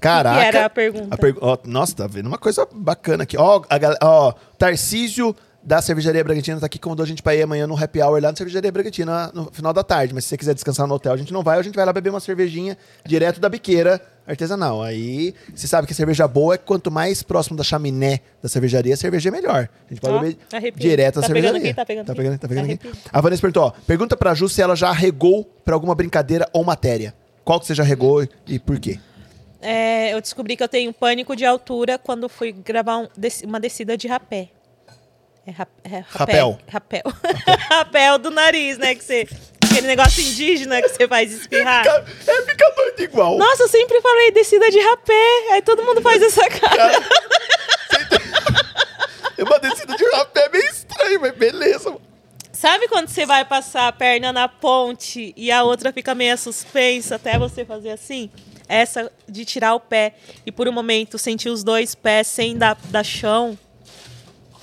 B: Caraca.
C: Que era a pergunta.
B: A pergu- ó, nossa, tá vendo uma coisa bacana aqui. Ó, a gal- ó, Tarcísio da Cervejaria Bragantina tá aqui, convidou a gente pra ir amanhã no happy hour lá na Cervejaria Bragantina no final da tarde. Mas se você quiser descansar no hotel, a gente não vai, a gente vai lá beber uma cervejinha direto da biqueira artesanal. Aí você sabe que cerveja boa é quanto mais próximo da chaminé da cervejaria, a cerveja é melhor. A gente pode
C: Ó,
B: beber
C: arrepio.
B: direto da
C: Tá pegando
B: cervejaria.
C: aqui, tá pegando
B: tá
C: aqui.
B: pegando, tá pegando aqui.
C: Arrepio.
B: A Vanessa perguntou, ó, pergunta pra Ju se ela já regou pra alguma brincadeira ou matéria. Qual que você já regou e- e por quê?
C: É, eu descobri que eu tenho pânico de altura quando fui gravar um- des- uma descida de rapé. É, rap, é
B: Rapel.
C: Rapel. rapel do nariz, né? Que você. Aquele negócio indígena que você faz espirrar.
B: É, fica doido igual.
C: Nossa, eu sempre falei descida de rapé. Aí todo mundo faz essa cara.
B: É uma descida de rapé meio estranho, mas beleza. mano.
C: Sabe quando você vai passar a perna na ponte e a outra fica meio suspensa até você fazer assim? Essa de tirar o pé e por um momento sentir os dois pés sem dar, dar chão.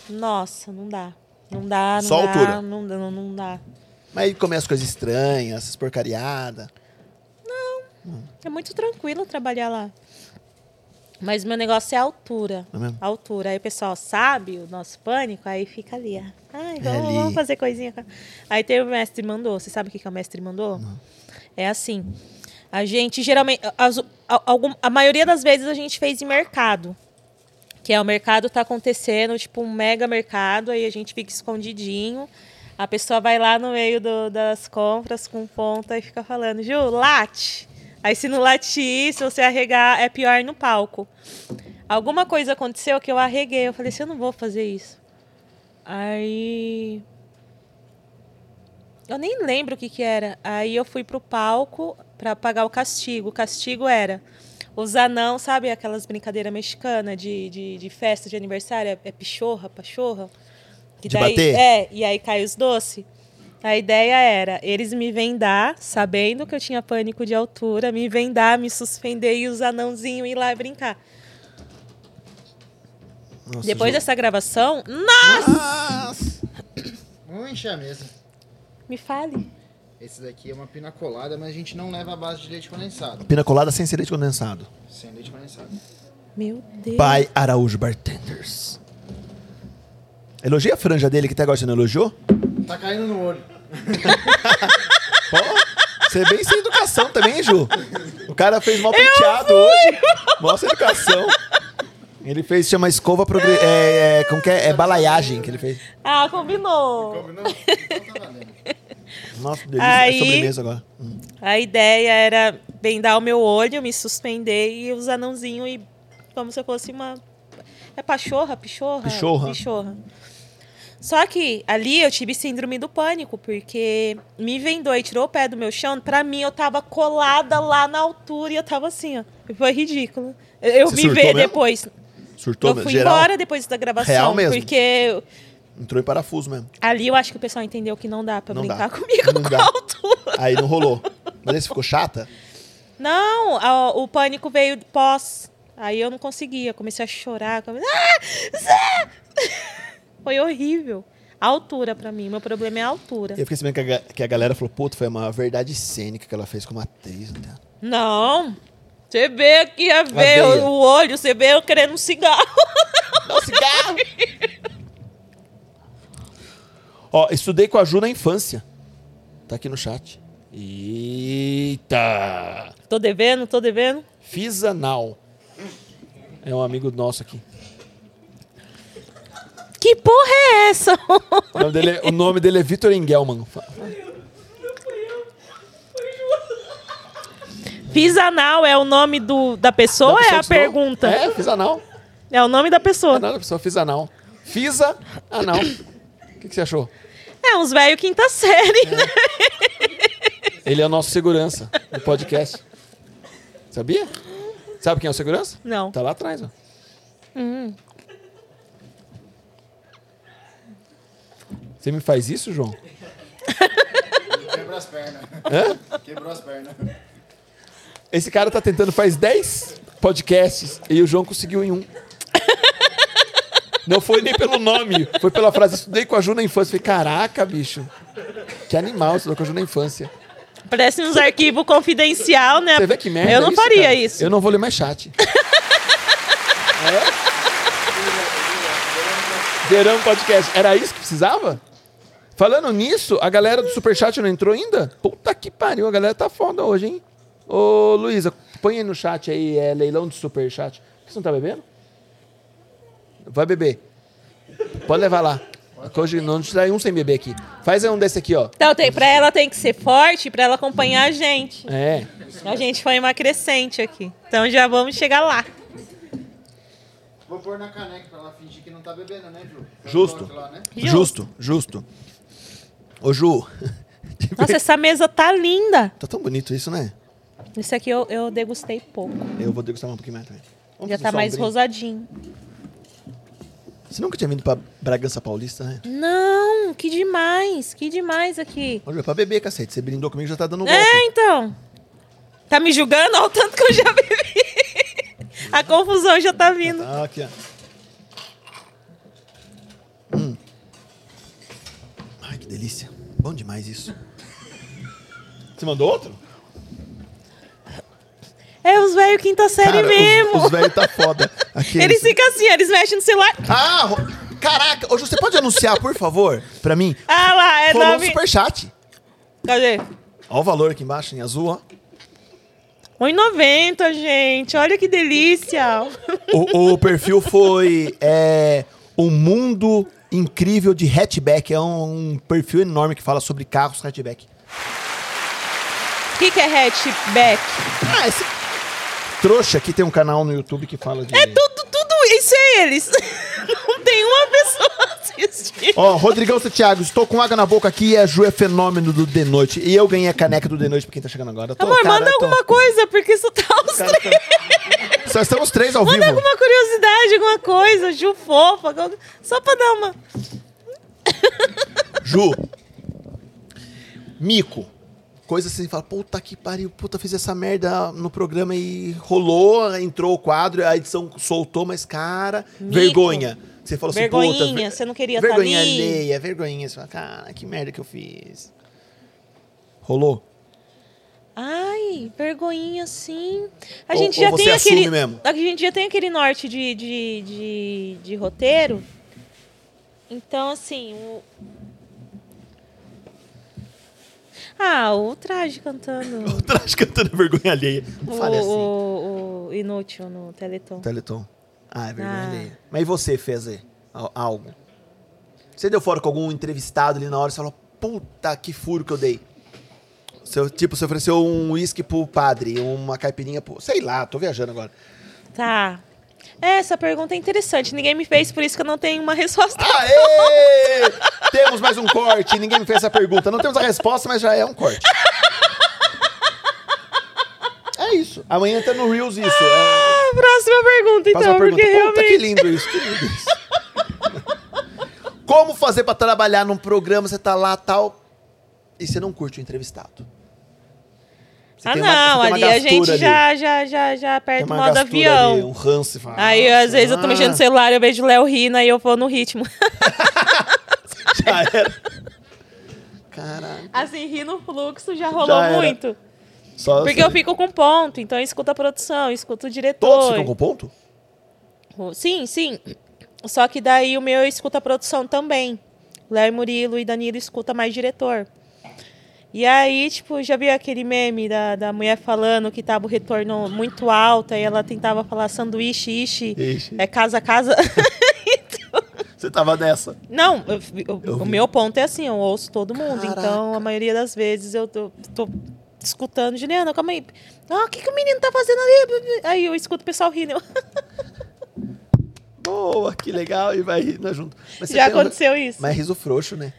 C: Nossa, não dá. Não dá, não
B: Só
C: dá.
B: altura.
C: Não, dá, não, não dá.
B: Mas aí começa coisas estranhas, essas porcariadas.
C: É muito tranquilo trabalhar lá. Mas meu negócio é a altura.
B: É mesmo?
C: a altura. Aí o pessoal sabe o nosso pânico, aí fica ali. ah, Ai, vamos,
B: É ali.
C: vamos fazer coisinha. Aí tem o mestre mandou. Você sabe o que, que o mestre mandou? É assim. A gente geralmente. as- a- algum- a maioria das vezes a gente fez em mercado. Que é o mercado tá acontecendo, tipo um mega mercado, aí a gente fica escondidinho. A pessoa vai lá no meio do- das compras com ponta e fica falando, Ju, late. Aí se não latir, se você arregar, é pior no palco. Alguma coisa aconteceu que eu arreguei. Eu falei assim, eu não vou fazer isso. Aí. Eu nem lembro o que, que era. Aí eu fui pro palco para pagar o castigo. O castigo era os anão, sabe aquelas brincadeiras mexicanas de, de, de festa de aniversário? É, é pichorra, pachorra? Que
E: De bater?
C: É, e aí cai os doces. A ideia era eles me vendar, sabendo que eu tinha pânico de altura, me vendar, me suspender e os anãozinhos ir lá brincar.
B: Nossa,
C: Depois
B: Ju.
C: dessa gravação, nossa!
D: Vamos encher a mesa.
C: Me fale.
D: Esse daqui é uma pina colada, mas a gente não leva a base de leite condensado.
B: Pina colada sem ser leite condensado.
D: Sem leite condensado.
C: Meu Deus.
B: Pai Araújo Bartenders. Elogia a franja dele, que até agora você não elogiou?
D: Tá caindo no olho.
B: Pô, você é bem sem educação também, Ju. O cara fez mal penteado hoje. Mó sem educação. Ele fez, chama escova progre... é, é, como que é? É balaiagem que ele fez.
C: Ah, combinou.
D: Combinou? Então tá valendo.
B: Nossa, que delícia.
C: Aí-
B: É sobremesa agora. Hum.
C: A ideia era vendar o meu olho, me suspender e os anãozinhos e como se eu fosse uma. É pachorra, pichorra?
B: Pichorra.
C: Pichorra. Só que ali eu tive síndrome do pânico, porque me vendou e tirou o pé do meu chão. Pra mim, eu tava colada lá na altura e eu tava assim, ó. Foi ridículo. Eu- Eu
B: Você
C: me
B: surtou
C: ver
B: mesmo?
C: depois.
B: Surtou
C: eu
B: mesmo.
C: fui
B: Geral,
C: embora depois da gravação,
B: Real mesmo?
C: porque eu-
B: entrou em parafuso mesmo.
C: ali eu acho que o pessoal entendeu que não dá pra
B: Não
C: brincar
B: dá.
C: comigo
B: Não
C: com
B: dá.
C: a altura.
B: Aí não rolou. Mas aí você ficou chata?
C: Não, a- o pânico veio pós. Aí eu não conseguia, comecei a chorar. Comecei... Ah! Zé! Foi horrível. A altura pra mim, meu problema é a altura.
B: Eu fiquei sabendo que a, ga- que a galera falou, puto, foi uma verdade cênica que ela fez como atriz. Né?
C: Não. Você vê aqui a veia,
B: veia.
C: o olho, você vê eu querendo um cigarro.
B: Um cigarro! Ó, estudei com a Ju na infância. Tá aqui no chat. Eita!
C: Tô devendo, tô devendo.
B: Fiz anal. É um amigo nosso aqui.
C: Que porra é essa?
B: O nome dele é, o nome dele é Vitor Engelman.
C: Fiz anal é o nome do, da pessoa ou é a pergunta? É.
B: É, fiz anal.
C: o nome da pessoa.
B: Anal da pessoa, fiz anal. Fisa anal. O que, que você achou?
C: É, uns velho quinta série, né?
B: Ele é o nosso segurança do podcast. Sabia? Sabe quem é o segurança?
C: Não.
B: Tá lá atrás, ó. Você me faz isso, João?
D: Quebrou as pernas. Quebrou as pernas.
B: Esse cara tá tentando faz 10 podcasts e o João conseguiu em um. Não foi nem pelo nome, foi pela frase estudei com a Ju na infância. Falei, caraca, bicho. Que animal, estudou com a Ju na infância.
C: Parece uns arquivos confidencial, né?
B: Você vê que merda.
C: Eu não
B: é isso,
C: faria
B: cara?
C: isso.
B: Eu não vou ler mais chat. é? Verão podcast. Era isso que precisava? Falando nisso, a galera do Superchat não entrou ainda? Puta que pariu, a galera tá foda hoje, hein? Ô, Luísa, põe aí no chat aí, é leilão do Superchat. Você não tá bebendo? Vai beber. Pode levar lá. Hoje não te dá um sem beber aqui. Faz aí um desse aqui, ó.
C: Então, tem, pra ela tem que ser forte pra ela acompanhar a gente.
B: É.
C: A gente foi uma crescente aqui. Então já vamos chegar lá.
D: Vou pôr na caneca pra ela fingir que não tá bebendo, né, Ju? Pra
B: Justo.
D: colocar Lá, né?
B: Justo, justo. Ô, Ju,
C: Nossa, essa mesa tá linda.
B: tá tão bonito isso, né?
C: Isso aqui eu, eu degustei pouco.
B: Eu vou degustar um pouquinho mais também. Vamos
C: Já
B: fazer
C: tá
B: só um
C: mais
B: brinde.
C: rosadinho.
B: Você nunca tinha vindo pra Bragança Paulista, né?
C: Não, que demais. Que demais aqui.
B: Ô, Ju, é pra beber, cacete. Você brindou comigo já tá dando um golpe.
C: É, então. Tá me julgando? Olha o tanto que eu já bebi. A confusão já tá vindo.
B: Ah, aqui, ó. Hum. Ai, que delícia. Bom demais isso. Você mandou outro?
C: É os velho quinta série
B: Cara, os-
C: mesmo.
B: Os velhos tá foda. Aqui,
C: Eles ficam assim, eles mexem no celular.
B: Ah, ro- caraca. Ô, Ju, você pode anunciar, por favor, pra mim?
C: Ah lá, é
B: Rolou um
C: nome.
B: superchat.
C: Cadê?
B: Ó o valor aqui embaixo, em azul, ó.
C: 1,90, gente. Olha que delícia.
B: O, o perfil foi é, um mundo incrível de hatchback. É um, um perfil enorme que fala sobre carros hatchback.
C: que, que é hatchback?
B: Ah, esse trouxa aqui tem um canal no YouTube que fala de...
C: É tudo, tudo isso é eles. Não tem uma pessoa assistindo.
B: Ó, Rodrigão Santiago, estou com água na boca aqui e a Ju é fenômeno do The Noite. E eu ganhei a caneca do The Noite pra quem tá chegando agora. Tô,
C: Amor,
B: cara,
C: manda
B: tô-
C: alguma coisa, porque isso tá os três.
B: Só estamos três ao
C: Manda
B: vivo.
C: alguma curiosidade, alguma coisa, Ju fofa, qual- só pra dar uma.
B: Ju. Mico. Coisa assim, fala, puta que pariu, puta, fiz essa merda no programa e rolou, entrou o quadro, a edição soltou, mas cara,
C: Mico.
B: vergonha. Você falou assim, puta.
C: Vergonhinha,
B: ver-
C: você não queria estar
B: vergonha
C: ali.
B: alheia, vergonhinha. Você fala, cara, que merda que eu fiz. Rolou?
C: Ai, vergonhinha sim. A
B: Ou-
C: gente
B: ou
C: já
B: você
C: tem
B: assume
C: aquele.
B: mesmo?
C: A gente já tem aquele norte de, de, de, de roteiro. Então, assim, o. Ah, o traje cantando.
B: O traje cantando vergonha alheia.
C: o,
B: Não fale assim.
C: o- o inútil no Teleton.
B: Teleton. Ah, é vergonha
C: Ah.
B: alheia. Mas e você, Feze? Al- Algo? Você deu fora com algum entrevistado ali na hora e falou, puta que furo que eu dei. Seu, tipo, você ofereceu um uísque pro padre, uma caipirinha pro. Sei lá, tô viajando agora.
C: Tá. É, Essa pergunta é interessante. Ninguém me fez, por isso que eu não tenho uma resposta.
B: Ah! Aê! temos mais um corte, ninguém me fez essa pergunta. Não temos a resposta, mas já é um corte. É isso. Amanhã tá no Reels isso. É...
C: Ah, próxima pergunta,
B: Faz uma
C: então, porque
B: pergunta. Puta, que
C: realmente.
B: lindo isso, que lindo isso. Como fazer pra trabalhar num programa, você tá lá tal, e você não curte o entrevistado? Você
C: Ah,
B: tem
C: não,
B: uma- você tem uma
C: ali a gente
B: gastura ali.
C: já, já, já, já
B: Tem
C: aperta o
B: uma
C: modo
B: gastura
C: avião.
B: ali, um ranço. e fala,
C: Aí,
B: "Nossa,
C: às vezes, eu tô mexendo
B: ah,
C: no celular, eu vejo o Léo rindo, aí eu vou no ritmo.
B: Já era. Caralho.
C: Assim, rir no fluxo já rolou
B: Já era. Tá
C: muito.
B: Só
C: Porque eu fico com ponto, então eu escuto a produção, eu escuto o
B: Todos
C: diretor.
B: ficam com ponto?
C: Sim, sim. Só que daí o meu escuta a produção também. Léo e Murilo e Danilo escuta mais diretor. E aí, tipo, já viu aquele meme da, da mulher falando que tava o retorno muito alto, aí ela tentava falar sanduíche, ishi,
B: Ixi,
C: é casa, casa.
B: você tava nessa.
C: Não, eu fi- eu-
B: Eu
C: o
B: vi.
C: meu ponto é assim, eu ouço todo mundo. Então,
B: Caraca.
C: a maioria das vezes eu tô, tô escutando, Juliana, calma aí. Ah, o que, que o menino tá fazendo ali? Aí eu escuto o pessoal rindo.
B: Boa, que legal, e vai rindo junto. Mas você
C: Já
B: tem um-
C: aconteceu isso.
B: Mas riso frouxo, né?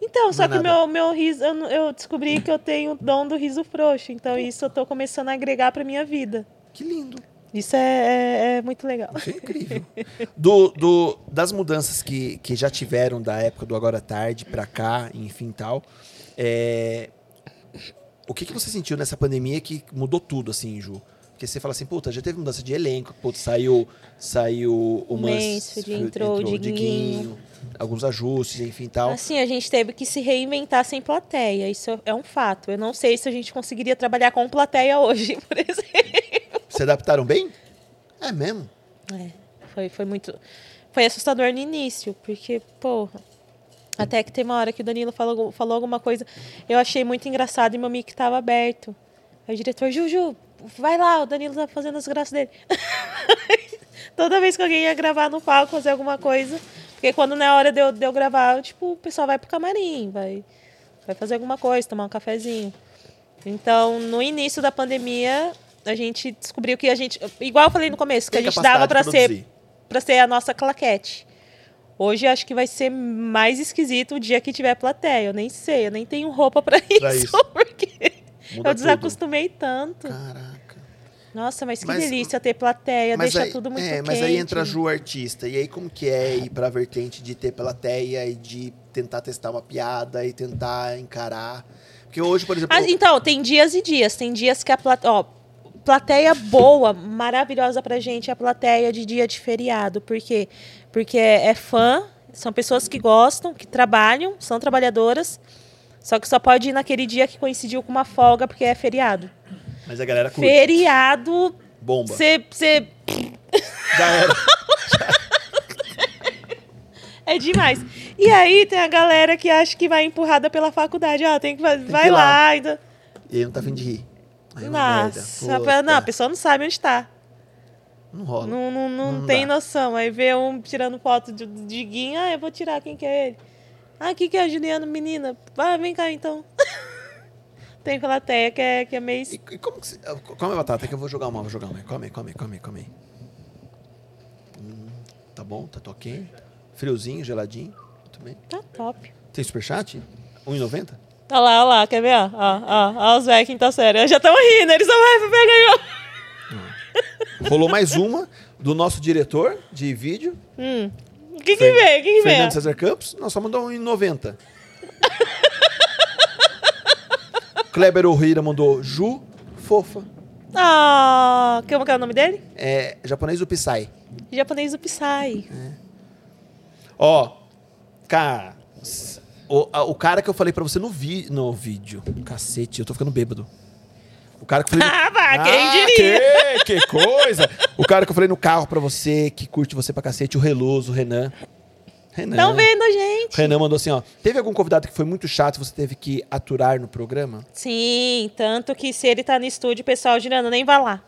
C: Então, só
B: não é
C: que o
B: nada.
C: meu, meu riso, eu, não- eu descobri que eu tenho o dom do riso frouxo. Então, isso eu tô começando a agregar pra minha vida.
B: Que lindo.
C: Isso é, é- é muito legal.
B: Achei incrível. Do, do- das mudanças que, que já tiveram da época do Agora à Tarde pra cá, enfim tal, é, o que, que você sentiu nessa pandemia que mudou tudo, assim, Ju? Porque você fala assim, puta, já teve mudança de elenco, putz, saiu, saiu o
C: O Mansfield, Um entrou o Diguinho.
B: alguns ajustes, enfim tal.
C: Assim, a gente teve que se reinventar sem plateia. Isso é um fato. Eu não sei se a gente conseguiria trabalhar com plateia hoje, por exemplo.
B: Se adaptaram bem? É mesmo.
C: Foi, foi muito. Foi assustador no início, porque, porra. Até que tem uma hora que o Danilo falou, falou alguma coisa. Eu achei muito engraçado e meu mic tava aberto. Aí o diretor, Juju, vai lá, o Danilo tá fazendo as graças dele. Toda vez que alguém ia gravar no palco, fazer alguma coisa. Porque quando não é hora de eu, de eu gravar, eu, tipo, o pessoal vai pro camarim, vai, vai fazer alguma coisa, tomar um cafezinho. Então, no início da pandemia, a gente descobriu que a gente. Igual eu falei no começo, que
B: Tem
C: a gente
B: capacidade
C: dava
B: de
C: pra ser
B: produzir.
C: para ser a nossa claquete. Hoje acho que vai ser mais esquisito o dia que tiver plateia. Eu nem sei, eu nem tenho roupa para isso,
B: Pra isso.
C: porque
B: Muda
C: eu
B: tudo.
C: desacostumei tanto.
B: Caraca.
C: Nossa, mas que
B: Mas-
C: delícia ter plateia,
B: Mas
C: deixa
B: aí-
C: tudo muito
B: é,
C: quente.
B: mas aí entra a Ju artista. E aí como que é ir pra vertente de ter plateia e de tentar testar uma piada e tentar encarar? Porque hoje, por exemplo,
C: Ah, então, tem dias e dias. Tem dias que a plateia. Ó, plateia boa, maravilhosa pra gente é a plateia de dia de feriado. Por quê? Porque é, é fã, são pessoas que gostam, que trabalham, são trabalhadoras. Só que só pode ir naquele dia que coincidiu com uma folga, porque é feriado.
B: mas a galera curte.
C: Feriado,
B: Bomba.
C: você.
B: Já era.
C: É demais. E aí tem a galera que acha que vai empurrada pela faculdade. Ah, tem que fazer.
B: que
C: Vai
B: ir lá.
C: lá. ainda.
B: E aí não tá vindo de rir. Aí é uma merda.
C: Nossa,
B: Puta,
C: não, a pessoa não sabe onde tá.
B: Não rola.
C: Não, não, não,
B: Não
C: tem
B: dá.
C: noção. Aí vê um tirando foto de- do Diguinho. Ah, eu vou tirar. Quem que é ele? Ah, quem que é a Juliana, menina? Ah, vem cá então. Tem plateia que é, que é meio.
B: E, e como que se, ah, co- Come a batata que eu vou jogar uma, vou jogar uma. Come, come, come, come. Hum, tá bom, tá toquinho. Friozinho, geladinho. Muito bem.
C: Tá top.
B: Tem superchat? 1,90?
C: Olha lá, olha lá, quer ver? Ó, ó, ó, ó os velhos quinta série. Já estão rindo, eles vão vai, vai, ganhou.
B: Rolou mais uma do nosso diretor de vídeo,
C: Hum, O que que vem? O que que vem?
B: Fernando César Campos. Nós só mandou 1,90. Kleber Ohira mandou Ju, fofa.
C: Ah, como que é o nome dele?
B: É, japonês do Psy.
C: Japonês do Psy.
B: Ó, cara. s- O, a- o cara que eu falei pra você no, vi, no vídeo. Cacete, eu tô ficando bêbado. O cara que eu falei. no-
C: Ah, vá, quem
B: Ah,
C: diria?
B: Que, que coisa! o cara que eu falei no carro pra você, que curte você pra cacete, o Reloso, o Renan. Renan.
C: Estão vendo a gente.
B: Renan mandou assim, ó. Teve algum convidado que foi muito chato e você teve que aturar no programa?
C: Sim, tanto que se ele tá no estúdio, o pessoal girando, nem vai lá.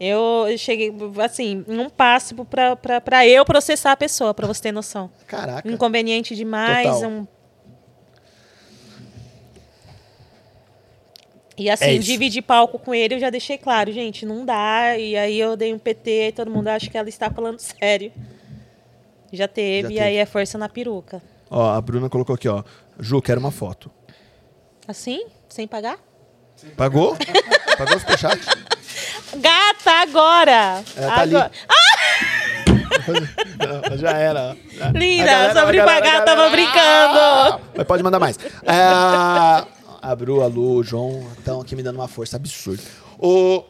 C: Eu cheguei, assim, um passo pra, pra, pra eu processar a pessoa, pra você ter noção.
B: Caraca.
C: Inconveniente demais,
B: Total.
C: um... E assim,
B: É isso.
C: dividir palco com ele, eu já deixei claro, gente, não dá. E aí eu dei um PT, todo mundo acha que ela está falando sério. Já teve,
B: Já
C: e
B: teve.
C: aí é força na peruca.
B: Ó, a Bruna colocou aqui, ó. Ju, quero uma foto.
C: Assim? Sem pagar?
B: Pagou? Pagou o superchat?
C: Gata, agora!
B: Ela tá ali.
C: agora.
B: Já era. ó.
C: Linda,
B: A galera,
C: sobre
B: a galera,
C: pagar,
B: a galera.
C: tava brincando.
B: Mas pode mandar mais. Ah, a Bru, a Lu, o João estão aqui me dando uma força absurda. Ô.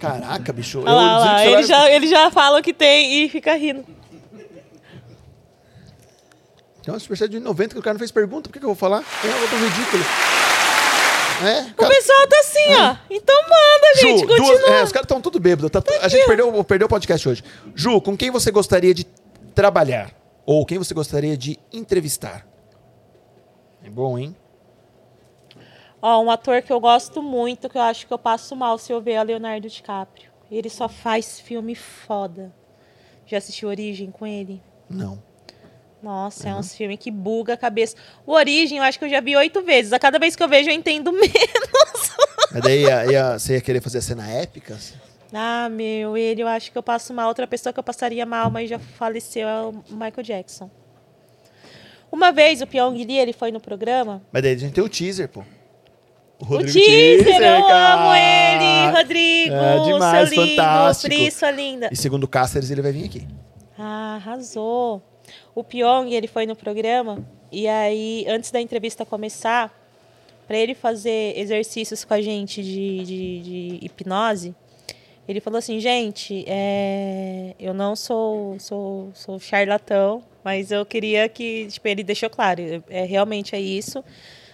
B: Caraca, bicho.
C: Olha
B: eu
C: lá, olha lá.
B: dizendo que
C: Eles
B: você vai-
C: já, eles já falam que tem e fica rindo.
B: Tem uma superchat de 90 que o cara não fez pergunta. Por que, que eu vou falar? É algo ridículo. É,
C: O
B: cara- é.
C: pessoal tá assim, ó. Então manda,
B: Ju,
C: gente,
B: duas-
C: continua.
B: é, os caras estão tudo bêbados. tá tu- a gente perdeu, perdeu o podcast hoje. Ju, com quem você gostaria de trabalhar? Ou quem você gostaria de entrevistar? É bom, hein?
C: Ó, um ator que eu gosto muito, que eu acho que eu passo mal se eu ver é Leonardo DiCaprio. Ele só faz filme foda. Já assistiu Origem com ele?
B: Não.
C: Nossa, é um
B: Uhum.
C: filme que buga a cabeça. O Origem, eu acho que eu já vi oito vezes. A cada vez que eu vejo, eu entendo menos.
B: Mas daí ia, ia- você ia querer fazer a cena épica? assim?
C: ah, meu, ele, eu acho que eu passo mal. Outra pessoa que eu passaria mal, mas já faleceu, é o Michael Jackson. Uma vez, o Pyong Lee, ele foi no programa.
B: Mas daí a gente tem o teaser, pô.
C: O
B: Rodrigo
C: teaser, eu amo
B: cara.
C: ele, Rodrigo.
B: É demais,
C: seu lindo,
B: fantástico.
C: Pri, sua linda.
B: E segundo o Cáceres, ele vai vir aqui.
C: Ah, arrasou. O Pyong, ele foi no programa e aí, antes da entrevista começar, para ele fazer exercícios com a gente de, de- de hipnose, ele falou assim, gente, é, eu não sou, sou, sou charlatão, mas eu queria que, tipo, ele deixou claro, é, realmente é isso.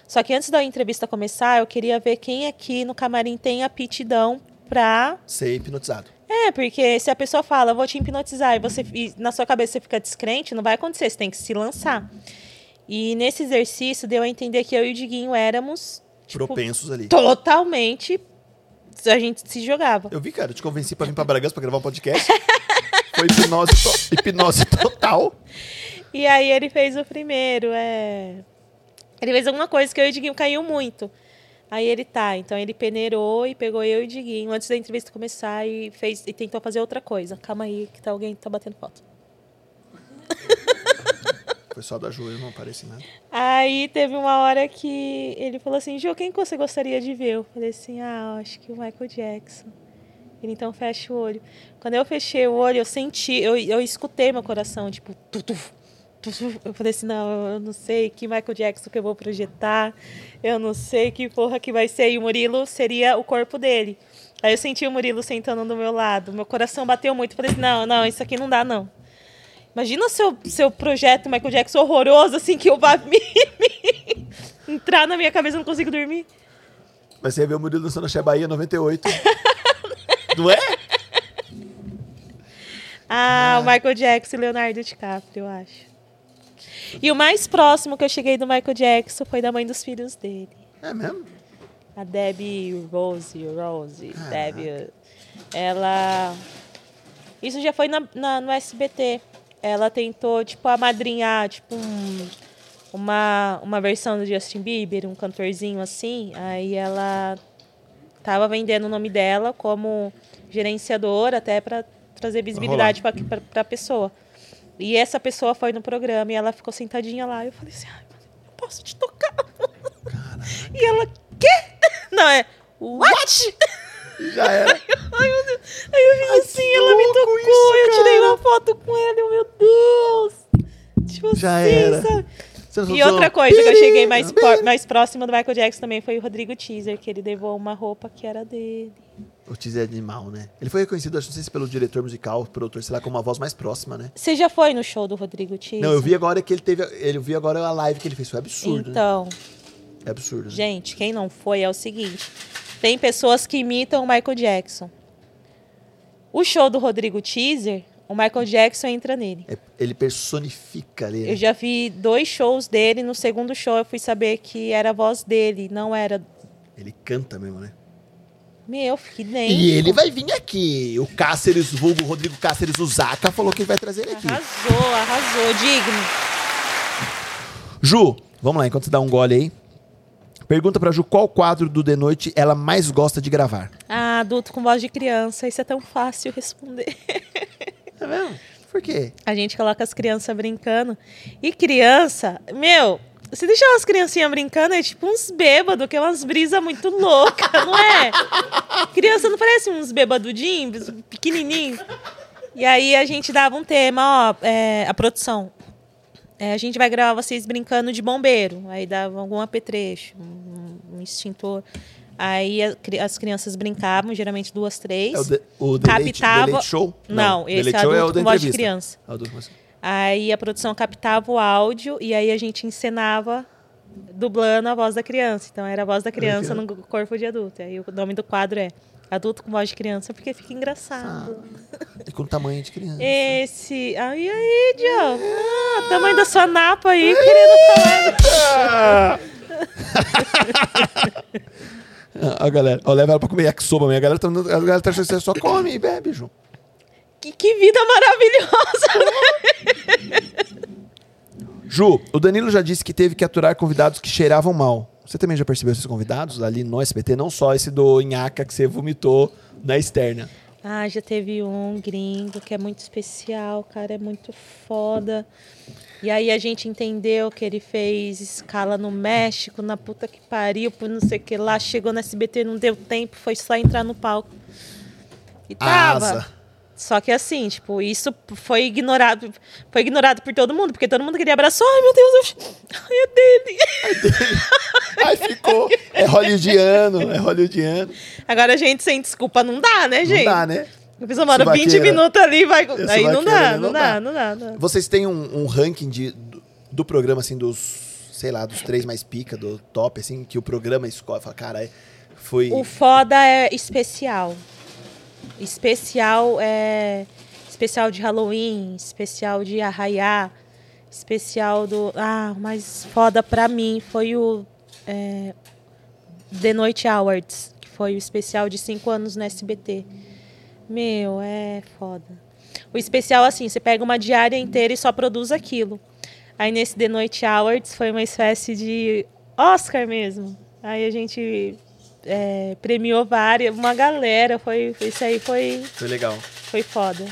C: Só que antes da entrevista começar, eu queria ver quem aqui no camarim tem aptidão para
B: Ser hipnotizado.
C: é, porque se a pessoa fala, eu vou te hipnotizar, e, você, e na sua cabeça você fica descrente, não vai acontecer, você tem que se lançar. E nesse exercício deu a entender que eu e o Diguinho éramos tipo,
B: Propensos ali.
C: totalmente. A gente se jogava.
B: Eu vi, cara, eu te convenci pra vir pra Bragança pra gravar um podcast. Foi hipnose, to- hipnose total.
C: E aí ele fez o primeiro, é. Ele fez alguma coisa que eu e o Diguinho caiu muito. Aí ele tá, então ele peneirou e pegou eu e o Diguinho antes da entrevista começar e fez e tentou fazer outra coisa. Calma aí, que tá alguém tá batendo foto.
B: Foi só da Ju, eu não apareci nada.
C: Aí teve uma hora que ele falou assim, Ju, quem que você gostaria de ver? Eu falei assim, ah, eu acho que o Michael Jackson. Ele então fecha o olho. Quando eu fechei o olho, eu senti, eu, eu escutei meu coração, tipo, tu, tu, tu, tu. eu falei assim, não, eu não sei que Michael Jackson que eu vou projetar, eu não sei que porra que vai ser. E o Murilo seria o corpo dele. Aí eu senti o Murilo sentando do meu lado, meu coração bateu muito. Eu falei assim, não, não, isso aqui não dá, não. Imagina seu, seu projeto Michael Jackson horroroso, assim, que eu vá me, me- entrar na minha cabeça, eu não consigo dormir.
B: Mas você ia ver o Murilo dançando Axé Bahia 98. não é?
C: Ah, o Michael Jackson e Leonardo DiCaprio, eu acho. E o mais próximo que eu cheguei do Michael Jackson foi da mãe dos filhos dele.
B: É mesmo?
C: A Debbie Rose, Rose, Debbie. Ela. Isso já foi na, na- no SBT. Ela tentou, tipo, amadrinhar, tipo, um, uma, uma versão do Justin Bieber, um cantorzinho assim. Aí ela tava vendendo o nome dela como gerenciadora, até para trazer visibilidade para a pessoa. E essa pessoa foi no programa e ela ficou sentadinha lá. E eu falei assim: ai, mas eu não posso te tocar. E ela, quê? Não, é. What?
B: Já era.
C: Ai, meu Deus. Aí eu fiz assim, ela me tocou, eu tirei uma foto com ela, eu, meu Deus. Tipo
B: Já
C: assim,
B: era.
C: sabe?
B: Você não
C: E
B: soltou?
C: outra coisa que eu cheguei mais, por- mais próxima do Michael Jackson também foi o Rodrigo Teaser, que ele levou uma roupa que era dele.
B: O Tiz é animal, né? Ele foi reconhecido, acho, não sei se pelo diretor musical, produtor, sei lá, como uma voz mais próxima, né?
C: Você já foi no show do Rodrigo Teaser?
B: Não, eu vi agora que ele teve. Ele vi agora a live que ele fez. Foi absurdo, né?
C: Então,
B: É absurdo. Né?
C: gente, quem não foi é o seguinte: tem pessoas que imitam o Michael Jackson. O show do Rodrigo Teaser, o Michael Jackson entra nele.
B: É- ele personifica ali. né?
C: Eu já vi dois shows dele. No segundo show eu fui saber que era a voz dele, não era.
B: Ele canta mesmo, né?
C: Meu, fiquei
B: E
C: nem.
B: ele vai vir aqui. O Cáceres, vulgo Rodrigo Cáceres Uzaka, falou que ele vai trazer ele aqui.
C: Arrasou, arrasou, digno.
B: Ju, vamos lá, enquanto você dá um gole aí. Pergunta pra Ju qual quadro do The Noite ela mais gosta de gravar.
C: Ah, adulto com voz de criança, isso é tão fácil responder.
B: É
C: Tá
B: mesmo? Por quê?
C: A gente coloca as crianças brincando. E criança, meu, se deixar umas criancinhas brincando, é tipo uns bêbados, que é umas brisas muito loucas, não é? Criança não parece uns bêbadudinhos, pequenininho. E aí a gente dava um tema, ó, é, a produção. É, a gente vai gravar vocês brincando de bombeiro. Aí dava algum apetrecho, um, um extintor. Aí a cri- as crianças brincavam, geralmente duas, três.
B: É o, de, o The Late- The
C: Capitava-
B: Late Show?
C: Não,
B: The
C: esse é
B: Late Show
C: adulto
B: da
C: com voz de
B: entrevista.
C: criança.
B: É o adulto com voz-
C: Aí a produção captava o áudio e aí a gente encenava dublando a voz da criança. Então era a voz da criança no corpo de adulto. Aí o nome do quadro é Adulto com Voz de Criança, porque fica engraçado.
B: E com tamanho de criança.
C: Esse. Ai, aí, Joe? Ah, tamanho da sua napa aí, querendo falar.
B: Ah, a galera, ó, leva ela pra comer yakisoba, minha galera tá, a galera tá achando que você só come e bebe, Ju.
C: Que, que vida maravilhosa!
B: Ju, o Danilo já disse que teve que aturar convidados que cheiravam mal. Você também já percebeu esses convidados ali no SBT? Não só esse do Inhaca que você vomitou na externa.
C: Ah, já teve um gringo que é muito especial, cara, é muito foda. E aí a gente entendeu que ele fez escala no México, na puta que pariu, por não sei o que lá. Chegou no SBT, não deu tempo, foi só entrar no palco. E tava.
B: Asa.
C: Só que assim, tipo, isso foi ignorado. Foi ignorado por todo mundo, porque todo mundo queria abraçar. Ai, meu Deus, eu... Ai, é dele.
B: Aí ficou. É hollywoodiano, é hollywoodiano.
C: Agora a gente sem desculpa não dá, né,
B: Não
C: gente?
B: dá, né?
C: Eu fiz uma hora 20
B: Subaqueira.
C: minutos ali, vai. Aí não
B: subaqueira,
C: dá,
B: né?
C: não,
B: Não dá.
C: dá, não dá, não dá.
B: Vocês têm um, um ranking de, do, do programa, assim, dos, sei lá, dos três mais pica, do top, assim, que o programa escolhe. Fala, cara, é- foi.
C: O foda é especial. Especial é especial de Halloween, especial de arraiá, especial do ah, o mais foda pra mim foi o é, The Noite Awards, que foi o especial de cinco anos no SBT. Meu, é foda. O especial assim, você pega uma diária inteira e só produz aquilo. Aí nesse The Noite Awards foi uma espécie de Oscar mesmo. Aí a gente é, premiou várias, uma galera. Foi, isso aí foi,
B: Foi legal.
C: foi foda.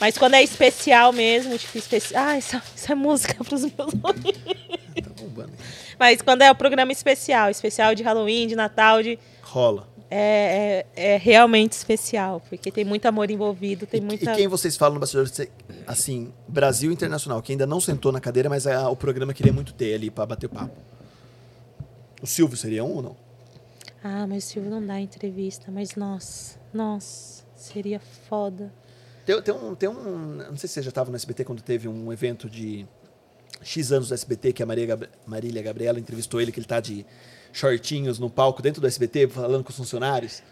C: Mas quando é especial mesmo, tipo, especial. Ah, isso, isso é música pros meus ouvidos.
B: Tá bombando. aí.
C: Mas quando é o programa especial, especial de Halloween, de Natal, de,
B: Rola.
C: é, é, é realmente especial. Porque tem muito amor envolvido, tem
B: E-
C: muita.
B: E quem vocês falam no bastidor, você- assim, Brasil Internacional, que ainda não sentou na cadeira, mas ah, o programa queria muito ter ali pra bater o papo. O Silvio seria um ou não?
C: Ah, mas o Silvio não dá entrevista. Mas nossa, nossa, seria foda.
B: Tem, tem um, tem um. Não sei se você já estava no SBT quando teve um evento de X anos do SBT, que a Maria Gabri- Marília Gabriela entrevistou ele, que ele tá de shortinhos no palco dentro do SBT, falando com os funcionários.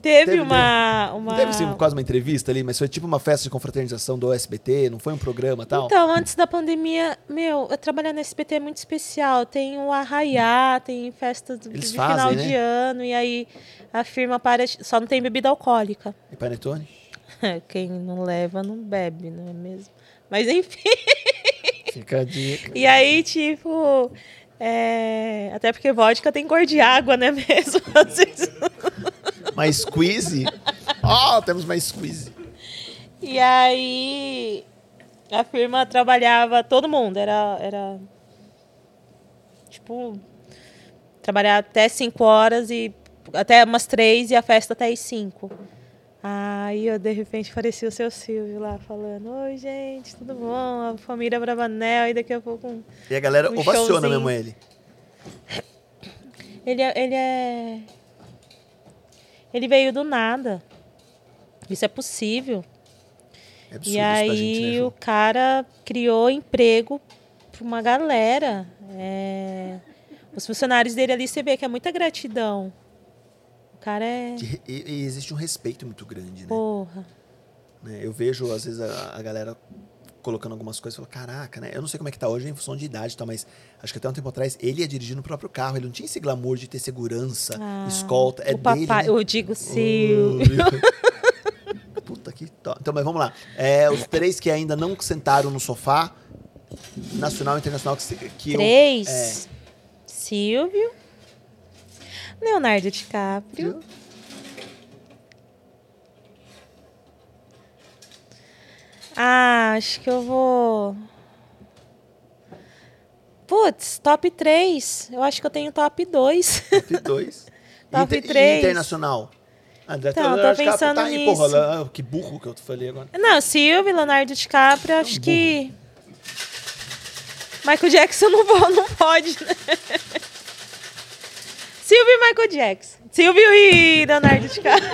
C: Teve,
B: Teve,
C: uma. uma...
B: Não Teve assim, quase uma entrevista ali, mas foi tipo uma festa de confraternização do SBT, não foi um programa e tal?
C: Então, antes da pandemia, meu, eu trabalhar no SBT é muito especial. Tem o Arraiá, tem festa do-
B: Eles
C: de
B: fazem,
C: final
B: né?
C: de ano, e aí a firma para. Só não tem bebida alcoólica.
B: E Panetone?
C: Quem não leva, não bebe, não é mesmo? Mas enfim.
G: Fica a dica.
C: E aí, tipo. é, Até porque vodka tem cor de água, né mesmo? Às vezes-
B: Uma squeeze? Ó, temos uma squeeze.
C: E aí. A firma trabalhava todo mundo. Era. era tipo. Trabalhar até 5 horas e. Até umas 3 e a festa até as 5. Aí eu, de repente, parecia o seu Silvio lá falando: Oi, gente, tudo bom? A família Bravanel. E daqui a pouco. um-
B: E a galera
C: Um
B: ovaciona
C: showzinho.
B: mesmo ele.
C: Ele é, ele é. Ele veio do nada. Isso é possível.
B: É absurdo
C: E
B: isso pra gente, né,
C: aí
B: Ju?
C: o cara criou emprego para uma galera. É, Os funcionários dele ali, você vê que é muita gratidão. O cara é.
B: De re- E, e existe um respeito muito grande, né?
C: Porra.
B: Né, Eu vejo, às vezes, a, a galera colocando algumas coisas e falo, caraca, né? Eu não sei como é que tá hoje em função de idade e tal, mas acho que até um tempo atrás ele ia dirigindo o próprio carro. Ele não tinha esse glamour de ter segurança,
C: Ah,
B: escolta. É
C: o papai,
B: dele, né? Hum.
C: eu digo Silvio.
B: Puta que... to- Então, mas vamos lá. É, os três que ainda não sentaram no sofá, nacional e internacional, que, se- que eu... é.
C: Três. Silvio. Leonardo DiCaprio. Ah, acho que eu vou. Putz, top 3. Eu acho que eu tenho top 2.
B: Top 2.
C: Top
B: E
C: três.
B: internacional. André
C: Então, eu tô
B: Taylor, acho que ela
C: pensando
B: tá aí, porra,
C: nisso.
B: lá, que burro que eu falei agora.
C: Não, Silvio, Leonardo DiCaprio, acho que. Michael Jackson não pode, não pode, né? Silvio e Michael Jackson. Silvio e Leonardo DiCaprio.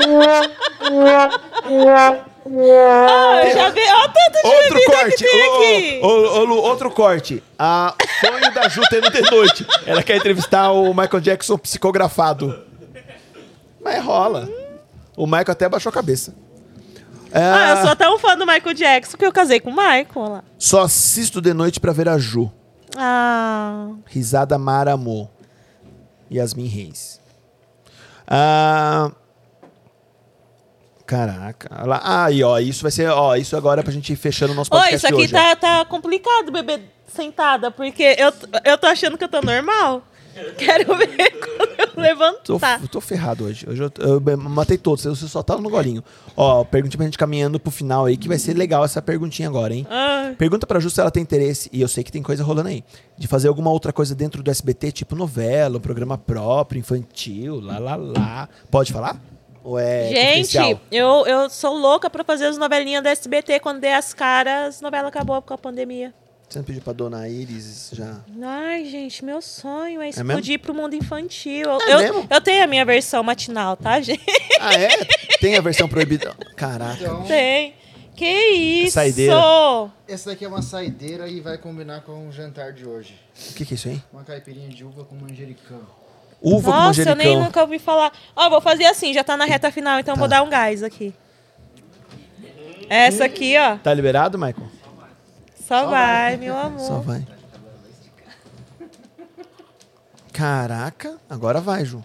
C: Ah, eu já vi. Olha o tanto de
B: Outro
C: bebida
B: corte!
C: que tem
B: Ô,
C: aqui.
B: ô, ô, ô, Lu, outro corte. A sonho da Ju tendo de noite. Ela quer entrevistar o Michael Jackson psicografado. Mas rola. O Michael até baixou a cabeça.
C: Ah, eu sou tão fã do Michael Jackson que eu casei com o Michael. Olha lá.
B: Só assisto de noite pra ver a Ju.
C: Ah,
B: Risada Mara Amor. Yasmin Reis. Ah, caraca. Olha lá. Ah, e ó, isso vai ser, ó, isso agora é pra gente ir fechando o nosso
C: Ô,
B: podcast
C: isso aqui
B: hoje, ó.
C: tá, tá complicado, bebê sentada, porque eu, eu tô achando que eu tô normal. Quero ver quando eu
B: Tô,
C: levantar.
B: tô ferrado hoje. Hoje eu, eu be- matei todos, você só tá no golinho. Ó, perguntinha pra gente caminhando pro final aí, que vai ser legal essa perguntinha agora, hein?
C: Ah,
B: Pergunta pra Ju se ela tem interesse, e eu sei que tem coisa rolando aí, de fazer alguma outra coisa dentro do SBT, tipo novela, um programa próprio, infantil, lá, lá, lá. Pode falar? Ou é
C: gente,
B: confidencial?
C: eu, eu sou louca pra fazer as novelinhas da SBT. Quando dei as caras, a novela acabou com a pandemia.
B: Você não pediu pra dona Iris já?
C: Ai, gente, meu sonho é
B: mesmo?
C: explodir pro mundo infantil.
B: É
C: eu,
B: mesmo?
C: eu tenho a minha versão matinal, tá, gente?
B: Ah, é? Tem a versão proibida. Caraca.
D: Então,
C: Tem. Que isso?
B: É. Saideira.
D: essa daqui é uma saideira e vai combinar com o jantar de hoje.
B: O que, que é isso aí?
D: Uma caipirinha de uva com manjericão.
B: Uva com
C: Nossa, eu
B: manjericão.
C: nem nunca ouvi falar. Ó, vou fazer assim, já tá na reta final, então vou dar um gás aqui. Essa aqui, ó.
B: Tá liberado, Michael?
C: Só, vai, meu
B: Só
C: amor.
B: vai. Caraca, agora vai, Ju.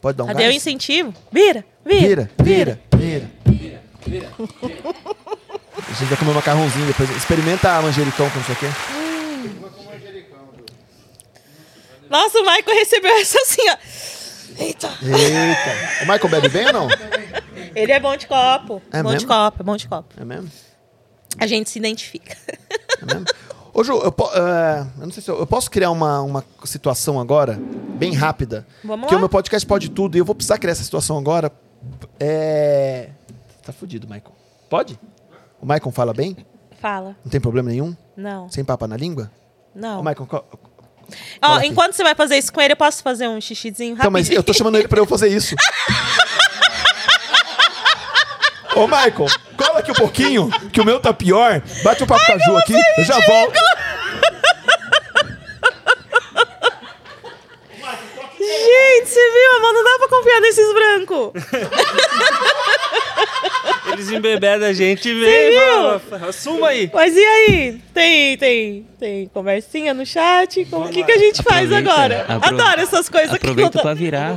B: Pode dar um
C: Cadê o
B: gás?
C: incentivo? Vira, vira.
B: Vira, vira, vira. A gente vai comer um macarrãozinho depois. Experimenta a manjericão com isso aqui.
C: Nossa, o Michael recebeu essa assim, ó. Eita.
B: Eita. O Michael bebe bem ou não?
C: Ele é bom de copo.
B: É
C: bom de
B: mesmo?
C: copo, é bom de copo.
B: É mesmo?
C: A gente se identifica.
B: É mesmo? Ô, Ju, eu, po- é, eu não sei se eu, eu posso criar uma, uma situação agora, bem rápida.
C: Vamos
B: porque
C: lá.
B: o meu podcast pode tudo e eu vou precisar criar essa situação agora. É. Tá fudido, Michael. Pode? O Michael fala bem?
C: Fala.
B: Não tem problema nenhum?
C: Não,
B: Sem papa na língua? Ô,
C: não.
B: Michael, qual-
C: Ó,
B: aqui.
C: enquanto você vai fazer isso com ele, eu posso fazer um xixizinho
B: Então, mas
C: rapidinho?
B: eu tô chamando ele pra eu fazer isso. Ô, Michael, cola aqui um pouquinho, que o meu tá pior. Bate o papo com a Ju aqui, eu já volto.
C: Gente, você viu? Mano, não dá pra confiar nesses brancos.
H: Eles embebedam a gente e vem,
C: viu?
H: mano. Assuma aí.
C: Mas e aí? Tem, tem, tem conversinha no chat? Como- O que, que a gente faz
I: Aproveita, né?
C: agora?
I: apro-
C: Adoro essas coisas que
I: Aproveita
C: conta-
I: pra virar.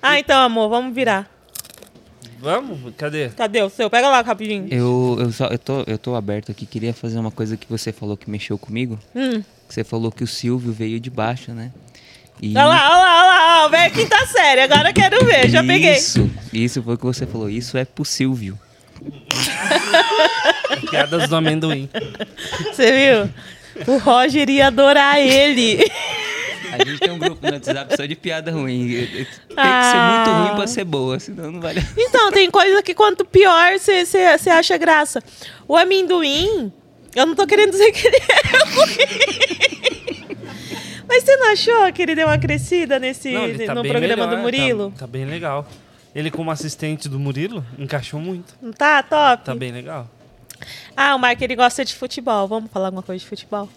C: Ah, então, amor, vamos virar.
H: Vamos? Cadê?
C: Cadê o seu? Pega lá rapidinho.
I: Eu, eu, só, eu, tô, eu tô aberto aqui, queria fazer uma coisa que você falou que mexeu comigo.
C: Hum.
I: Que você falou que o Silvio veio de baixo, né? E...
C: Olha lá, olha lá, olha lá, ó, vem aqui tá sério, agora eu quero ver, já peguei.
I: Isso, isso foi o que você falou. Isso é pro Silvio.
H: Piadas do amendoim.
C: Você viu? O Roger ia adorar ele.
I: A gente tem um grupo no WhatsApp só de piada ruim. Tem que
C: Ah.
I: ser muito ruim pra ser boa, senão não vale.
C: Então, tem coisa que quanto pior você acha graça. O amendoim, eu não tô querendo dizer que ele é ruim. Mas você não achou que ele deu uma crescida nesse
H: Não, ele tá
C: no
H: bem
C: programa
H: melhor,
C: do Murilo?
H: Tá, tá bem legal. Ele, como assistente do Murilo, encaixou muito.
C: Não tá top?
H: Tá bem legal.
C: Ah, o Marco ele gosta de futebol. Vamos falar alguma coisa de futebol?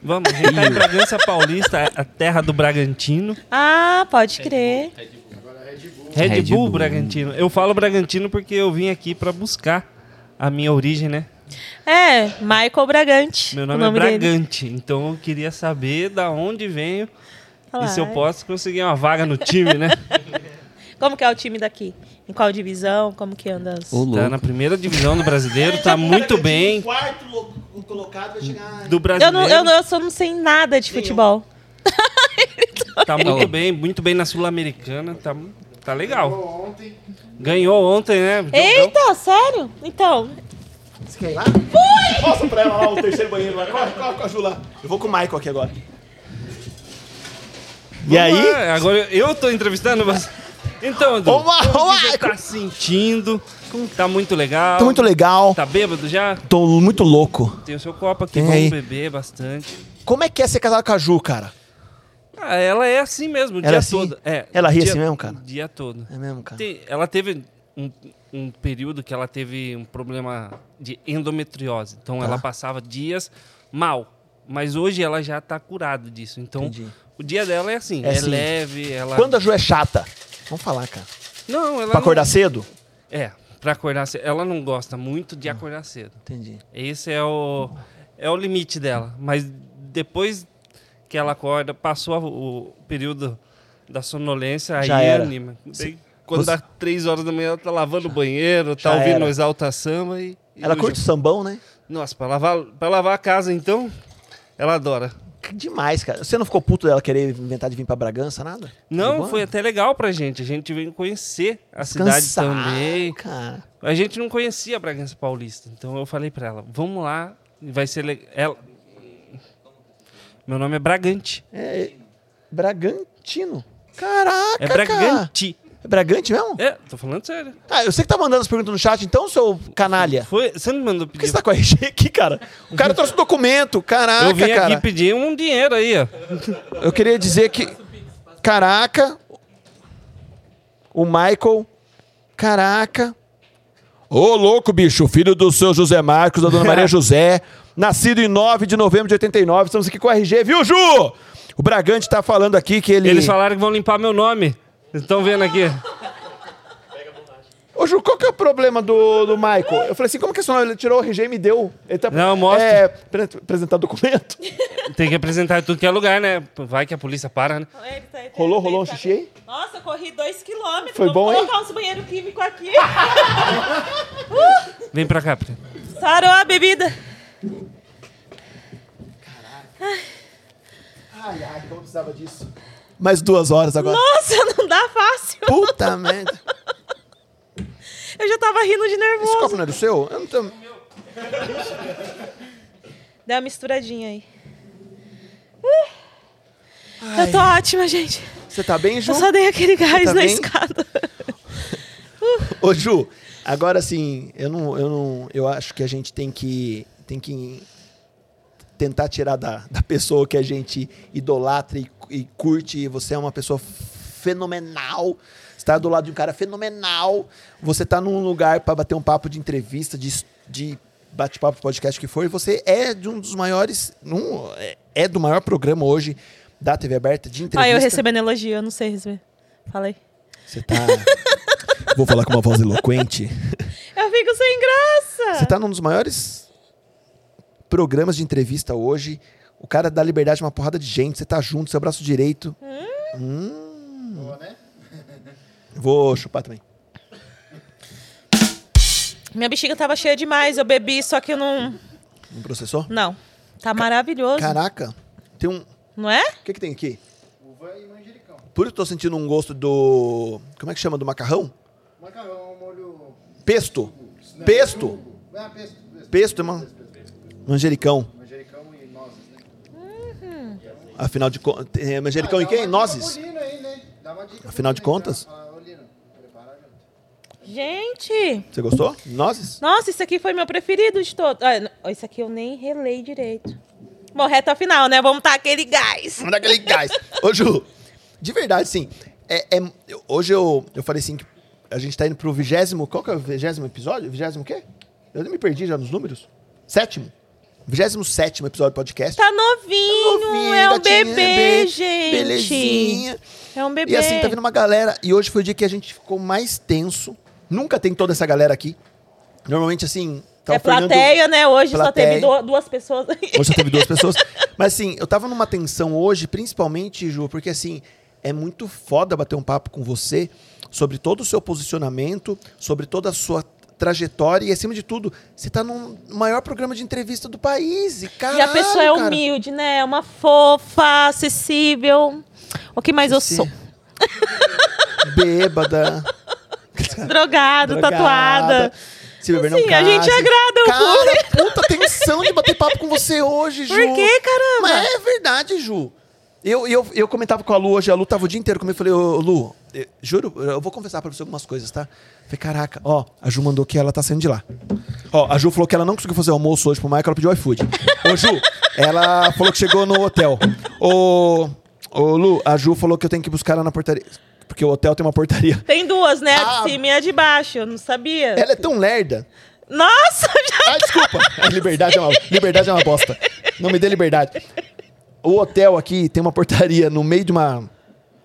H: Vamos, a gente tá em Bragança Paulista, a terra do Bragantino.
C: Ah,
H: É
C: pode crer.
H: Red,
I: Red
H: Bull,
I: Bull.
H: Bragantino. Eu falo Bragantino porque eu vim aqui pra buscar a minha origem, né?
C: É, Michael Bragante.
H: Meu
C: o
H: nome, é
C: dele.
H: Bragante, então eu queria saber da onde venho
C: Olha
H: e se eu
C: lá. é.
H: posso conseguir uma vaga no time, né?
C: Como que é o time daqui? Em qual divisão? Como que anda? as-
I: Ô,
H: tá na
I: louco.
H: primeiro divisão do brasileiro, tá muito bem.
D: Quarto
B: um
D: lo- colocado vai chegar.
H: Do
C: Eu,
H: brasileiro,
C: não, eu, não, eu só não sei nada de futebol.
H: tá muito bem, muito bem na Sul-Americana, tá, tá legal.
D: Pô, Ontem,
H: Ganhou ontem, né? Jogão.
C: Eita, sério? Então,
B: Você quer ir lá? Mostra pra ela lá o terceiro banheiro lá. Corre, corre com a Ju lá. Eu vou com o Michael aqui agora. E
H: Vamos
B: aí?
H: lá, Agora eu eu tô entrevistando você. Então, Edu,
B: Vamos lá,
H: como
B: vamos
H: que
B: lá.
H: você tá sentindo? Tá muito legal.
B: Tô muito legal.
H: Tá bêbado já?
B: Tô muito louco.
H: Tem o seu copo aqui,
B: Tem
H: vamos
B: aí.
H: beber bastante.
B: Como é que é ser casado com a Ju, cara?
H: Ah, ela é assim mesmo, o
B: Ela é
H: dia
B: assim?
H: todo. É,
B: Ela ri
H: dia-
B: assim mesmo, cara?
H: O dia todo.
B: É mesmo, cara?
H: Tem- ela teve um, um período que ela teve um problema de endometriose. Então
B: Tá.
H: ela passava dias mal. Mas hoje ela já tá curada disso. Então
B: Entendi.
H: o dia dela é assim,
B: É
H: é,
B: assim.
H: leve, ela.
B: Quando a Ju é chata? Vamos falar, cara.
H: Não, ela
B: Pra
H: não-
B: acordar cedo?
H: É, pra acordar cedo. Ela não gosta muito de acordar cedo.
B: Ah, Entendi.
H: Esse é o, é o limite dela. Mas depois que ela acorda, passou o período da sonolência, aí
B: Já era.
H: anima. Daí, quando dá três horas da manhã, ela tá lavando o banheiro, tá
B: já
H: ouvindo
B: era.
H: o Exalta Samba e... e
B: Ela
H: o
B: curte o
H: jo-
B: sambão, né?
H: Nossa, pra lavar, pra lavar a casa, então, ela adora.
B: Que Demais, cara. Você não ficou puto dela querer inventar de vir pra Bragança, nada? De
H: Não,
B: boa?
H: foi até legal pra gente. A gente veio conhecer a cidade
B: Cansar,
H: também.
B: cara.
H: A gente não conhecia Bragança Paulista, então eu falei pra ela, vamos lá, vai ser legal. Ela... Meu nome é Bragante.
B: É... Bragantino. Caraca,
H: É
B: cara.
H: Bragante.
B: É Bragante mesmo?
H: É, tô falando sério.
B: Ah, eu sei que tá mandando as perguntas no chat, então, seu canalha.
H: Foi, você não mandou
B: Por que
H: pedir.
B: você tá com a RG aqui, cara? O cara trouxe um documento, caraca,
H: eu vim
B: cara.
H: aqui pedir um dinheiro aí, ó.
B: Eu queria dizer que. Caraca. O Michael. Caraca. Ô, louco, bicho. Filho do seu José Marcos, da dona Maria José. Nascido em 9 de novembro de 89. Estamos aqui com o RG, viu, Ju? O Bragante tá falando aqui que ele.
H: Eles falaram que vão limpar meu nome. Vocês estão vendo aqui?
B: Ô, Ju, qual que é o problema do, do Michael? Eu falei assim, como que é seu nome? Ele tirou o RG e me deu. Ele tá.
H: Não, mostra.
B: É, pre- apresentar documento.
H: Tem que apresentar em tudo que é lugar, né? Vai que a polícia para, né?
C: Ele tá- ele tá-
B: Rolou,
C: ele
B: rolou um
C: tá-
B: xixi aí?
C: Nossa, eu corri dois quilômetros.
B: Foi
C: Vou
B: bom, hein?
C: colocar uns banheiro químico aqui.
H: Vem pra cá, Pri.
C: Sarou a bebida.
B: Ai, ai, como precisava disso. Mais duas horas agora.
C: Nossa, não dá fácil.
B: Puta merda.
C: Eu já tava rindo de
B: Esse
C: nervoso.
B: copo não é do seu? Eu não tenho...
C: Dá uma misturadinha aí. Uh. Eu tô ótima, gente.
B: Você tá bem, Ju?
C: Eu só dei aquele gás
B: tá
C: na
B: bem?
C: escada.
B: Ô, Ju, agora sim, eu não, eu não. Eu acho que a gente tem que. Tem que tentar tirar da, da pessoa que a gente idolatra e, e curte. e Você é uma pessoa fenomenal. Você tá do lado de um cara fenomenal. Você tá num lugar pra bater um papo de entrevista, de, s- de bate-papo, podcast que for. E você é de um dos maiores. Um, é- é do maior programa hoje da TV aberta de entrevista.
C: Ah, eu recebendo elogio, eu não sei receber. Fala aí.
B: Você tá. Vou falar com uma voz eloquente.
C: Eu fico sem graça.
B: Você tá num dos maiores programas de entrevista hoje. O cara dá liberdade pra uma porrada de gente. Você tá junto, seu braço direito. Hum.
D: boa, né?
B: Vou chupar também.
C: Minha bexiga tava cheia demais, eu bebi, só que eu não.
B: Não processou?
C: Não. Tá maravilhoso.
B: Caraca, tem um. O
C: Não é?
B: que, que tem aqui?
D: Uva e manjericão.
B: Por isso eu tô sentindo um gosto do. Como é que chama? Do macarrão?
D: Macarrão, molho.
B: Pesto. Pesto.
D: Ah, pesto, pesto.
B: Pesto, irmão. Manjericão.
D: Manjericão e nozes, né?
B: Afinal de contas. Manjericão e
D: Dá
B: quem?
D: uma dica
B: Nozes?
D: pro Lino aí, né? Dá uma dica pro
B: Afinal de
D: Lino aí,
B: contas?
D: tá? Fala, ô, Lino, prepara né? a janta.
C: Gente!
B: Você gostou? Nozes?
C: Nossa, isso aqui foi meu preferido de todos. Ah, n- ó, isso aqui eu nem relei direito. Bom, reta final, né? Vamos tá aquele gás.
B: Vamos dar aquele gás. Ô, Ju, de verdade, sim. É, é- eu- hoje eu, eu falei assim que a gente tá indo pro vigésimo. Qual que é o vigésimo episódio? Vigésimo o quê? Eu nem me perdi já nos números. Sétimo. Vigésimo sétimo episódio do podcast.
C: Tá novinho,
B: Novinho,
C: é um
B: gatinha,
C: bebê,
B: bebê,
C: gente.
B: Belezinha.
C: É um bebê.
B: E assim, tá vindo uma galera. E hoje foi o dia que a gente ficou mais tenso. Nunca tem toda essa galera aqui. Normalmente, assim. Tá
C: é
B: o Fernando-
C: plateia, né? Hoje só
B: Plateia.
C: teve du- duas pessoas.
B: Hoje só teve duas pessoas. Mas assim, eu tava numa tensão hoje, principalmente, Ju, porque assim, é muito foda bater um papo com você sobre todo o seu posicionamento, sobre toda a sua trajetória e, acima de tudo, você tá num maior programa de entrevista do país. E, caralho,
C: e a pessoa é
B: cara.
C: humilde, né? É uma fofa, acessível. O que mais eu
B: Sim.
C: sou?
B: Bêbada.
C: Drogada, Tá tatuada.
B: Se beber não
C: Assim, a gente
B: case.
C: agrada o
B: Cara, puta tensão de bater papo com você hoje, Ju.
C: Por que, caramba?
B: Mas é verdade, Ju. Eu, eu, eu comentava com a Lu hoje, a Lu tava o dia inteiro comigo, eu falei, ô Lu, eu- juro, eu vou confessar pra você algumas coisas, tá? Falei, caraca, ó, a Ju mandou que ela tá saindo de lá. Ó, a Ju falou que ela não conseguiu fazer almoço hoje pro Michael, ela pediu iFood. Ô, Ju, ela falou que chegou no hotel. Ô, ô Lu, a Ju falou que eu tenho que buscar ela na portaria, porque o hotel tem uma portaria.
C: Tem duas, né? A
B: Ah.
C: de cima e a de baixo. Eu não sabia.
B: Ela é tão lerda
C: Nossa, já...
B: Ah, desculpa. A liberdade, é uma, liberdade é uma bosta. Não me dê liberdade. O hotel aqui tem uma portaria no meio de uma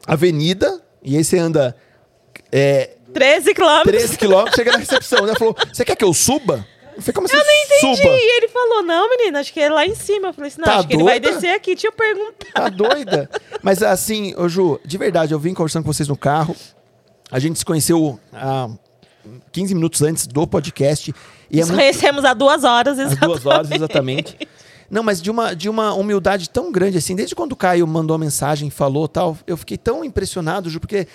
B: avenida. E aí você anda é,
C: 13 quilômetros.
B: 13 quilômetros, chega na recepção. Ela falou, você quer que eu suba? Eu falei, como assim,
C: Eu não entendi.
B: suba?
C: E ele falou, não, menina, acho que é lá em cima. Eu falei assim, não,
B: Tá
C: acho que ele vai
B: doida?
C: descer aqui. Deixa eu perguntar.
B: Tá doida? Mas assim, ô Ju, de verdade, eu vim conversando com vocês no carro. A gente se conheceu há 15 minutos antes do podcast. E é
C: Nos
B: muito
C: conhecemos há duas horas,
B: Às
C: exatamente.
B: duas horas, exatamente. Não, mas de uma, de uma humildade tão grande, assim, desde quando o Caio mandou a mensagem, falou tal, eu fiquei tão impressionado, Ju, porque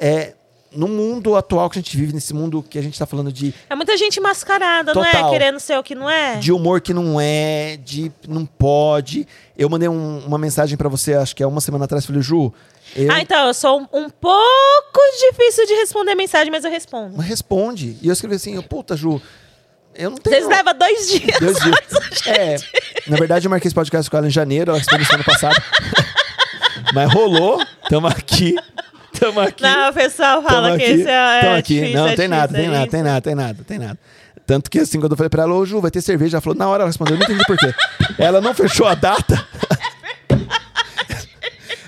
B: é, no mundo atual que a gente vive, nesse mundo que a gente tá falando de,
C: É muita gente mascarada, não
B: Total.
C: é? Querendo ser o que não é.
B: de humor que não é, de não pode. Eu mandei um- uma mensagem pra você, acho que é uma semana atrás, falei, Ju, eu
C: Ah, então, eu sou um, um pouco difícil de responder mensagem, mas eu respondo.
B: responde. E eu escrevi assim, eu, puta, Ju, eu não tenho.
C: Vocês levam dois dias.
B: Dois dias. É. Na verdade, eu marquei esse podcast com ela em janeiro, ela respondeu semana passada. Mas rolou. Tamo aqui. Tamo aqui.
C: Não, o pessoal
B: tamo
C: fala que esse é,
B: tamo
C: é
B: aqui.
C: difícil.
B: Não,
C: é
B: tem nada,
C: difícil,
B: tem
C: é
B: nada,
C: isso.
B: tem nada, tem nada, tem nada. Tanto que assim, quando eu falei pra ela, ô Ju, vai ter cerveja, ela falou, na hora ela respondeu, eu não entendi por quê. Ela não fechou a data.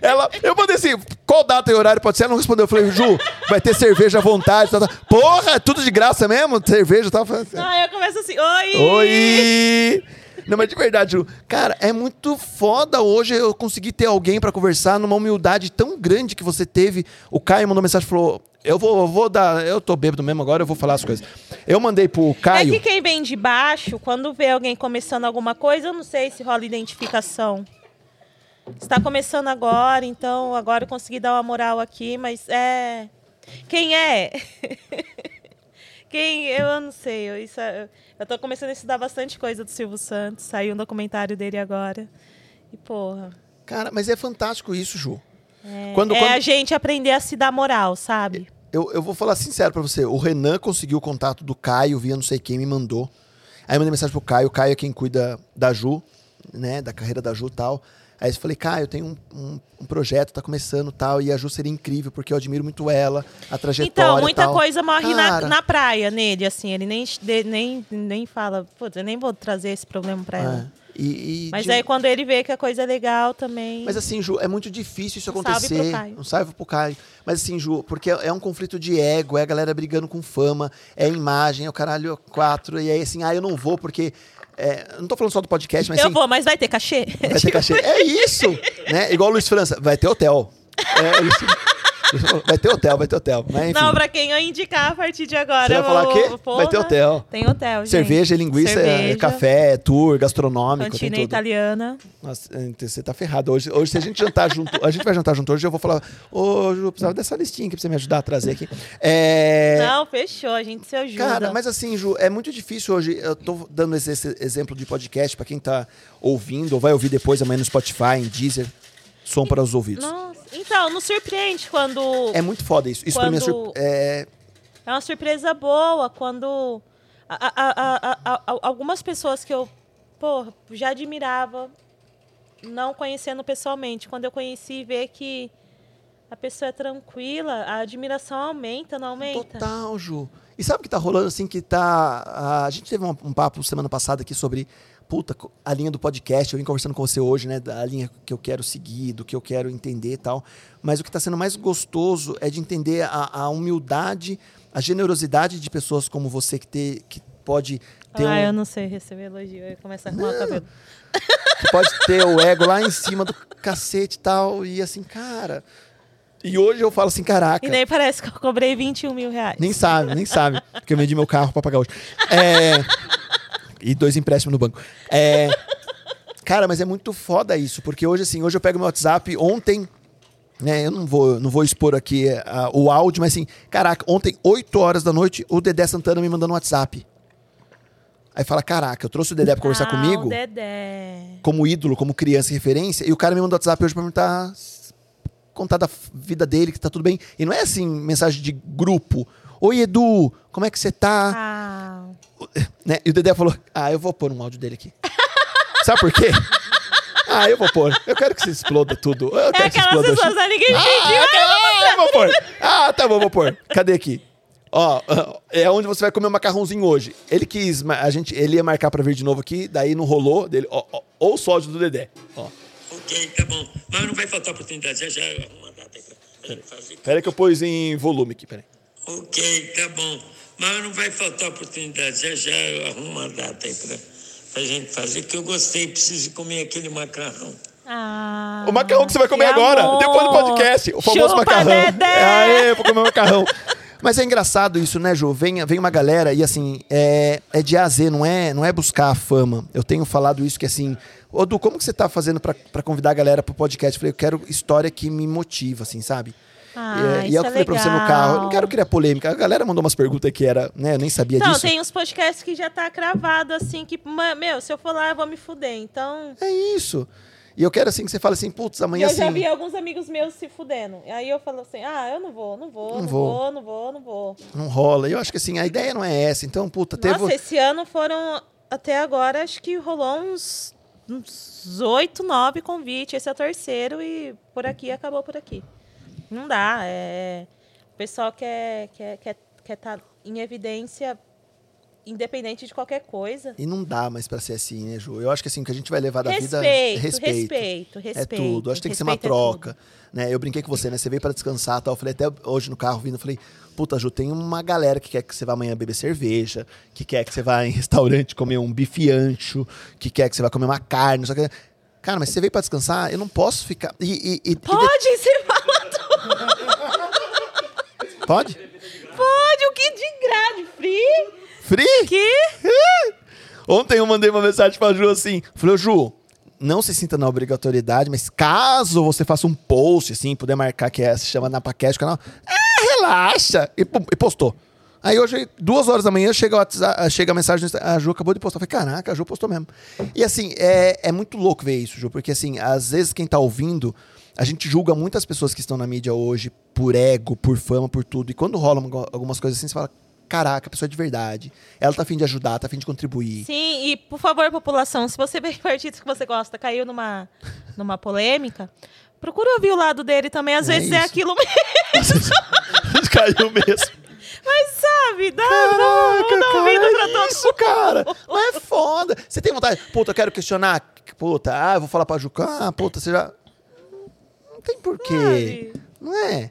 B: Ela, eu mandei assim, qual data e horário pode ser? Ela não respondeu. Eu falei, Ju, vai ter cerveja à vontade. Tal, tal. Porra, é tudo de graça mesmo? Cerveja e tal. Eu falei,
C: Ah, eu começo assim, oi!
B: Oi! Não, mas de verdade, Ju, cara, é muito foda hoje eu conseguir ter alguém pra conversar numa humildade tão grande que você teve. O Caio mandou mensagem e falou: Eu vou, eu vou dar. Eu tô bêbado mesmo agora, eu vou falar as coisas. Eu mandei pro Caio.
C: É que quem vem de baixo, quando vê alguém começando alguma coisa, eu não sei se rola identificação. Está começando agora, então agora eu consegui dar uma moral aqui, mas é. Quem é? Quem. Eu não sei. Eu, isso, é- eu tô começando a estudar bastante coisa do Silvio Santos. Saiu um documentário dele agora. E, porra.
B: Cara, mas é fantástico isso, Ju. Quando,
C: é
B: quando-
C: a gente aprender a se dar moral, sabe?
B: Eu, eu vou falar sincero pra você. O Renan conseguiu o contato do Caio via não sei quem, me mandou. Aí eu mandei mensagem pro Caio. O Caio é quem cuida da Ju, né? Da carreira da Ju e tal. Aí eu falei, Caio, tem um, um, um projeto, tá começando e tal. E a Ju seria incrível, porque eu admiro muito ela, a trajetória
C: Então,
B: e
C: muita
B: tal.
C: coisa morre na,
B: Cara.
C: na praia nele, assim. Ele nem, de- nem, nem fala, putz, eu nem vou trazer esse problema pra ela.
B: É. E, e
C: Mas
B: de-
C: aí quando ele vê que a coisa é legal também.
B: Mas assim, Ju, é muito difícil isso
C: Um salve
B: acontecer.
C: pro Caio.
B: Um salve pro Caio. Mas assim, Ju, porque é é um conflito de ego, é a galera brigando com fama, é imagem, é o caralho quatro. E aí assim, ah, eu não vou porque... é, eu não tô falando só do podcast, mas
C: eu
B: assim,
C: vou, mas vai ter cachê?
B: Vai ter cachê. É isso! né? Igual o Luiz França, vai ter hotel. É, o Luiz- Vai ter hotel, vai ter hotel. Mas, enfim,
C: Não, pra quem eu indicar a partir de agora.
B: Você vai
C: eu
B: falar
C: vou-
B: o quê?
C: porra,
B: Vai ter hotel.
C: Tem hotel, gente.
B: cerveja, linguiça, é
C: Cerveja,
B: café, tour, gastronômico, tem
C: Cantina
B: tudo.
C: italiana.
B: Nossa, você tá ferrado. Hoje, hoje, se a gente jantar junto, a gente vai jantar junto hoje, eu vou falar, ô, Ju, eu precisava dessa listinha aqui pra você me ajudar a trazer aqui. É...
C: Não, fechou, a gente se ajuda.
B: Cara, mas assim, Ju, é muito difícil hoje. Eu tô dando esse, esse exemplo de podcast pra quem tá ouvindo ou vai ouvir depois amanhã no Spotify, em Deezer. Som para os ouvidos.
C: Nossa, então, não surpreende quando.
B: É muito foda isso. Isso pra mim é,
C: Quando-
B: sur... é...
C: É uma surpresa boa quando a- a- a- a- a- a- algumas pessoas que eu porra, já admirava, não conhecendo pessoalmente, quando eu conheci e ver que a pessoa é tranquila, a admiração aumenta, não aumenta?
B: Total, Ju. E sabe o que tá rolando assim que tá. A gente teve um, um papo semana passada aqui sobre. Puta, co- a linha do podcast, eu vim conversando com você hoje, né? Da linha que eu quero seguir, do que eu quero entender e tal. Mas o que está sendo mais gostoso é de entender a, a humildade, a generosidade de pessoas como você que, te, que pode ter
C: ah,
B: um-
C: eu não sei receber elogio, eu começo a arrumar o cabelo.
B: que pode ter o ego lá em cima do cacete e tal. E assim, cara. E hoje eu falo assim, caraca.
C: E nem parece que eu cobrei 21 mil reais.
B: Nem sabe, nem sabe. Porque eu vendi meu carro pra pagar hoje. É, e dois empréstimos no banco. É, cara, mas é muito foda isso. Porque hoje, assim, hoje eu pego meu WhatsApp. Ontem, né, eu não vou, não vou expor aqui ah, o áudio, mas assim, caraca, ontem, 8 horas da noite, o Dedé Santana me mandando um WhatsApp. Aí fala, caraca, eu trouxe o Dedé pra conversar
C: Ah,
B: comigo
C: O Dedé.
B: como ídolo, como criança e referência, e o cara me mandou WhatsApp hoje pra perguntar contar da f- vida dele, que tá tudo bem. E não é assim, mensagem de grupo. Oi, Edu, como é que você tá?
C: Ah,
B: Né? E o Dedé falou: Ah, eu vou pôr um áudio dele aqui. Sabe por quê? Ah, eu vou pôr. Eu quero que se exploda tudo. Eu
C: é
B: quero que se
C: aquelas
B: exploda.
C: pessoas, né? ninguém
B: Ah,
C: pediu.
B: eu quero- ah, eu vou pôr. Ah, tá bom, vou pôr. Cadê aqui? Ó, é onde você vai comer o macarrãozinho hoje. Ele quis, ma- a gente, ele ia marcar pra vir de novo aqui, daí não rolou dele. Ó, ó, ou o sódio do Dedé. Ó.
J: Ok, tá bom. Mas não vai faltar oportunidade. Já já eu arrumo uma data aí pra pra gente fazer.
B: Peraí que eu pus em volume aqui, peraí.
J: Ok, tá bom. Mas não vai faltar oportunidade. Já já eu arrumo uma data aí pra, pra gente fazer. Que eu gostei, preciso comer aquele macarrão.
C: Ah,
B: O macarrão que você vai comer
C: que
B: agora,
C: amor.
B: depois do podcast. O famoso
C: Chupa,
B: macarrão.
C: Dedé!
B: É, Aê, vou comer macarrão. Mas é engraçado isso, né, Ju? Vem, vem uma galera e assim, é, é de A a Z, não é, não é buscar a fama. Eu tenho falado isso que assim, ô Du, como que você tá fazendo pra, pra convidar a galera pro podcast? Eu falei, eu quero história que me motiva, assim, sabe?
C: Ah,
B: e é, e
C: isso
B: é o que eu falei pra você no
C: legal.
B: carro. Eu não quero criar polêmica. A galera mandou umas perguntas que era, né? Eu nem sabia
C: Não,
B: disso.
C: tem uns podcasts que já tá cravado, assim, que, ma- meu, se eu for lá, eu vou me fuder. Então,
B: É isso. E eu quero assim que você fale assim, putz,
C: e
B: amanhã
C: eu
B: assim.
C: já vi alguns amigos meus se fudendo. Aí eu falo assim, ah, eu não vou, não vou, não,
B: Não vou.
C: vou. não vou, não vou.
B: Não rola. E Eu acho que assim, a ideia não é essa. Então, puta, teve.
C: Nossa, esse ano foram, até agora, acho que rolou uns... Uns oito, nove convites. Esse é o terceiro e por aqui acabou por aqui. Não dá. É... O pessoal quer estar quer, quer, quer tá em evidência independente de qualquer coisa.
B: E não dá mais pra ser assim, né, Ju? Eu acho que assim, o que a gente vai levar da
C: Respeito,
B: vida
C: respeito, respeito,
B: É tudo. Acho que tem que ser uma
C: Respeito é tudo.
B: troca. né? Eu brinquei com você, né? Você veio pra descansar e tal. Eu falei até hoje no carro vindo, eu falei, puta, Ju, tem uma galera que quer que você vá amanhã beber cerveja, que quer que você vá em restaurante comer um bife ancho, que quer que você vá comer uma carne, só que. Cara, mas você veio pra descansar, eu não posso ficar. E, e- e- e de-
C: Pode, você fala tudo.
B: Pode?
C: Pode, o que de grade? Free?
B: Free?
C: Que?
B: Ontem eu mandei uma mensagem pra Ju assim. Falei, "Ô, Ju, não se sinta na obrigatoriedade, mas caso você faça um post, assim, puder marcar que é, se chama Napacast o canal, ah, relaxa! E, pum, e postou. Aí hoje, duas horas da manhã, chega, o WhatsApp- ah, chega a mensagem, no Insta- a Ju acabou de postar. Eu Falei, caraca, a Ju postou mesmo. E assim, é, é muito louco ver isso, Ju, porque assim, às vezes quem tá ouvindo, a gente julga muitas pessoas que estão na mídia hoje por ego, por fama, por tudo. E quando rolam algu- algumas coisas assim, você fala, caraca, a pessoa é de verdade. Ela tá afim de ajudar, tá afim de contribuir.
C: Sim, e por favor, população, se você vê partidos que você gosta, caiu numa, numa polêmica, procura ouvir o lado dele também. Às
B: É
C: vezes é
B: isso.
C: aquilo mesmo,
B: Caiu mesmo.
C: mas sabe? Dá, dá,
B: Caraca,
C: dá ouvido pra
B: cara, é
C: todos.
B: isso, cara. Mas é foda. Você tem vontade... Puta, eu quero questionar. Puta, ah, eu vou falar pra Juca. Ah, puta, você já... Não tem porquê. Não é?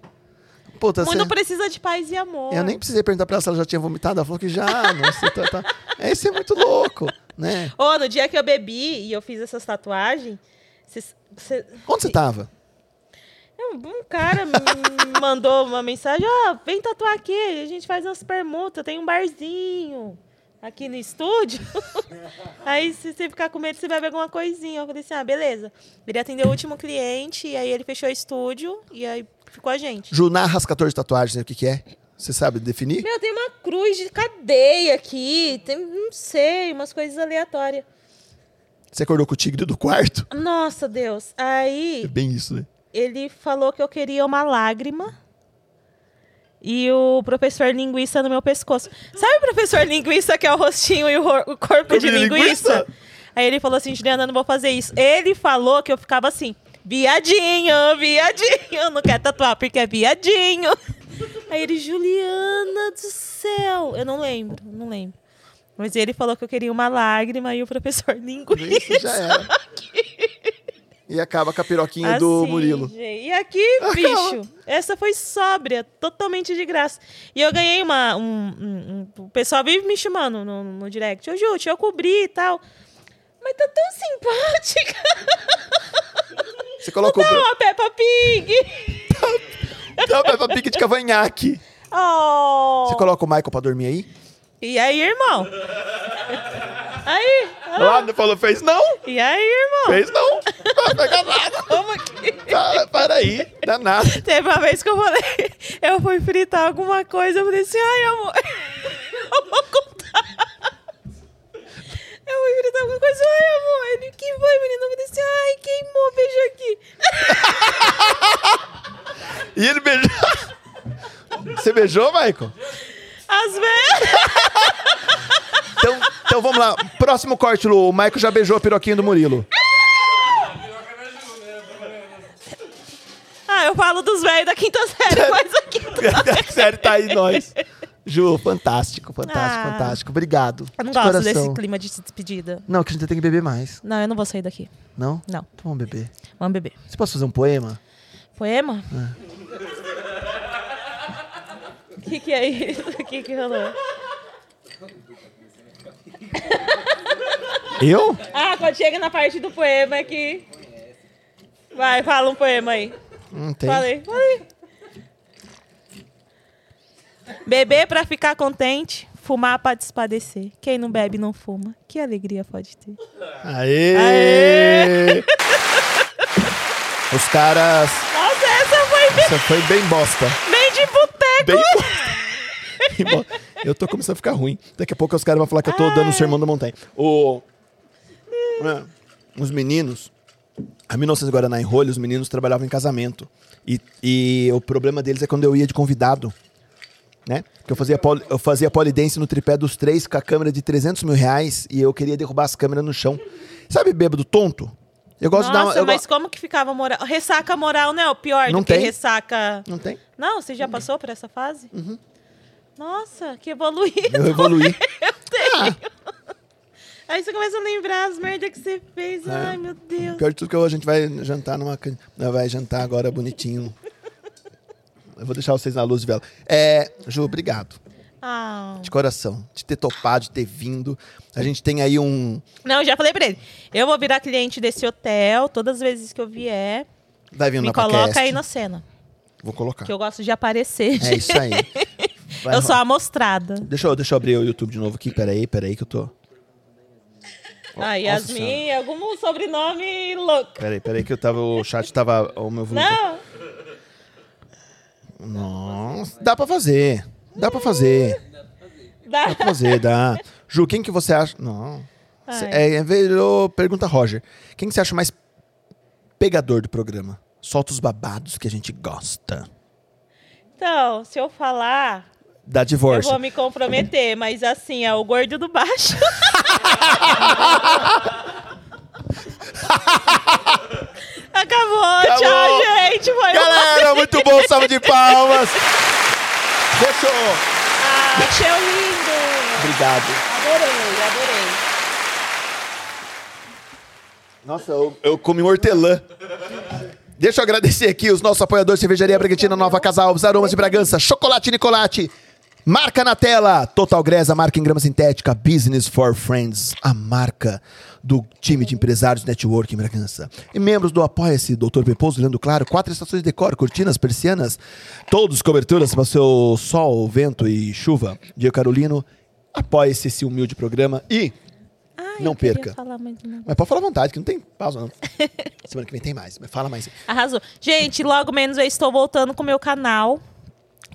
B: Puta,
C: O
B: você...
C: mundo precisa de paz e amor.
B: Eu nem precisei perguntar pra ela se ela já tinha vomitado. Ela falou que já. Nossa, tá, tá. É, isso é muito louco, né?
C: Ô, no dia que eu bebi e eu fiz essas tatuagens, cês- cê-
B: Onde você tava?
C: Um cara me mandou uma mensagem, ó, vem tatuar aqui, a gente faz umas permutas, tem um barzinho aqui no estúdio. aí se você ficar com medo, você bebe alguma coisinha. Eu falei assim, ah, beleza. Ele atendeu o último cliente, e aí ele fechou o estúdio, e aí ficou a gente.
B: Ju, narra as 14 tatuagens, né, o que que é? Você sabe definir?
C: Meu, tem uma cruz de cadeia aqui, tem, não sei, umas coisas aleatórias.
B: Você acordou com o tigre do quarto?
C: Nossa, Deus. Aí...
B: É bem isso, né?
C: ele falou que eu queria uma lágrima e o professor linguiça no meu pescoço. Sabe o professor linguiça que é o rostinho e o, ro- o corpo
B: de
C: de linguiça? Aí ele falou assim, Juliana, eu não vou fazer isso. Ele falou que eu ficava assim, viadinho, viadinho, não quer tatuar porque é viadinho. Aí ele, Juliana do céu, eu não lembro, não lembro. Mas ele falou que eu queria uma lágrima e o professor linguiça.
B: Isso já era. E acaba com a piroquinha do
C: Assim,
B: Murilo.
C: gente. E aqui, bicho, essa foi sóbria, totalmente de graça. E eu ganhei uma. Um, um- um- o pessoal vive me chamando no, no direct. Ô, Ju, eu cobri e tal. Mas tá tão simpática.
B: Você colocou
C: Tá
B: o
C: uma Peppa Pig.
B: Dá pra- pra pique de cavanhaque.
C: Oh.
B: Você coloca o Michael pra dormir aí?
C: E aí, irmão? Aí. ah,
B: Ah, não falou, fez não?
C: E aí, irmão?
B: Fez não? Ah, Não pega nada.
C: Como que.
B: Para, para aí, danado.
C: Teve uma vez que eu falei, eu fui fritar alguma coisa, eu falei assim, ai amor, eu vou contar. Eu fui fritar alguma coisa, ai amor, ele, que foi menino? Eu falei assim, ai queimou, veja aqui.
B: E ele beijou. Você beijou, Michael?
C: Às vezes,
B: Então, então vamos lá. Próximo corte, Lu. O Michael já beijou a piroquinha do Murilo.
C: ah, eu falo dos velhos da quinta série, mas aqui.
B: Sério, tá aí nós. Ju, fantástico, fantástico,
C: Ah.
B: fantástico. Obrigado.
C: Eu não
B: De
C: gosto
B: coração.
C: desse clima de despedida.
B: Não, que a gente tem que beber mais,
C: Não, eu não vou sair daqui.
B: não?
C: Não,
B: Então vamos beber.
C: vamos beber.
B: Você pode fazer um poema?
C: Poema? O que, que é isso? O que, que rolou?
B: Eu?
C: Ah, quando chega na parte do poema é que. Vai, fala um poema aí.
B: Não tem.
C: Fala aí, fala aí. Beber pra ficar contente, fumar pra despadecer. Quem não bebe não fuma. Que alegria pode ter.
B: Aê!
C: Aê!
B: Os caras.
C: Nossa, essa foi bem-
B: Você foi bem bosta.
C: bem de boteco.
B: Bem bosta. Eu tô começando a ficar ruim. Daqui a pouco os caras vão falar que eu tô dando o sermão da montanha. O... é, Os meninos. A 1900 Guaraná em Rolha, os meninos trabalhavam em casamento. E, e o problema deles é quando eu ia de convidado. Né? Que eu fazia, poli, eu fazia polidense no tripé dos três com a câmera de 300 mil reais e eu queria derrubar as câmeras no chão. Sabe bêbado tonto? Eu gosto de dar uma.
C: Nossa,
B: eu go-
C: mas como que ficava moral? Ressaca moral não é o pior
B: Não
C: do que
B: tem.
C: ressaca.
B: Não tem?
C: Não, você já passou por essa fase?
B: Uhum.
C: Nossa, que evoluído.
B: Eu evoluí.
C: Aí você começa a lembrar as merdas que você fez.
B: É.
C: Ai, meu Deus.
B: Pior de tudo é que a gente vai jantar numa can... Não, vai jantar agora bonitinho. Eu vou deixar vocês na luz de vela. É, Ju, obrigado.
C: Ah.
B: De coração. De ter topado, de ter vindo. A gente tem aí um.
C: Não, eu já falei pra ele. Eu vou virar cliente desse hotel todas as vezes que eu vier.
B: Vai vir
C: Me
B: na
C: coloca
B: podcast.
C: aí na cena.
B: Vou colocar.
C: Que eu gosto de aparecer.
B: É isso aí. Vai
C: eu sou
B: ro-
C: amostrada.
B: Deixa eu, deixa eu abrir o YouTube de novo aqui. Peraí, peraí que eu tô.
C: Ah, Yasmin, algum sobrenome louco.
B: Peraí, peraí que eu tava. O chat tava. O meu volume.
C: Não?
B: Nossa. Dá pra fazer. Dá pra fazer.
C: Dá.
B: Dá pra fazer, dá. Ju, quem que você acha. Não. Cê-
C: Ai.
B: É, é, virou pergunta Roger. Quem que você acha mais pegador do programa? Solta os babados que a gente gosta.
C: Então, se eu falar,
B: Dá
C: eu
B: divórcio.
C: vou me comprometer. Mas assim, é o gordo do baixo. Acabou. Tchau,
B: Acabou.
C: gente. Foi uma...
B: Galera, muito bom, salve de palmas. Fechou.
C: Ah, achei lindo.
B: Obrigado.
C: Adorei, adorei.
B: Nossa, eu, eu comi um hortelã. Deixa eu agradecer aqui os nossos apoiadores Cervejaria Bregantina Nova Casa Alves, Aromas de Bragança, Chocolate Nicolate, Marca na tela! Total Gresa, marca em grama sintética, Business for Friends, a marca do time de empresários Network em Bragança. E membros do Apoia-se, Doutor Bepouso, Leandro Claro, quatro estações de decor, cortinas, persianas, todos coberturas para o seu sol, vento e chuva. Diego Carolino, apoia-se esse humilde programa e
C: Ai,
B: Não
C: eu queria
B: perca.
C: falar mais um uma
B: mas pode falar à vontade, que não tem pausa, não. Semana que vem tem mais. Mas fala mais.
C: Arrasou. Gente, logo menos eu estou voltando com o meu canal.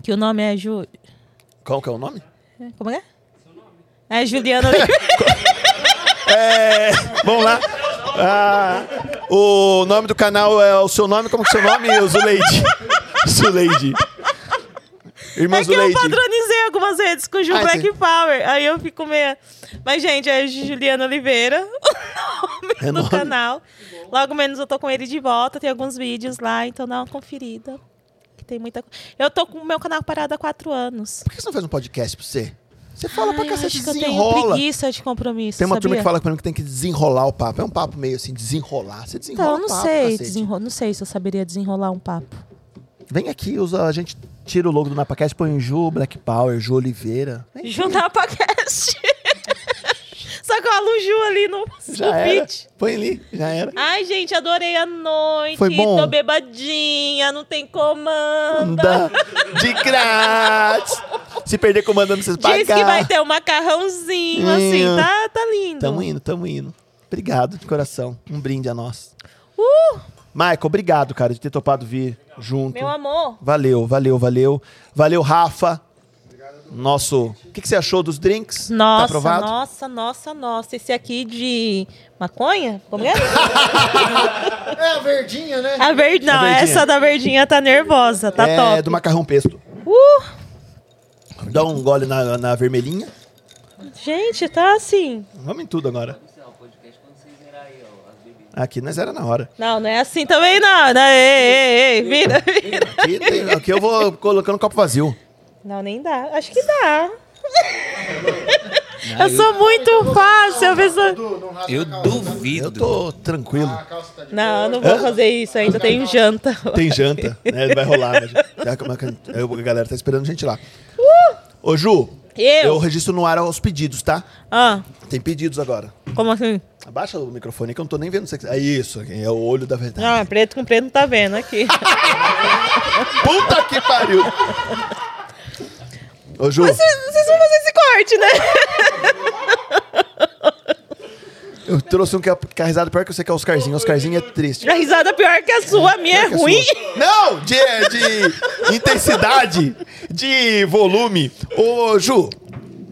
C: Que o nome é Ju.
B: Qual que é o nome?
C: Como é? É Juliana.
B: Vamos lá. Ah, o nome do canal é o seu nome? Como que é o seu nome? Zuleide. Zuleide. Irmã
C: é que eu
B: Zuleide.
C: padronizei algumas redes com o Ju
B: Ah,
C: Black
B: sim.
C: Power. Aí eu fico meio. Mas, gente, é Juliana Oliveira.
B: É
C: no
B: nome.
C: canal. Logo menos eu tô com ele de volta. Tem alguns vídeos lá, então dá uma conferida. Que tem muita co- Eu tô com o meu canal parado há quatro anos.
B: Por que você não faz um podcast pra você? Você fala pra
C: Ai, eu acho
B: cacete,
C: que eu tenho
B: desenrola.
C: preguiça de compromisso.
B: Tem uma
C: sabia?
B: turma que fala comigo que tem que desenrolar o papo. É um papo meio assim, desenrolar. Você desenrola
C: Então, eu
B: o
C: não
B: papo,
C: sei,
B: cacete.
C: desenro- não sei se eu saberia desenrolar um papo.
B: Vem aqui, usa, a gente tira o logo do Napacast, põe Ju, Black Power, Ju Oliveira. Vem.
C: Juntar pra cast. Só que eu alujo ali no, no
B: Já era.
C: pitch.
B: Põe ali, já era.
C: Ai, gente, adorei a noite.
B: Foi bom?
C: Tô bebadinha, não tem comanda.
B: Anda. De grátis. Se perder comandando, vocês Hum. pagar.
C: Diz que vai ter um macarrãozinho,
B: Hum.
C: assim. Tá, tá lindo.
B: Tamo indo, tamo indo. Obrigado de coração. Um brinde a nós. Michael, obrigado, cara, de ter topado vir junto.
C: Uh, Meu amor,
B: Valeu, valeu, valeu. Valeu, Rafa. Nosso. O que, que você achou dos drinks? tá
C: Nossa,
B: aprovado?
C: nossa, nossa, nossa. Esse aqui de maconha? Como é?
D: É a verdinha, né?
C: A verde, não,
B: A verdinha.
C: essa da verdinha tá nervosa, tá
B: é
C: top.
B: do macarrão pesto.
C: Uh,
B: Dá um gole na, na vermelhinha.
C: gente, tá assim.
B: Vamos em tudo agora. Aqui nós era na hora.
C: Não, não é assim também, não. não ei, ei, ei, vira, vira.
B: Aqui, tem- aqui eu vou colocando copo vazio.
C: Não, nem dá. Acho que dá. Eu sou muito fácil, a pessoa...
D: Du, não rasga
I: Eu
D: a calça.
I: duvido.
B: Eu tô tranquilo.
D: A calça tá de
C: Não, eu não vou fazer isso ainda, tem janta.
B: Tem janta, né? Vai rolar. Mas... Já como é que- eu- A galera tá esperando gente lá. Ô, Ju, eu
C: Eu?
B: registro no ar os pedidos, tá?
C: Ah,
B: Tem pedidos agora.
C: como assim?
B: Abaixa o microfone que eu não tô nem vendo. se você- É isso, é o olho da verdade.
C: Ah, preto com preto não tá vendo aqui.
B: Puta que pariu! Ô, Ju,
C: Vocês vocês vão fazer esse corte, né?
B: eu trouxe um que é carregado pior que eu sei que é o Oscarzinho. Oscarzinho é triste.
C: A risada pior que a sua, a minha é
B: Que é
C: ruim.
B: sua. Não! De, de intensidade, de volume. Ô, Ju,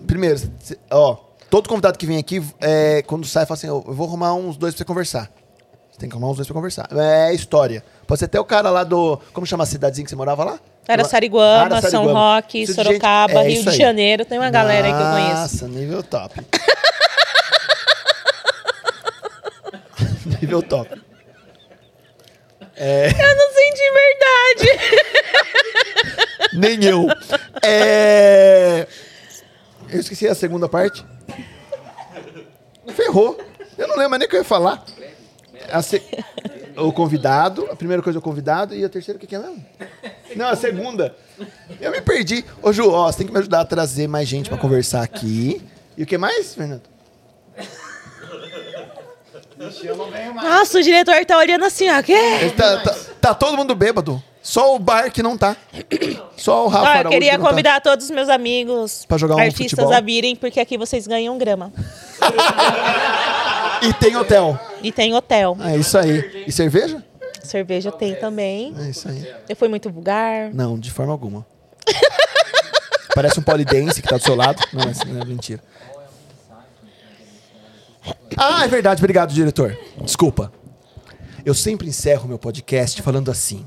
B: primeiro, cê- ó, todo convidado que vem aqui, é, quando sai, fala assim: eu eu vou arrumar uns dois pra você conversar. Você tem que arrumar uns dois pra conversar. É história. Pode ser até o cara lá do. Como chama a cidadezinha que você morava lá?
C: Araçariguama,
B: Araçariguama.
C: São Roque,
B: Precisa de
C: Sorocaba,
B: gente- é
C: Rio
B: isso
C: de
B: aí.
C: Janeiro. Tem uma galera aí que eu conheço.
B: Nossa, nível top. nível top. É,
C: Eu não senti verdade.
B: Nem eu. É... Eu esqueci a segunda parte. Ferrou. Eu não lembro nem o que eu ia falar. A se- O convidado, a primeira coisa é o convidado e a terceira o que que é mesmo? Não, a segunda. Eu me perdi. Ô Ju, ó, você tem que me ajudar a trazer mais gente pra conversar aqui. E o que mais, Fernando?
C: Nossa, o diretor tá olhando assim, ó. Quê?
B: Ele Tá, tá- tá todo mundo bêbado. Só o bar que não tá. Só o Rafa
C: Ó, eu
B: Araújo que
C: queria
B: não tá.
C: convidar todos os meus amigos
B: Pra jogar um
C: artistas
B: futebol.
C: a virem, porque aqui vocês ganham grama.
B: E tem hotel.
C: E tem hotel.
B: É isso aí. E cerveja?
C: Cerveja tem também.
B: É isso aí.
C: Eu fui muito vulgar.
B: Não, de forma alguma. Parece um polidense que tá do seu lado. Não, essa não é mentira. Ah, é verdade. Obrigado, diretor. Desculpa. Eu sempre encerro meu podcast falando assim.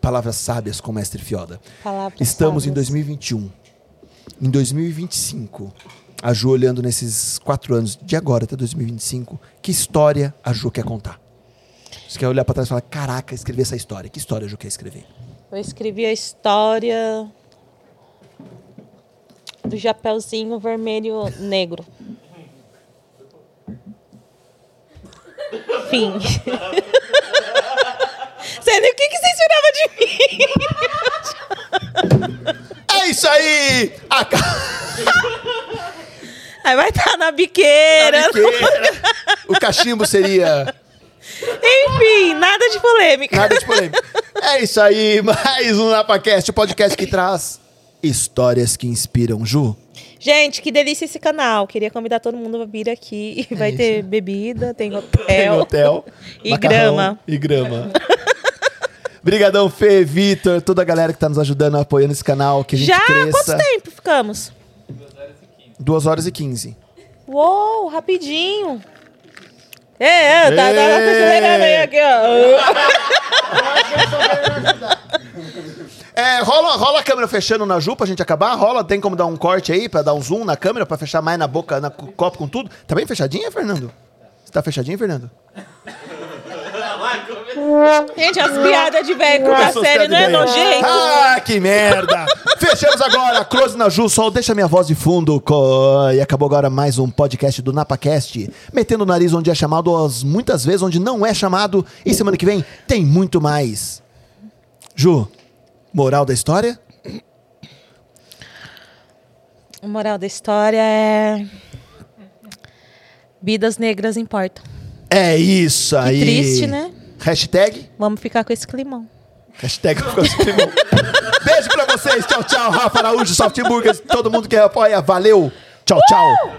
B: Palavras sábias com o mestre Fioda.
C: Palavras
B: Estamos em
C: sábias.
B: 2021. Em 2025, a Ju olhando nesses quatro anos, de agora até 2025, que história a Ju quer contar? Você quer olhar pra trás e falar, caraca, escrever essa história. Que história a Ju quer escrever?
C: Eu escrevi a história do Japeuzinho Vermelho Negro. Fim. Sério, o que, que você esperava de mim?
B: É É isso aí! A
C: Aí vai estar na biqueira.
B: biqueira. O cachimbo seria
C: Enfim, nada de polêmica.
B: nada de polêmico. É isso aí, mais um NapaCast, o podcast que traz histórias que inspiram. Ju,
C: Gente, que delícia esse canal. Queria convidar todo mundo a vir aqui. Vai ter bebida, tem hotel.
B: É tem hotel.
C: É E
B: macarrão
C: grama.
B: E grama. Obrigadão, Fê, Vitor, toda a galera que tá nos ajudando, apoiando esse canal, que a gente
C: Já
B: cresça.
C: quanto tempo ficamos?
B: 2 horas e 15.
C: Uou, rapidinho. É, é, tá, tá, tá acelerando aí aqui, ó.
B: É, rola, rola a câmera fechando na Ju pra gente acabar? Rola? Tem como dar um corte aí pra dar um zoom na câmera pra fechar mais na boca, na co- copo com tudo? Tá bem fechadinha, Fernando? Você tá fechadinho, Fernando?
C: Gente, as piadas de velho com a
B: Começou a
C: série
B: ficar
C: não é
B: de velho.
C: nojento?
B: Ah, que merda! Fechamos agora, close na Ju, sol, deixa minha voz de fundo. co- E acabou agora mais um podcast do NapaCast, metendo o nariz onde é chamado, as muitas vezes onde não é chamado. E semana que vem tem muito mais. Ju, moral da história?
C: A moral da história é... Vidas negras importam.
B: É isso aí.
C: triste, né?
B: Hashtag?
C: Vamos ficar com esse climão.
B: Hashtag ficou sem limão. Beijo pra vocês. Tchau, tchau. Rafa Araújo, Soft Burgers, todo mundo que apoia. Valeu. Tchau, tchau.